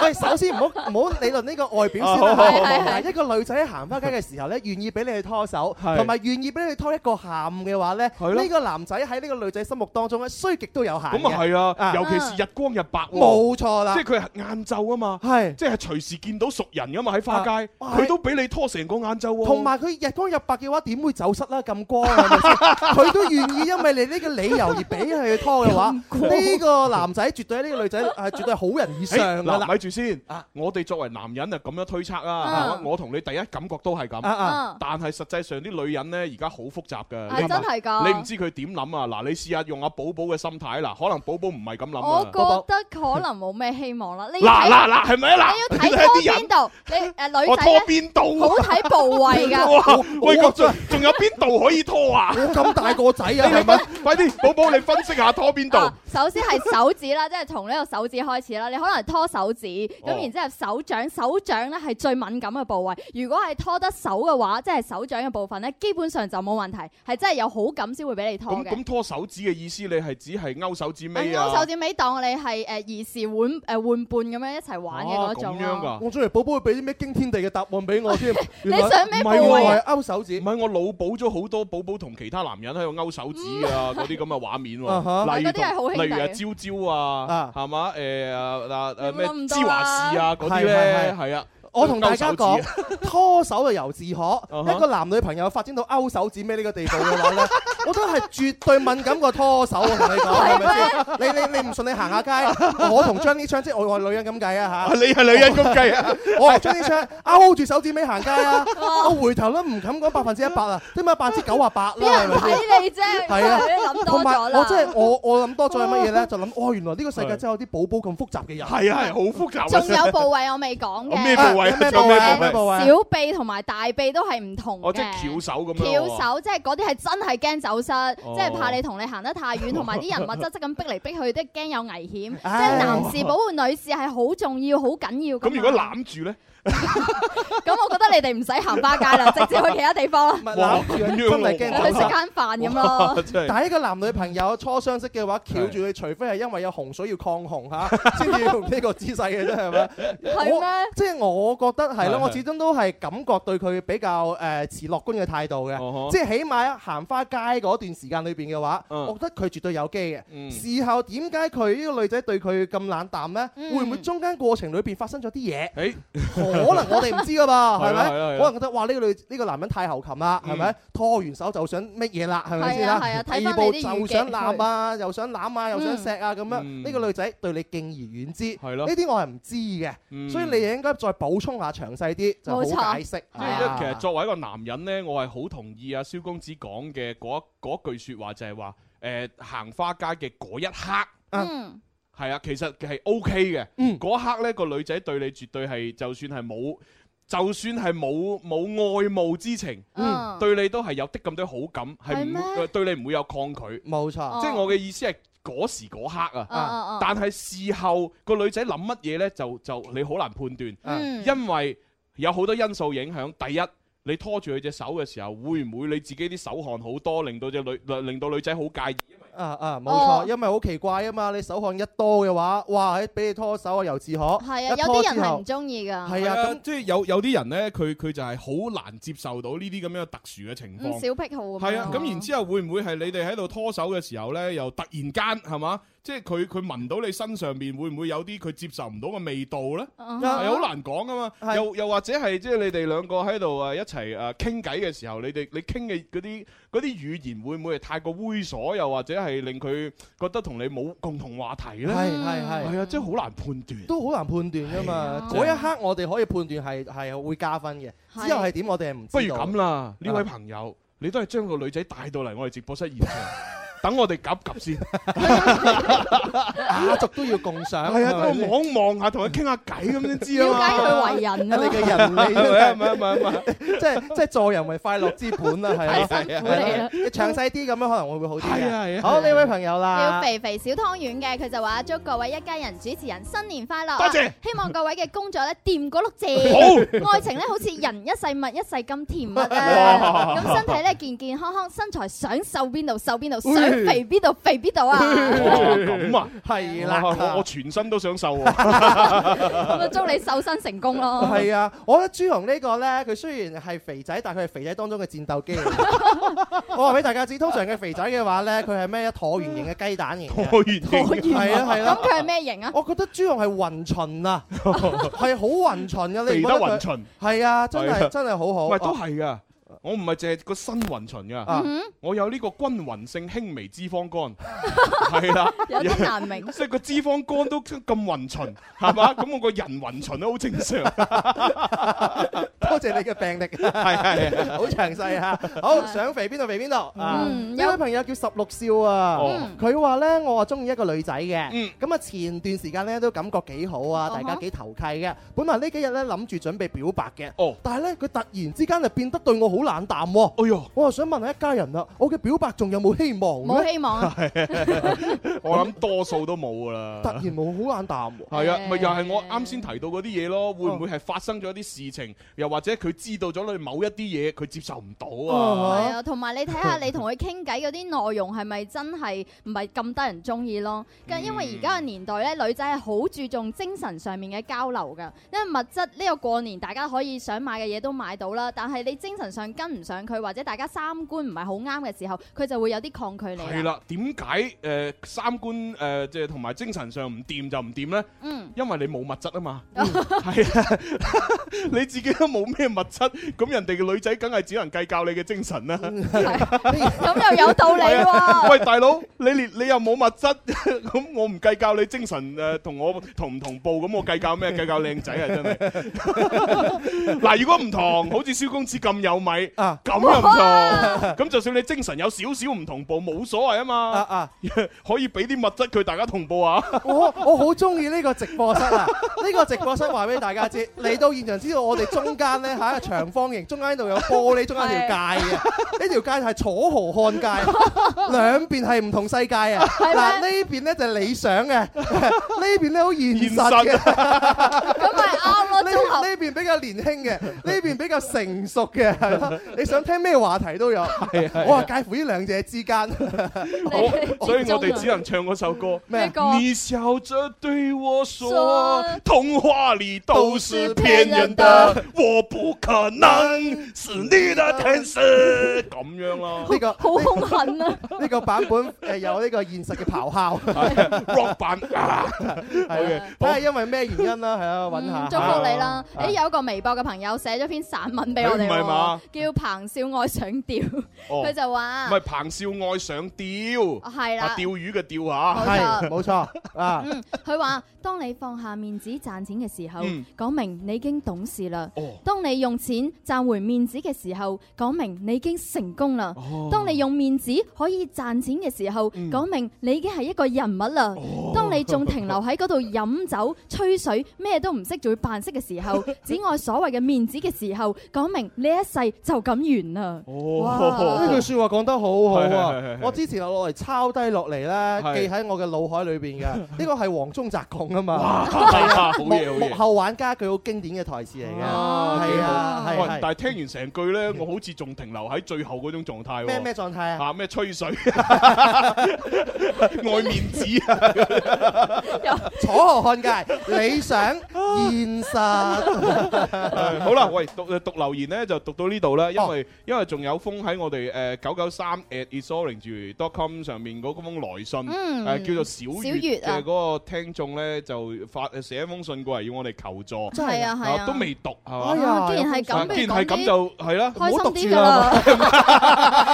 S7: 喂，首先唔好唔好理論呢個外表
S6: 啊
S7: 先
S6: 好
S7: 啦
S6: 好好好
S7: 嗱。一個女仔喺行花街嘅時候咧，願意俾你去拖手，
S6: 係
S7: 同埋願意俾你拖一個下午嘅話咧，
S6: 咯
S7: 呢個男仔喺呢個女仔心目當中咧，衰極都有限嘅。
S6: 咁啊係啊，尤其是日光日白喎。
S7: 冇啊錯啦
S6: 即係佢係晏晝啊嘛。
S7: 係
S6: 即係隨時見到熟人噶嘛，喺花街，
S7: 哇
S6: 佢都俾你拖成個晏晝喎。
S7: 同埋佢日光日白嘅話，點會走失啦？咁光係
S6: [laughs]
S7: 咪先佢都願意因為你呢個理由而俾佢拖嘅話，呢個男仔絕對呢個女仔係絕對係好人以上
S6: 誒
S7: 㗎
S6: 嗱，
S7: 啦
S6: 咪。住先。我哋作為男人啊，咁樣推測啦
S7: 啊。
S6: 我我同你第一感覺都係咁
S7: 啊啊，
S6: 但係實際上啲女人呢，而家好複雜㗎。
S1: 係
S6: 你唔
S1: 啊真係㗎
S6: 你唔知佢點諗啊？嗱，你試下用阿寶寶嘅心態嗱，可能寶寶唔係咁諗
S1: 我
S6: 啊。
S1: 覺得可能冇咩希望啦。你要
S6: 嗱
S1: 睇
S6: 嗱嗱係咪啊嗱
S1: 你要
S6: 你睇
S1: 睇
S6: 啲人
S1: 拖邊度？你誒女
S6: 我
S1: 仔
S6: 拖
S1: 咧
S6: 邊度啊
S1: 好睇啊部位
S6: [laughs] 哇
S1: 㗎。
S6: 喂，咁仲仲有邊度可以拖啊？
S7: 我咁大個仔啊
S6: 係咪？ [laughs] 快啲，寶寶你分析下拖邊度？
S1: 啊首先係手指啦，即係從呢個手指開始啦。你可能係拖手指，咁
S6: 哦
S1: 然之後手掌，手掌咧係最敏感嘅部位。如果係拖得手嘅話，即係手掌嘅部分咧，基本上就冇問題，係真係有好感先會俾你拖
S6: 咁
S1: 嘅
S6: 咁。拖手指嘅意思，你係只係勾手指尾啊？
S1: 勾手指尾當你係誒兒時玩誒呃玩伴咁樣一齊玩
S6: 哦
S1: 嘅嗰種啊咯。
S6: 噶，
S7: 我啊以為寶寶會俾啲咩驚天地嘅答案俾我添。
S1: 你
S6: 原來
S1: 想咩
S6: 唔係
S1: 部位啊
S6: 喎
S7: 勾手指？
S6: 唔係我腦補咗好多寶寶同其他男人喺度勾手指啊，嗰啲咁嘅畫面
S7: 啊
S6: 喎。
S7: 哈
S6: 例如
S7: 嗰啲係好兄
S6: 同
S7: 弟
S6: 例如啊，朝朝啊，係嘛？誒啊嗱誒
S7: 諗
S6: 咩
S7: 唔
S6: 芝
S7: 到啊
S6: 華士啊嗰啲
S7: 係
S6: 咧
S7: 係，係
S6: 係啊。
S7: 我同大家
S6: 勾手指
S7: 講
S6: 啊，
S7: 拖手就由自可。
S6: 哈
S7: 一個男女朋友發展到勾手指尾呢個地步嘅話咧，我覺得係絕對敏感過拖手啊！同
S1: [laughs]
S7: 你講係咪先？你你你唔信你行下街，我同張呢昌即係我係女人咁計啊嚇。
S6: 你係女人咁計啊
S7: 我同張呢昌勾住手指尾行街啊！我回頭都唔敢講百分之一百啊，點解百分之九啊八啦？
S1: [laughs]
S7: 係咪先？
S1: 睇你啫，
S7: 係啊
S1: 你諗，多
S7: 同埋
S1: 咗啦。
S7: 我真係我我諗多咗係乜嘢
S1: [laughs]
S7: 咧？就諗哦，原來呢個世界真係有啲寶寶咁複雜嘅人。
S6: [laughs] 係啊係好複雜啊
S1: 仲有部位我未講嘅，
S7: 我咩部位啊
S1: 咩
S7: 仲有咩部位
S1: 誒
S7: 咩部位
S1: 小臂同埋大臂都係唔同
S6: 我
S1: 嘅。
S6: 哦即係翹手咁樣喎。哦
S1: 翹手即係嗰啲係真係驚走失，即係怕你同你行得太遠，同埋啲人物質質咁逼嚟逼去，都驚有危險。即係男士保護女士係好重要、好緊要㗎嘛。
S6: 咁如果攬住咧，
S1: 咁我覺得你哋唔使行花街啦，直接去其他地方
S6: [laughs]
S1: 啦。
S6: 哇
S7: 攬住
S6: 咁樣
S7: 真係
S6: 喎
S7: 驚
S1: 去食餐飯咁咯。
S7: 但係一個男女朋友初相識嘅話，翹住佢，除非係因為有洪水要抗洪 [laughs] 嚇，先至用呢個姿勢嘅啫，係咪？
S1: 係咩
S7: 我 [laughs] 即係我覺得係
S5: 係係
S7: 咯，我始終都係感覺對佢比較誒持樂觀嘅態度
S5: 哦嗯
S7: 嘅，
S5: 呵
S7: 即係起碼行花街嗰段時間裏邊嘅話，我覺得佢絕對有機嘅。
S5: 嗯
S7: 事後點解佢呢個女仔對佢咁冷淡呢？
S5: 嗯
S7: 會唔會中間過程裏邊發生咗啲嘢？
S6: 誒，
S7: 可能我哋唔知噶嘛，
S5: [laughs] 係
S7: 係
S5: 啦係啦
S7: 咪？
S5: 係啦嗯
S7: 可能覺得哇呢個女呢個男人太猴擒啦，係咪？拖完手就想乜嘢啦，係咪先
S5: 係啊係
S7: 啦
S5: 啊？睇
S7: 第
S5: 返你啲
S7: 二步
S5: 語
S7: 就
S5: 劇
S7: 想攬啊，又想攬啊，又想錫啊咁樣。
S5: 嗯
S7: 呢個女仔對你敬而遠之，
S6: 係咯
S7: 呢啲我係唔知
S6: 嗯
S7: 嘅，所以你應該再補充下詳細啲，就好解釋。啊
S6: 即係咧，其實作為一個男人呢，我係好同意啊蕭公子講嘅嗰嗰句説話，就係話誒行花街嘅嗰一刻。
S1: 嗯。
S6: 係啊，其實係 O K 嘅。
S7: 嗯
S6: 嗰一刻呢個女仔對你絕對係，就算係冇，就算係冇冇愛慕之情，
S7: 嗯
S6: 對你都係有的咁多好感，係唔
S7: 係咩
S6: 呃對你唔會有抗拒。
S7: 冇
S5: 哦
S7: 錯
S6: 即係我嘅意思係嗰時嗰刻
S1: 哦
S7: 啊啊
S6: 啊
S7: 啊。
S6: 但係事後個女仔諗乜嘢呢？就就你好難判斷，
S7: 嗯
S6: 因為有好多因素影響。第一。你拖住佢隻手嘅時候，會唔會你自己啲手汗好多，令到只女令到女仔好介意？因為
S7: 啊啊，冇
S1: 哦
S7: 錯，因為好奇怪啊嘛，你手汗一多嘅話，哇，喺俾你拖手啊，由自可。
S1: 係
S7: 係
S1: 啊，有啲人係唔中意㗎。
S6: 係啊，咁即係有有啲人咧，佢佢就係好難接受到呢啲咁樣嘅特殊嘅情
S1: 嗯，
S6: 況。
S1: 小癖好咁樣。
S6: 係啊，咁然之後會唔會係你哋喺度拖手嘅時候呢？又突然間係嘛？即係佢佢聞到你身上面會唔會有啲佢接受唔到嘅味道呢？
S7: 啊
S1: 嗯
S6: 係啊好難講噶嘛。又又或者係即係你哋兩個喺度啊一齊啊傾偈嘅時候，你哋你傾嘅嗰啲嗰啲語言會唔會係太過猥瑣？又或者係令佢覺得同你冇共同話題呢？
S7: 係係係
S6: 係啊，真係好難判斷。
S7: 都好難判斷噶
S6: 係
S7: 嘛。
S6: 啊
S7: 嗰一刻我哋可以判斷係係會加分嘅，
S6: 係
S7: 之後係點我哋係唔知
S6: 不如
S7: 道
S6: 咁啦，呢位朋友，你都係將個女仔帶到嚟我哋直播室
S7: [laughs]
S6: 現場，等我哋夾夾先。
S7: 家族都要共賞，
S6: 係啊，
S7: 係咪
S6: 都望望下，同佢傾下偈咁先知啊
S7: 了
S6: 嘛。
S7: 解佢
S6: [laughs]
S7: 為人啊你嘅人理真係
S6: 係咪啊係咪啊係咪啊
S7: [laughs] 即係即係助人為快樂之本啦，係啊
S6: 太辛苦
S7: 係
S6: 你
S7: 啊
S6: 啦
S7: 你詳細啲咁樣可能會會好啲嘅
S6: 係啊係啊
S7: 好呢位朋友
S1: 要
S7: 啦，
S1: 肥肥小湯圓嘅，佢就話祝各位一家人主持人新年快樂啊，
S7: 多謝
S1: 希望各位嘅工作咧掂嗰碌蔗，
S7: 好
S1: 愛情咧好似人一世物一世咁甜蜜
S7: [laughs]
S1: 啊，
S4: 哇
S1: 咁身體咧健健康康，身材想瘦邊度瘦邊度，
S6: 哎
S1: 想肥邊度肥邊度啊，
S6: 咁啊，
S7: 係
S6: 啦，我我全身都想瘦
S7: [laughs]
S6: 喎。
S1: 咁啊祝你瘦身成功咯，
S7: 係，啊，我覺得朱紅呢個咧，佢雖然係肥仔，但係佢係肥仔當中嘅戰鬥機嚟嘅。我話俾大家知，通常嘅肥仔嘅話咧，佢係咩一橢圓形嘅雞蛋型
S6: [laughs]
S7: 嘅。
S6: 橢圓
S7: 形係啊係啦
S1: 咁。佢係咩型啊？
S7: 我覺得朱紅係雲巡啊，係好雲巡嘅，你
S6: 肥
S7: 唔
S6: 得雲
S7: 覺得佢
S6: 巡，
S7: 係啊，真
S6: 係啊
S7: 係真係好好。
S6: 喂，都啊係噶。我唔係淨係個身雲巡噶
S7: 嗯哼，
S6: 我有呢個均勻性輕微脂肪 [laughs] 肝，係啦，
S1: 有啲難明
S6: 即係個脂肪肝都咁雲巡，係 [laughs] 嘛？咁我個人雲巡都好正常。
S7: 啊多謝你嘅病
S6: 係
S7: 歷，
S6: 啊係係
S7: [laughs] 好詳細啊！好想肥邊度肥邊度啊！
S4: 嗯
S7: 呢位朋友叫十六少啊
S6: 嗯
S4: 哦，
S7: 佢話呢，我話中意一個女仔嘅，咁啊前段時間呢都感覺幾好啊，大家幾投契嘅。本來呢幾日呢諗住準備表白嘅，但係呢，佢突然之間就變得對我好冷淡喎。
S6: 哦哎呦！
S7: 我話想問下一家人啦，我嘅表白仲有冇希望？
S1: 冇希望啊，
S6: 我諗多數都冇噶啦。
S7: 突然冇好冷淡喎。
S6: 係啊，咪又係我啱先提到嗰啲嘢咯，會唔會係發生咗一啲事情，又或者佢知道咗你某一啲嘢，佢接受唔到
S1: 係
S6: 啊？
S1: 啊，同埋你睇下你同佢傾偈嗰啲內容係咪真係唔係咁得人中意咯？
S6: 嗯
S1: 咁因為而家嘅年代咧，女仔係好注重精神上面嘅交流㗎，因為物質呢個過年大家可以想買嘅嘢都買到啦，但係你精神上跟唔上佢，或者大家三觀唔係好啱嘅時候，佢就會有啲抗拒你啦。
S6: 係啦，點解誒三觀誒即係同埋精神上唔掂就唔掂呢？
S1: 嗯，哦
S6: 因為你冇物質啊嘛，係啊， [laughs] 你自己都冇咩物質，咁人哋嘅女仔梗係只能計較你嘅精神啦。
S1: 嗯咁又有道理
S6: [laughs] 係啊
S1: 喎。
S6: 喂，大佬，你連你又冇物質， [laughs] 咁我唔計較你精神誒同我同唔同步，咁我計較咩？計較靚仔啊，真係。
S1: [laughs]
S6: 嗱，如果唔同，好似蕭公子咁有米，
S7: 啊
S6: 咁又唔同，咁就算你精神有少少唔同步，冇所謂啊嘛。
S7: 啊
S6: [laughs] 可以俾啲物質佢，大家同步啊。
S7: 我我好中意呢個直播室啊！ [laughs] 呢個直播室話俾大家知，嚟到現場知道我哋中間呢係一個長方形，中間呢度有玻璃，中間有條界嘅。呢條界係楚河漢界，兩邊係唔同世界啊！
S4: 係咩
S7: 嗱，呢邊呢就係理想嘅， [laughs] 呢邊呢好現實
S4: 現
S7: [laughs] 嘅。
S1: 咁咪啱咯，
S7: 呢
S1: 綜合
S7: 呢邊比較年輕嘅，呢邊比較成熟嘅，係咯你想聽咩話題都有。
S6: 係
S7: 我話介乎呢兩者之間。
S6: 我所以
S1: 啊
S6: 我哋啊只能唱嗰首歌。
S7: 咩啊歌
S6: 你笑着對我說
S4: 說，
S6: 童話裡都是騙人的，我不可能是你的
S1: [laughs]
S6: 天使。咁樣咯。
S7: 呢個
S1: 好兇狠啊！
S7: 呢個版本誒有呢個現實嘅咆哮
S6: 哎 rock 版，
S7: 係 [laughs] 啊，睇下因為咩原因
S1: [laughs]
S7: 啦，係啊，揾下。
S1: 嗯祝福你啦！誒有一個微博嘅朋友寫咗篇散文俾我哋
S6: 啊誒唔係嘛
S1: 喎，叫彭少愛上吊，
S6: 哦
S1: 佢就話
S6: 唔係彭少愛上釣，
S1: 係啦
S6: 啊釣魚嘅釣啊，
S1: 係
S7: 冇錯啊
S1: 嗯，佢話：當你放下面子賺錢嘅時候
S6: 嗯，
S1: 講明你已經懂事啦
S6: 哦；
S1: 當你用錢賺回面子嘅時候，講明你已經成功啦；
S6: 哦
S1: 當你用面子可以賺錢嘅時候，
S6: 嗯
S1: 講明你已經係一個人物
S6: 哦 [laughs]
S1: 啦；當你仲停留喺嗰度飲酒、吹水，咩都唔識，仲要扮識嘅時候，指我所謂嘅面子嘅時候，講明呢一世就咁完啦。
S6: 哦
S7: 呢
S6: [laughs]
S7: 句説話講得好好
S6: 係係係
S7: 啊
S6: 係！
S7: 我之前落嚟抄低落嚟咧，記喺我嘅腦海裏邊
S6: [laughs]
S7: 嘅。呢個係黃宗澤講啊嘛，係啊
S6: 哎好嘢
S7: 幕
S6: 好嘢
S7: 幕後玩家佢好經典嘅台詞嚟嘅，係啊
S6: 幾好喂
S7: 係係
S6: 但係聽完成句咧，我好似仲停留喺最後嗰種狀態喎。
S7: 咩咩狀態啊？
S6: 啊！
S1: [laughs]
S6: 咩吹水、愛面子啊！
S7: 楚河漢界，
S1: [laughs]
S7: 理想現
S1: 啊
S7: 實。
S6: 誒好啦，喂，讀讀留言咧就讀到呢度啦，因為因為仲有封喺我哋誒九九三 at isorange.com 上面嗰封來信，
S1: 嗯
S6: 誒叫做小
S1: 小
S6: 月
S1: 月啊
S6: 嘅嗰個聽眾咧就發寫一封信過嚟要我哋求助，
S1: 真係啊係啊
S6: 都未讀係嘛？
S1: 哎呀既然係咁
S6: 啊
S1: 不如
S6: 既然係
S1: 講
S6: 咁
S1: 啲
S6: 就係啦，
S1: 開心啲㗎啦。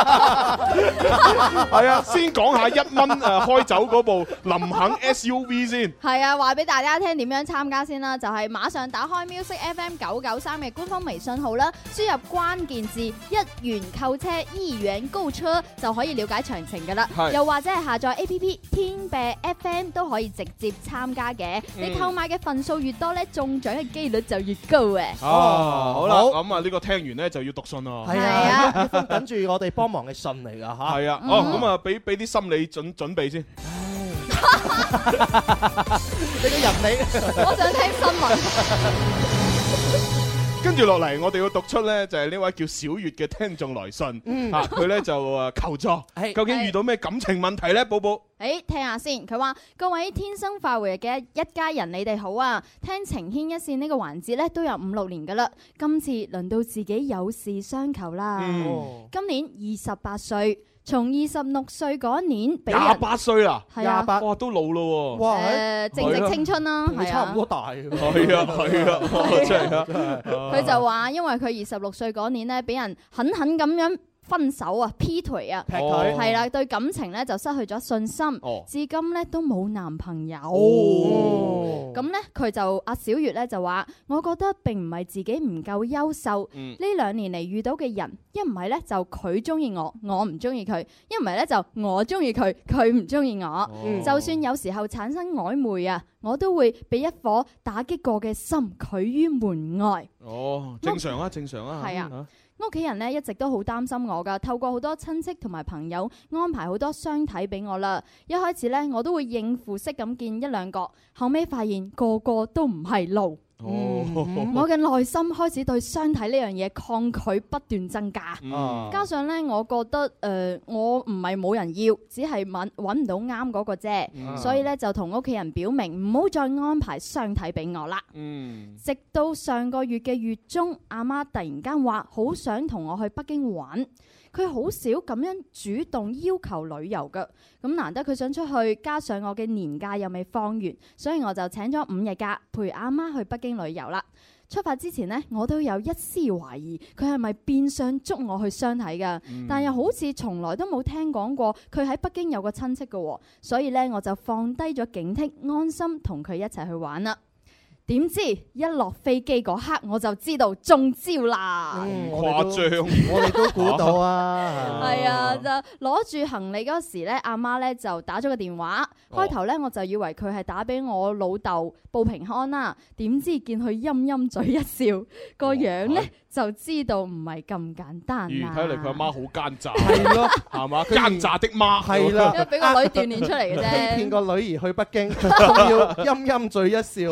S6: 係啊，先講下一蚊誒開走嗰部林肯 SUV 先。
S1: 係啊，話俾大家聽點樣參加先啦，就係、馬上打開 music FM 九九三嘅官方微信號啦，輸入關鍵字一元購車一元高車就可以了解詳情噶啦
S10: 係。
S1: 又或者係下載 A P P 天幣 F M 都可以直接參加嘅。你
S6: 嗯
S1: 購買嘅份數越多咧，中獎嘅機率就越高嘅。
S6: 啊，好啦，
S7: 好
S6: 咁啊呢個聽完咧就要讀信咯。
S7: 係啊，一封等住我哋幫忙嘅信嚟㗎嚇。
S6: 係啊，
S7: 嗯
S6: 哦，咁啊，俾俾啲心理準準備先。
S7: 你個人你，
S1: 我想聽新聞。
S6: 跟住落嚟，我哋要讀出咧就係呢位叫小月嘅聽眾來信，
S1: 嗯
S6: 啊，佢咧就啊求助，究竟遇到咩感情問題咧？寶寶，
S1: 誒，聽下先，佢話：各位天生快活人嘅一家人，你哋好啊！聽情牽一線呢個環節咧，都有五六年噶啦，今次輪到自己有事相求啦。
S6: 嗯哦
S1: 今年二十八歲，從二十六歲嗰一年俾人
S6: 廿八哎歲啦，
S1: 係啊
S7: 八，
S6: 哇，都老咯喎，
S1: 誒正值青春
S7: [laughs]
S1: 啦，係啊。
S7: 大嘅
S6: 係啊，係啊，真係啊，
S1: 佢就話：因為佢二十六歲嗰年咧，俾人狠狠咁樣分手啊，劈腿啊，
S6: 哦
S7: [laughs] 劈腿
S1: 係啦，對感情咧就失去咗信心，至今咧都冇男朋友。
S6: 哦
S7: 哦
S1: 咁咧佢就阿小月咧就話：我覺得並唔係自己唔夠優秀，
S10: 嗯
S1: 呢兩年嚟遇到嘅人，一唔係咧就佢中意我，我唔中意佢；一唔係咧就我中意佢，佢唔中意我。
S6: 哦
S10: 嗯
S1: 就算有時候產生曖昧啊，我都會俾一顆打擊過嘅心拒於門外。
S6: 哦，正常啊，正常啊，
S1: 係啊。屋企人咧一直都好擔心我噶，透過好多親戚同埋朋友安排好多相睇俾我啦。一開始咧我都會應付式咁見一兩個，後尾發現個個都唔係路。
S7: 嗯
S6: 哦
S1: 我嘅內心開始對相睇呢樣嘢抗拒不斷增加，
S13: 哦
S10: 嗯
S1: 加上呢，我覺得誒、呃我唔係冇人要，只係揾揾唔到啱嗰個啫，
S10: 嗯
S1: 所以呢，就同屋企人表明唔好再安排相睇俾我啦。
S6: 嗯
S1: 直到上個月嘅月中，阿媽突然間話好想同我去北京玩。佢好少咁樣主動要求旅遊㗎，咁難得佢想出去，加上我嘅年假又未放完，所以我就請咗五日假陪阿媽去北京旅遊啦。出發之前呢，我都有一絲懷疑佢係咪變相捉我去相睇㗎，
S10: 嗯
S1: 但又好似從來都冇聽講過佢喺北京有個親戚㗎喎，所以呢，我就放低咗警惕，安心同佢一齊去玩啦。點知一落飛機嗰刻我就知道中招啦！
S6: 嗯誇
S7: [laughs]
S6: 張，
S7: 我哋都估到啊。
S1: 係啊，就攞住行李嗰時咧，阿媽咧就打咗個電話。開頭咧我就以為佢係打俾我老豆報平安啦，點知見佢陰陰嘴一笑，個樣咧就知道唔係咁簡單
S6: 咦，
S1: 啦。
S6: 睇嚟佢阿媽好奸詐，係
S7: 咯，
S6: 係嘛，奸詐的媽，
S7: 係啦，
S1: 因為俾個女鍛鍊出嚟嘅
S7: [laughs]
S1: 啫
S7: 欺騙個女兒去北
S6: [laughs]
S7: 京，仲要陰陰嘴一笑，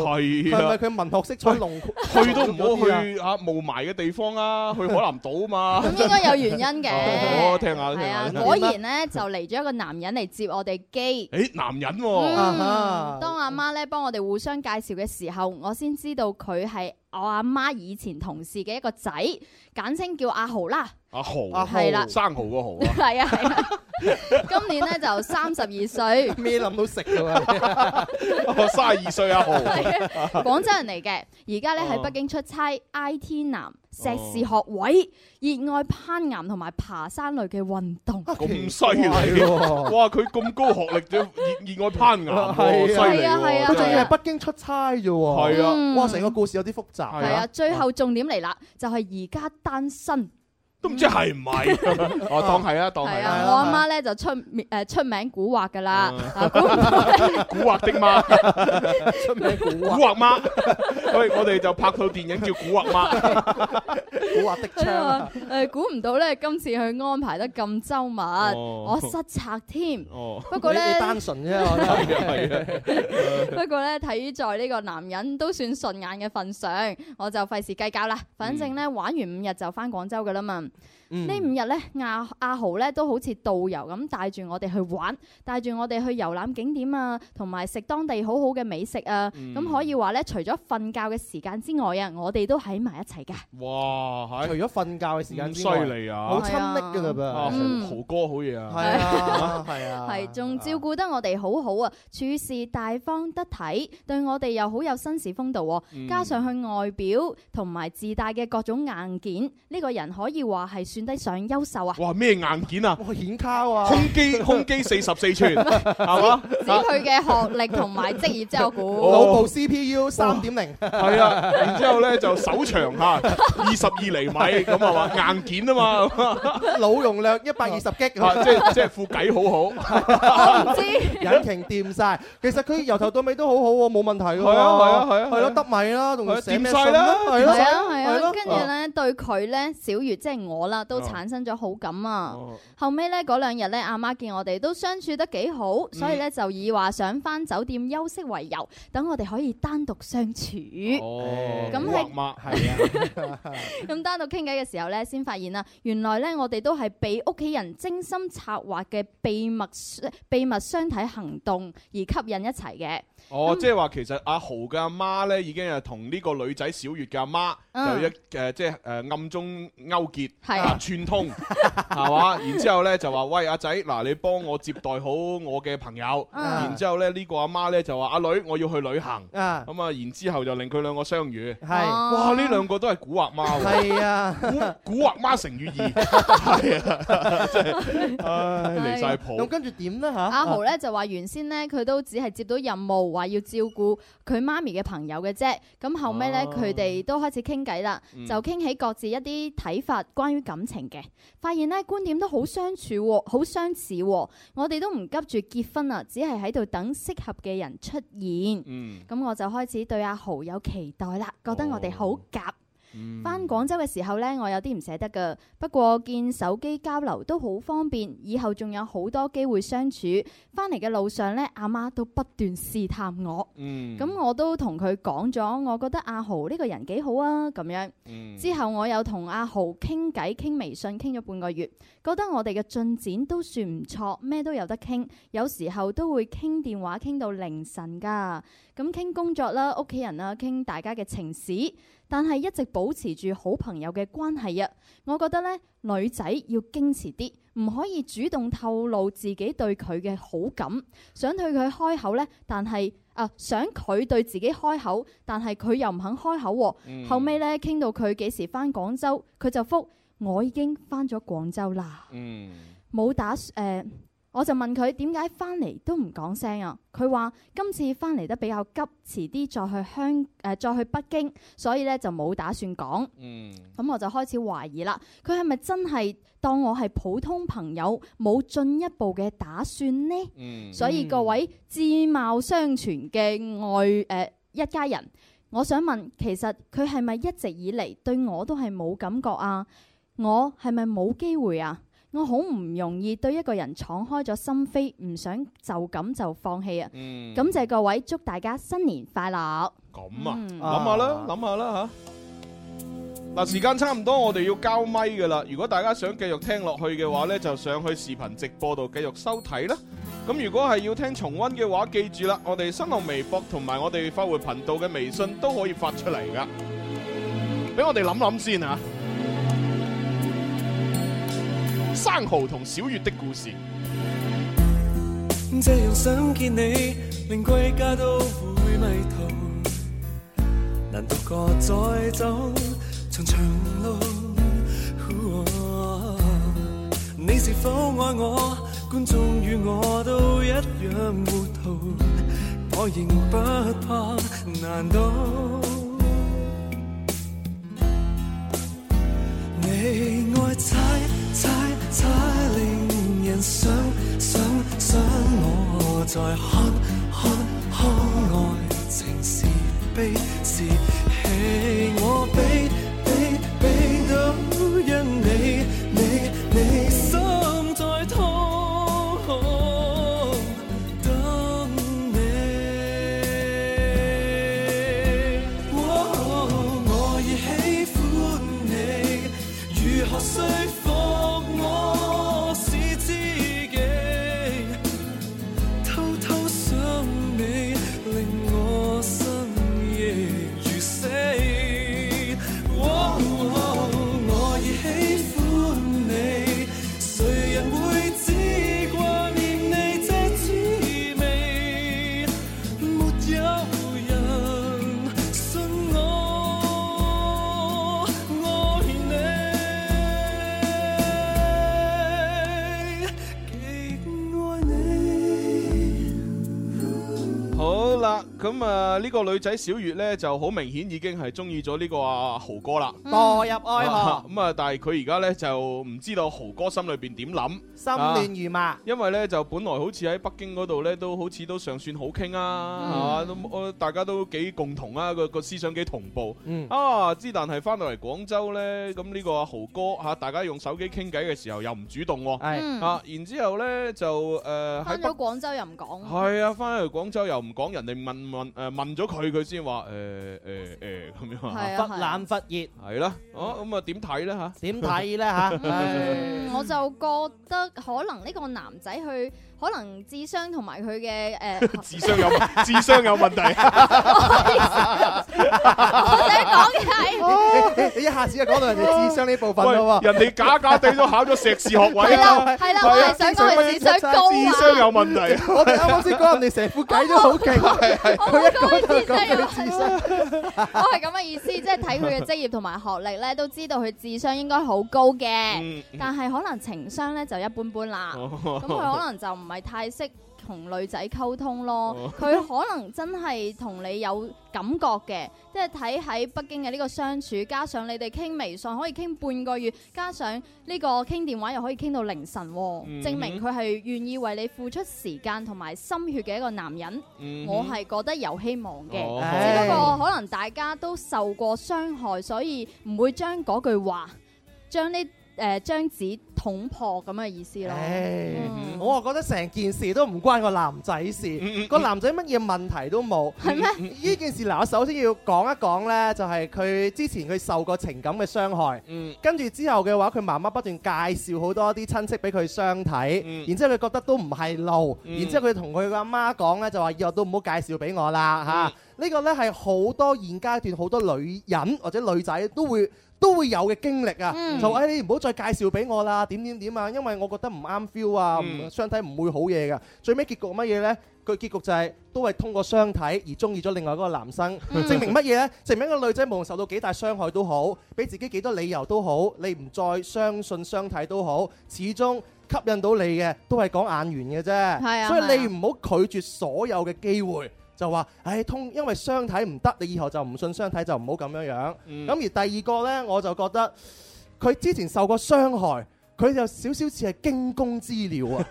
S6: 係啊
S7: 係咪佢文學色彩濃？
S6: 去都唔好去啊霧霾嘅地方啊，去海南
S1: [laughs]
S6: 島嘛。
S1: 咁應該有原因嘅
S6: 哦 [laughs] 哦好聽下聽
S1: 係啊
S6: 下。，
S1: 果然咧就嚟咗一個男人嚟接我哋機。
S6: 誒男人
S1: 嗯
S6: 啊喎，
S1: 當阿媽咧幫我哋互相介紹嘅時候，我先知道佢係我阿媽以前同事嘅一個仔，簡稱叫阿豪啦。
S6: 阿豪啊
S1: 阿
S7: 啊
S1: 豪係啦
S6: 生蚝個豪啊。
S1: [laughs] 係啊係啊， [laughs] 今年咧就三十二
S6: [laughs]
S1: 歲，
S7: 咩諗到食㗎嘛？
S6: 我啊 [laughs] 三十二歲阿豪，
S1: 廣州人嚟嘅，而家咧喺
S6: 哦
S1: 北京出差，IT 男，碩士學位，熱愛攀岩同埋爬山類嘅運動。
S6: 咁犀利喎！哇，佢咁高學
S7: [laughs]
S6: 歷，仲熱熱愛攀岩喎，犀
S7: 哦係啊
S6: 利喎！
S7: 佢仲要
S6: 真
S7: 係北京出差啫喎。
S6: 係啊嗯
S7: 哇！成個故事有啲複雜。
S1: 係啊，最後重點嚟啦，就係而家單身。
S6: 都唔知係唔
S7: [laughs]
S6: 係？
S7: 哦
S6: 我當係啦，當係
S1: 係
S6: 啦
S1: 啊，我阿媽咧就出面誒出名古惑噶 [laughs] 啦，啊
S6: 古惑的媽，出名古惑古惑媽，喂，我哋就拍套電影叫《古惑媽》，
S7: 古惑的
S1: 佢話誒，估唔到咧，今次佢安排得咁周密，
S7: 哦
S1: [laughs] 我失策添。
S6: 哦啊
S1: 不過呢
S7: 你你單 [laughs] 純啫，我覺得
S1: [laughs] 不過咧，睇在呢個男人都算順眼嘅份上，我就費事計較啦。反正咧，玩完五日就翻廣州噶啦嘛。呢、 [laughs]
S10: 嗯
S1: 五日咧，阿阿豪咧都好似導遊咁帶住我哋去玩，帶住我哋去遊覽景點啊，同埋食當地好好嘅美食啊。
S6: 嗯
S1: 咁、可以話咧，除咗瞓覺嘅時間之外啊，我哋都喺埋一齊㗎。
S6: 哇，
S7: 除咗瞓覺嗯嘅時間之
S6: 犀
S7: 外
S6: 利啊，
S7: 好親昵㗎嘞噃
S6: 啊
S1: 嗯
S6: 豪豪哥好嘢啊，
S7: 係啊係
S1: [laughs]
S7: 啊
S1: 係仲照顧得我哋好好啊，處事大方得體，對我哋又好有紳士風度喎、
S10: 嗯
S1: 加上佢外表同埋自帶嘅各種硬件，呢、個人可以話係算得上優秀啊！
S6: 哇咩硬件啊，
S7: 哇顯
S1: [laughs]
S7: 卡啊，
S6: 胸肌胸肌四十四寸，係嘛？
S1: 指佢嘅學歷同埋職業
S7: [laughs]
S1: 啫，我估。
S7: 腦部 CPU 三點零，
S6: 係啊，然之後咧就手長嚇，二十二厘米咁啊嘛，硬件啊嘛，
S7: 腦容量一百二
S1: [laughs]
S7: 十 G，即
S6: 啊即係即係副計好好。
S7: 引擎掂晒。其實佢由頭到尾都好好喎，冇問題㗎喎。
S6: 係啊係啊係啊
S7: 係咯，得米啦，
S6: 係
S7: 同
S6: 啊
S7: 寫咩
S6: 掂晒啦
S7: 信
S1: 係
S7: 係咯，
S1: 啊係
S7: 係
S1: 啊，
S7: 咯
S1: 跟住咧對佢咧小月即係我啦，都
S10: 哦
S1: 產生咗好感啊。
S7: 哦
S1: 後尾咧嗰兩日咧，阿媽見我哋都相處得幾好，
S7: 嗯
S1: 所以咧就以話想翻酒店休息為由，等我哋可以單獨相處。
S6: 哦
S1: 咁係
S6: 媽
S7: 係啊。
S1: 咁單獨傾偈嘅時候咧，先發現啦，原來咧我哋都係被屋企人精心策劃嘅秘密呃秘密相睇行動而吸引一齊嘅。
S6: 哦，即係話其實阿豪嘅阿媽咧，已經係同呢個女仔小月嘅阿媽
S1: 嗯
S6: 就一誒，即係誒暗中勾結，
S1: 係
S6: 啊
S1: [laughs]
S6: 串通，係嘛？然之後咧就話喂阿仔，嗱你幫我接待好我嘅朋友，
S1: 嗯
S10: 啊
S6: 然之後咧呢個阿媽咧就話阿女我要去旅行，咁
S1: 嗯
S7: 啊
S6: 然之後就令佢兩個相
S1: 啊
S6: 遇，
S7: 係哦
S6: 哇呢兩個都係古惑媽喎，
S7: 係啊，
S6: 古惑媽成語
S1: [laughs]
S6: 二，係啊，真係唉離晒
S7: 咁
S6: 譜。
S7: 跟住點咧嚇？
S10: 啊
S1: 阿豪咧就話原先咧佢都只係接到任務，話要照顧佢媽咪嘅朋友嘅啫。咁後尾咧
S10: 哦
S1: 佢哋都開始傾偈啦，
S10: 嗯
S1: 就傾起各自一啲睇法關於感情嘅，發現咧觀點都好相處喎，好相似喎。我哋都唔急住結婚啊，只係喺度等適合嘅人出現。
S6: 嗯哦
S1: 咁我就開始對阿豪有期待啦，覺得我哋好夾。
S6: 嗯
S1: 翻廣州嘅時候呢，我有啲唔捨得噶。不過見手機交流都好方便，以後仲有好多機會相處。翻嚟嘅路上呢，阿媽都不斷試探我。
S6: 嗯
S1: 咁我都同佢講咗，我覺得阿豪呢個人幾好啊，咁樣。
S6: 嗯
S1: 之後我又同阿豪傾偈，傾微信傾咗半個月，覺得我哋嘅進展都算唔錯，咩都有得傾。有時候都會傾電話傾到凌晨㗎，咁傾工作啦、屋企人啦，傾大家嘅情史。但係一直保持住好朋友嘅關係啊！我覺得咧，女仔要矜持啲，唔可以主動透露自己對佢嘅好感，想對佢開口咧，但係啊，想佢對自己開口，但係佢又唔肯開口喎、
S10: 嗯
S1: 後尾咧，傾到佢幾時翻廣州，佢就覆我已經翻咗廣州啦。
S6: 嗯
S1: 冇打誒、呃我就問佢點解翻嚟都唔講聲啊？佢話今次翻嚟得比較急，遲啲再去香誒、呃再去北京，所以咧就冇打算講。
S6: 嗯
S1: 咁我就開始懷疑啦，佢係咪真係當我係普通朋友，冇進一步嘅打算呢？
S6: 嗯
S1: 所以各位智貌相傳嘅外誒、呃一家人，我想問，其實佢係咪一直以嚟對我都係冇感覺啊？我係咪冇機會啊？我好唔容易對一個人敞開咗心扉，唔想就咁就放棄啊！
S6: 嗯
S1: 感謝各位，祝大家新年快樂。
S6: 咁啊，
S1: 嗯
S6: 諗下啦，諗下啦吓。嗱，時間差唔多，我哋要交咪噶啦。如果大家想繼續聽落去嘅話呢，就上去視頻直播度繼續收睇啦。咁如果係要聽重温嘅話，記住啦，我哋新浪微博同埋我哋快活頻道嘅微信都可以發出嚟噶。俾我哋諗諗先啊。生蚝同小月的故事，
S12: 這樣想見你，令歸家都會迷途。難獨個再走長長路？啊你是否愛我？觀眾與我都一樣糊塗，我仍不怕難倒。你愛踩踩踩，令人想想想我在看看看愛情是悲是
S10: 我比比比到因你你你心在痛，等你。我已喜歡你，如何說服我是知己？偷偷想你，令我深夜如死。哦我已喜歡你，誰人會只掛念你這滋味？沒有人信我愛你，極愛你。
S6: 好啦，咁啊呢個女仔小月呢，就好明顯已經係中意咗呢個阿豪哥啦，
S13: 墮入愛河
S6: [laughs] 咁啊，但係佢而家呢，就唔知道豪哥心裏邊點諗，
S13: 心亂如麻。
S6: 因為呢，就本來好似喺北京嗰度呢，都好似都尚算好傾啊，係嘛都呃大家都幾共同啊，個個思想幾同步。
S17: 嗯
S6: 啊，之但係翻到嚟廣州呢，咁呢個啊阿豪哥嚇，大家用手機傾偈嘅時候又唔主動
S1: 嗯
S6: 喎，啊，然之後呢，就誒喺
S1: 翻
S6: 北
S1: 咗廣州又唔講。
S6: 係啊，翻嚟廣州又唔講，人哋問問誒、呃、問咗佢，佢先話誒誒誒咁樣
S1: 係啊忽冷
S13: 忽熱
S6: 係啦，哦咁啊點睇咧嚇？
S13: 點睇呢吓唉
S1: 我就覺得可能呢個男仔佢可能智商同埋佢嘅呃
S6: [laughs]
S1: 誒，
S6: 智商有智商有問 [laughs]
S1: 我
S7: 你你一下子就講到人哋智商呢部分咯喎，
S6: 人哋假假地都考咗碩士學位
S7: 係啦
S6: 啊！
S7: 係啦我係想講佢智商高啊
S6: 智商有問題。
S7: 我哋啱啱先講人哋成副計都好勁，佢一講就講佢智商。
S1: 啊 [laughs] 我係咁嘅意思，即係睇佢嘅職業同埋學歷咧，都知道佢智商應該好高嘅
S6: 嗯，
S1: 但係可能情商咧就一般般啦。咁
S6: 咁
S1: 佢可能就唔係太識同女仔溝通咯
S6: 哦，
S1: 佢可能真係同你有感覺嘅，即係睇喺北京嘅呢個相處，加上你哋傾微信可以傾半個月，加上呢個傾電話又可以傾到凌晨喎，
S18: 嗯
S1: 證明佢係願意為你付出時間同埋心血嘅一個男人。
S18: 嗯
S1: 我係覺得有希望嘅，
S18: 哦
S1: 只不過可能大家都受過傷害，所以唔會將嗰句話將呢誒張紙捅破咁嘅意思咯。
S7: 唉，我啊覺得成件事都唔關個男仔事，個男仔乜嘢問題都冇。係
S1: 咩？
S7: 呢件事嗱，我首先要講一講呢，就係佢之前佢受過情感嘅傷害，
S13: 嗯
S7: 跟住之後嘅話，佢媽媽不斷介紹好多啲親戚俾佢相睇，然之後佢覺得都唔係路，
S13: 嗯
S7: 然之後佢同佢阿媽講呢，就話以後都唔好介紹俾我啦
S13: 嗯
S7: 嚇。呢個呢係好多現階段好多女人或者女仔都會都會有嘅經歷啊，
S13: 嗯
S7: 就誒你唔好再介紹俾我啦，點點點啊，因為我覺得唔啱 feel 啊，
S13: 嗯
S7: 唔相睇唔會好嘢噶。最尾結局乜嘢呢？佢結局就係都係通過相睇而中意咗另外嗰個男生，證明乜嘢呢？證明一個女仔無論受到幾大傷害都好，俾自己幾多理由都好，你唔再相信相睇都好，始終吸引到你嘅都係講眼緣嘅啫。
S13: 係啊
S7: 所以
S13: 係
S7: 你
S13: 啊
S7: 唔好拒絕所有嘅機會，就話唉通，因為相睇唔得，你以後就唔信相睇就唔好咁樣樣。咁、
S13: 嗯
S7: 而第二個呢，我就覺得佢之前受過傷害，佢有少少似係驚弓
S13: [laughs]
S7: 之鳥啊！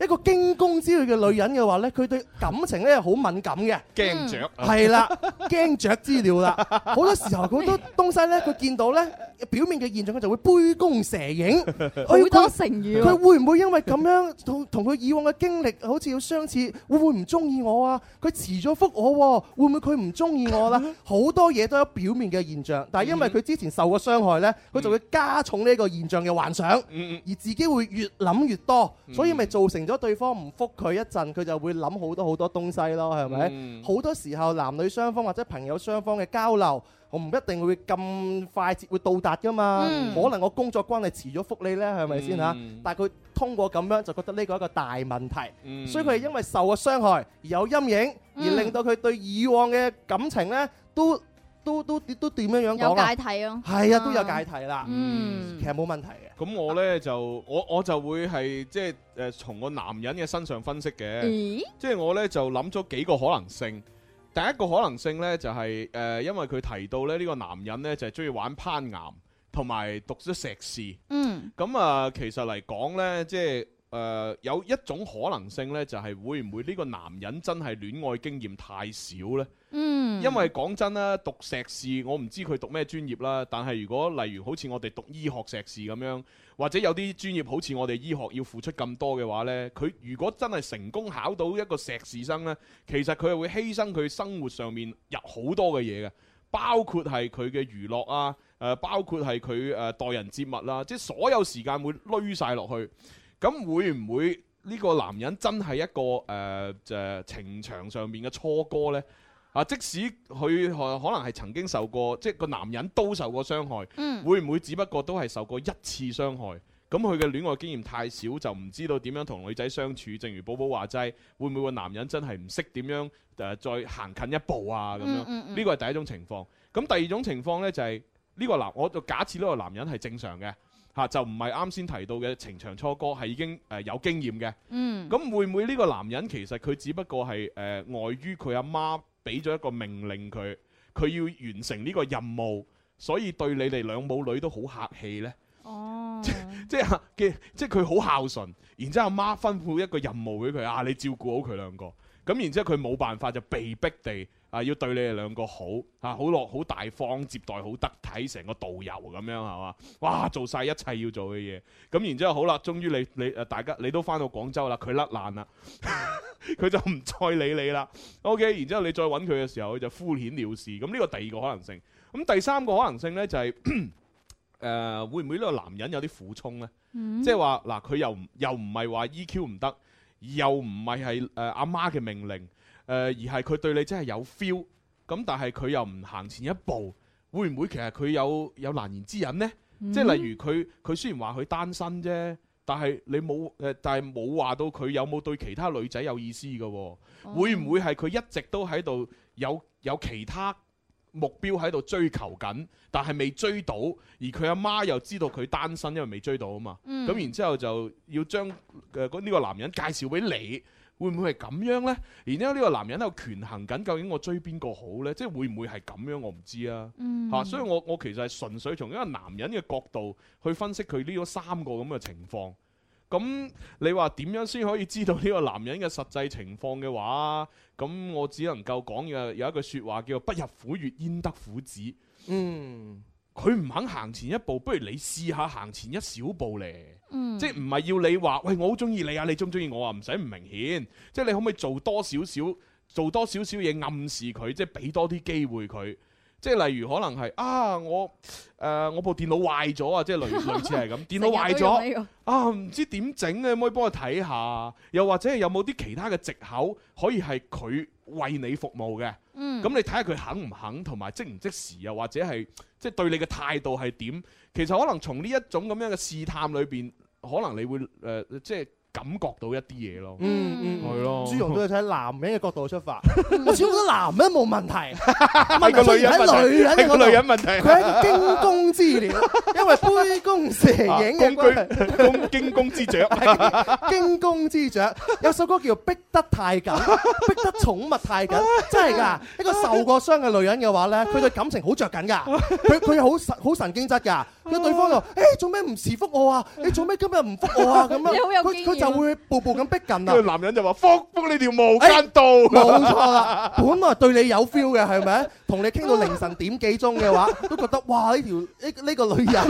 S7: 一個驚弓之鳥嘅女人嘅話呢，佢對感情呢係好敏感嘅，
S6: 驚雀啊
S7: 係啦，驚雀之鳥啦。好多時候好多東西呢，佢見到呢表面嘅現象，佢就會杯弓
S13: [laughs]
S7: 蛇影。
S1: 好
S7: 佢
S1: 多成語喎
S7: 佢會唔會因為咁樣同同佢以往嘅經歷好似好相似？會唔會唔中意我啊？佢遲咗覆我喎，會唔會佢唔中意
S13: [laughs]
S7: 我啦？好多嘢都有表面嘅現象，但係因為佢之前受過傷害呢，
S13: 嗯
S7: 佢就會加重呢個現象嘅幻想，而自己會越諗越多，
S13: 嗯
S7: 所以咪造成咗對方唔覆佢一陣，佢就會諗好多好多東西咯，係咪
S13: 嗯？
S7: 好多時候男女雙方或者朋友雙方嘅交流。我唔一定會咁快捷會到達噶嘛，
S13: 嗯
S7: 可能我工作關係遲咗覆你呢，係咪先嚇？
S13: 嗯
S7: 但係佢通過咁樣就覺得呢個係一個大問題，
S13: 嗯
S7: 所以佢係因為受過傷害而有陰影，
S1: 嗯
S7: 而令到佢對以往嘅感情呢都都都都點樣樣
S1: 有
S7: 講啊
S1: 解？體咯，
S7: 係啊，都有解體啦。
S1: 嗯，
S7: 其實冇問題嘅。
S6: 咁我呢，就我我就會係即係誒從個男人嘅身上分析嘅
S1: 咦，
S6: 即係我呢，就諗咗幾個可能性。第一個可能性呢，就係、誒、因為佢提到咧呢、呢個男人呢，就係中意玩攀岩，同埋讀咗碩士。呃
S1: 嗯，
S6: 咁啊，其實嚟講呢，即係誒有一種可能性呢，就係會唔會呢個男人真係戀愛經驗太少呢？
S1: 嗯
S6: 因為講真啦，讀碩士我唔知佢讀咩專業啦，但係如果例如好似我哋讀醫學碩士咁樣，或者有啲專業好似我哋醫學要付出咁多嘅話呢，佢如果真係成功考到一個碩士生呢，其實佢係會犧牲佢生活上面入好多嘅嘢嘅，包括係佢嘅娛樂啊，誒、包括係佢誒待人接物啦、即係所有時間會攏晒落去。咁會唔會呢個男人真係一個誒誒、就情場上面嘅初哥呢？啊，即使佢可可能係曾經受過，即係個男人都受過傷害，
S1: 嗯
S6: 會唔會只不過都係受過一次傷害？咁佢嘅戀愛經驗太少，就唔知道點樣同女仔相處。正如寶寶話齋，會唔會個男人真係唔識點樣誒、再行近一步啊？咁樣
S4: 嗯
S6: 呢、
S4: 嗯嗯
S6: 個係第一種情況。咁第二種情況呢，就係、呢個男，我就假設呢個男人係正常嘅。嚇、啊就唔係啱先提到嘅情場初哥，係已經誒、呃有經驗嘅。
S4: 嗯
S6: 咁會唔會呢個男人其實佢只不過係誒、呃、礙於佢阿媽俾咗一個命令佢，佢要完成呢個任務，所以對你哋兩母女都好客氣呢？
S1: 哦，
S6: 即係嘅，即係佢好孝順，然之後阿媽吩咐一個任務俾佢啊，你照顧好佢兩個。咁然之後佢冇辦法就被逼地啊，要對你哋兩個好啊，好落好大方，接待好得體，成個導遊咁樣係嘛？哇，做晒一切要做嘅嘢。咁然之後好啦，終於你你誒大家你都翻到廣州啦，佢甩爛啦。 [laughs] 佢就唔再理你啦。OK，然之後你再揾佢嘅時候，佢就敷衍了事。咁呢個第二個可能性。咁第三個可能性呢，就係、誒、呃會唔會呢個男人有啲苦衷呢？
S4: 嗯
S6: 即係話嗱，佢又唔又唔係話 EQ 唔得，又唔係係誒阿媽嘅命令，誒、而係佢對你真係有 feel，咁但係佢又唔行前一步，會唔會其實佢有有難言之隱呢？
S4: 嗯
S6: 即係例如佢佢雖然話佢單身啫，但係你冇誒，但係冇話到佢有冇對其他女仔有意思嘅喎、
S1: 哦
S4: 嗯
S6: 會唔會係佢一直都喺度有有其他目標喺度追求緊，但係未追到，而佢阿媽又知道佢單身，因為未追到啊嘛。咁、
S4: 嗯
S6: 然之後就要將誒嗰呢個男人介紹俾你。會唔會係咁樣呢？然之後呢個男人喺度權衡緊，究竟我追邊個好呢？即係會唔會係咁樣？我唔知啊。嚇、
S4: 嗯
S6: 所以我我其實係純粹從一個男人嘅角度去分析佢呢個三個咁嘅情況。咁你話點樣先可以知道呢個男人嘅實際情況嘅話，咁我只能夠講嘅有一句説話叫做不入虎穴，焉得虎子。嗯，佢唔肯行前一步，不如你試下行前一小步咧。
S4: 嗯
S6: 即係唔係要你話，喂，我好中意你啊，你中唔中意我啊？唔使唔明顯，即係你可唔可以做多少少，做多少少嘢暗示佢，即係俾多啲機會佢。即係例如可能係啊，我誒、呃我部電腦壞咗啊，即
S4: [laughs]
S6: 係類類似係咁，電腦壞
S4: 成日都用
S6: 咗
S4: 呢
S6: 啊，唔知點整啊，可唔可以幫我睇下？又或者係有冇啲其他嘅藉口可以係佢為你服務嘅？
S4: 嗯
S6: 咁你睇下佢肯唔肯，同埋即唔即時，又或者係即係對你嘅態度係點？其實可能從呢一種咁樣嘅試探裏邊，可能你會誒、呃即係感覺到一啲嘢咯。
S7: 嗯嗯
S6: 係咯。
S7: 朱容都係睇男人嘅角度出發，
S1: 嗯
S7: 我始終覺得男人冇
S1: [laughs]
S7: 問題，問
S6: 係
S7: 題
S6: 個
S7: 出
S6: 女人
S7: 現
S6: 問題
S7: 喺女人
S6: 係
S7: 嘅角
S6: 個
S7: 度
S6: 女人問題
S7: 佢係一個驚弓之鳥，因為杯弓蛇
S1: 啊
S7: 影嘅關係
S6: 弓驚弓之雀，
S7: [laughs] 驚弓之雀。有首歌叫《逼得太緊》，逼得寵物
S4: [laughs]
S7: 太緊，真係㗎。一個受過傷嘅女人嘅話咧，佢對感情好着緊㗎，佢佢好神好神經質㗎。佢對方
S4: 哦
S7: 就誒做咩唔時覆我啊？你做咩今日唔覆我啊？咁
S4: [laughs]
S7: 樣
S4: 你好有
S7: 佢
S4: 經
S7: 佢
S4: 驗
S7: 就會步步咁逼近啦
S6: 跟住。男人就話：覆覆你條毛間道。
S7: 冇錯啦，本來對你有 feel 嘅係咪？同你傾到凌晨點幾鐘嘅話，都覺得哇呢條呢呢個女人，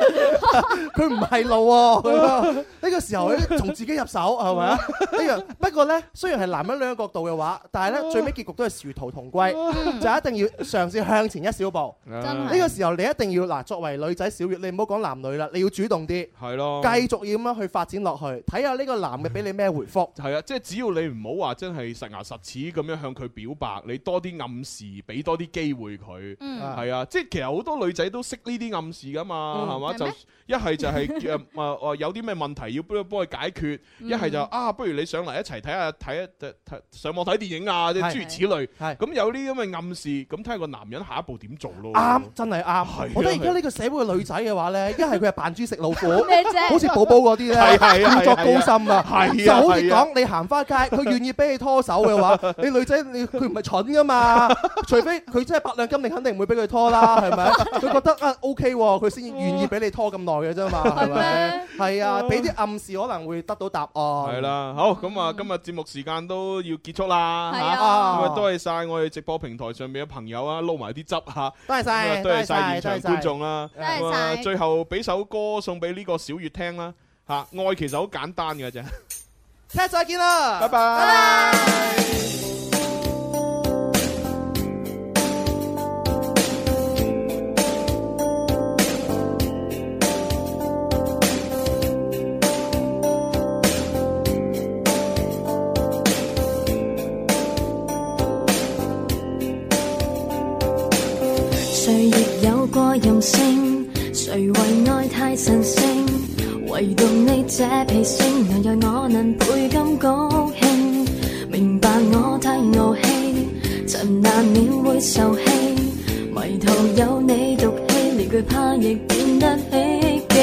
S7: 佢唔係路喎。咁樣呢個時候咧，從自己入手係咪啊？呢樣不過咧，雖然係男人兩個角度嘅話，但係咧最尾結局都係殊途同歸，就一定要嘗試向前一小步。
S6: 真
S1: 嗯
S7: 呢個時候你一定要嗱，作為女仔小月，你唔好講男女啦，你要主動啲，
S6: 係咯，
S7: 繼續要咁樣去發展落去，睇下呢個男嘅俾你咩回覆。
S6: 係啊，即係只要你唔好話真係實牙實齒咁樣向佢表白，你多啲暗示，俾多啲機會佢，
S4: 嗯
S6: 係啊，即係其實好多女仔都識呢啲暗示噶嘛，
S4: 嗯
S6: 係嘛？
S4: 係
S6: 就
S4: 咩
S6: 一係就係誒誒誒有啲咩問題要幫幫佢解決，一係就
S4: 嗯
S6: 啊不如你上嚟一齊睇下睇一睇睇上網睇電影啊，即係
S7: 係
S6: 諸如此類。咁有啲咁嘅暗示，咁睇下個男人下一步點做咯。
S7: 啱，真係啱
S6: 哦啊。
S7: 我覺得而家呢個社會嘅女仔嘅話咧，一係佢係扮豬食老虎
S4: 咩啫，
S7: 好似寶寶嗰啲咧，
S4: 係係啊
S7: 故作高深
S4: 係啊
S7: 啊，
S4: 係啊
S7: 就好似
S4: 係啊
S7: 講你行花街，佢願意俾你拖手嘅話，你女仔你佢唔係蠢噶嘛，除除非佢真係百兩金，你肯定唔會俾佢拖啦，係咪？佢覺得啊 OK 喎，佢先願意俾你拖咁耐嘅啫嘛，係咪？係啊，俾啲暗示可能會得到答案。
S6: 系啦，好咁啊，今日節目時間都要結束啦，
S7: 係
S6: 嚇
S7: 啊
S6: 咁啊，多謝晒我哋直播平台上面嘅朋友啊，撈埋啲汁吓，
S7: 多謝晒
S6: 咁啊多謝晒現場
S7: 多謝晒
S6: 觀眾啦，
S7: 多謝晒
S6: 咁啊最後俾首歌送俾呢個小月聽啦，吓，愛其實好簡單嘅啫。
S7: 聽日再見啦，
S6: 拜拜。
S10: 谁亦有過任性，誰為愛太神聖，唯獨你這脾性，能讓我能倍感高興。明白我太怒氣，曾難免會受氣，迷途有你獨氣，連懼怕亦變得希冀。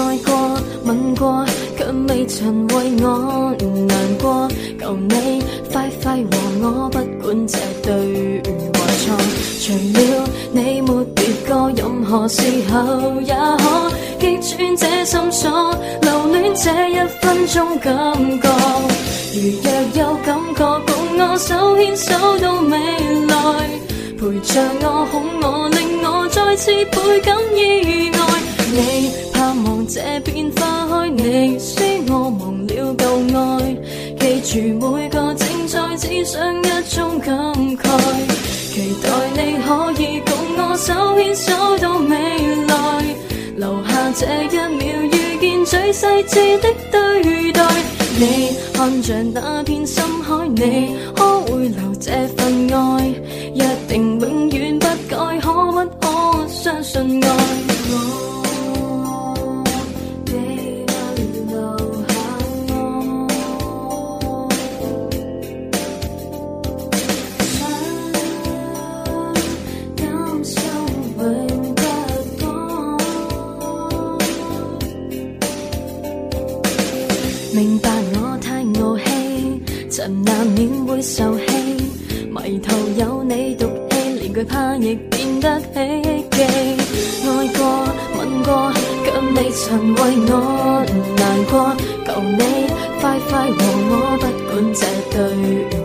S10: 愛過吻過，卻未曾為我難過。求你快快和我，不管這對和錯。除了你，沒別個，任何時候也可擊穿這心鎖，留戀這一分鐘感覺。如若有感覺，共我手牽手到未來，陪着我哄我，令我再次倍感意外。你盼望這變花開，你說我忘了舊愛。記住每個精彩，只想一種感慨。期待你可以共我手牽手到未來，留下這一秒遇見最細緻的對待。你看着那片深海，你可會留這份愛？一定永遠不改，可不可相信愛？我記得留下我。感受永不改明白我太傲氣，曾難免會受氣，迷途有你獨氣，連懼怕亦變得希冀。愛過吻過，卻未曾為我難過，求你快快和我，不管這對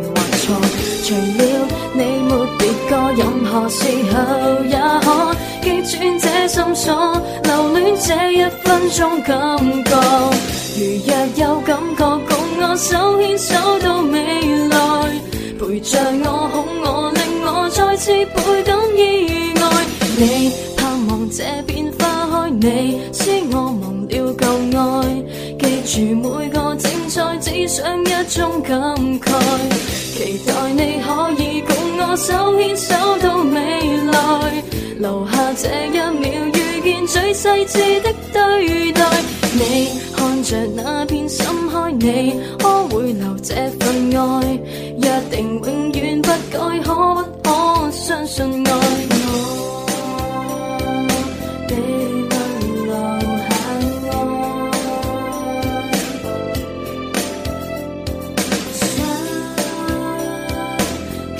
S10: 或錯。除了你沒別個，任何時候也可擊穿這心鎖，留戀這一分鐘感覺。如若有感覺，共我手牽手到未來，陪着我哄我，令我再次倍感意外。你盼望這變花開，你使我忘了舊愛。記住每個精彩，只想一種感慨。期待你可以共我手牽手到未來，留下這一秒遇見最細緻的對待。你看着那片深海，你可會留這份愛？一定永遠不改，可不可相信愛？我地能留下愛。想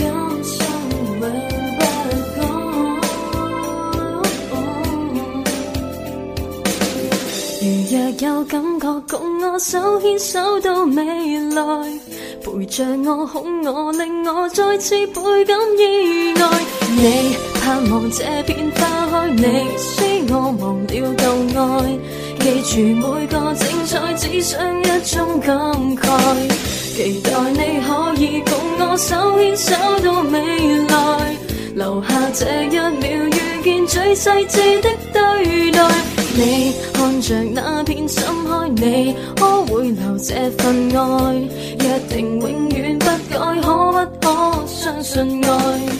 S10: 感受永不改。如若有感覺，共我手牽手到未來，陪着我哄我，令我再次倍感意外。你盼望這片花開，你使我忘了舊愛。記住每個精彩，只想一種感慨。期待你可以共我手牽手到未來，留下這一秒遇見最細緻的對待。你看着那片深海，你可會留這份愛？一定永遠不改，可不可相信愛？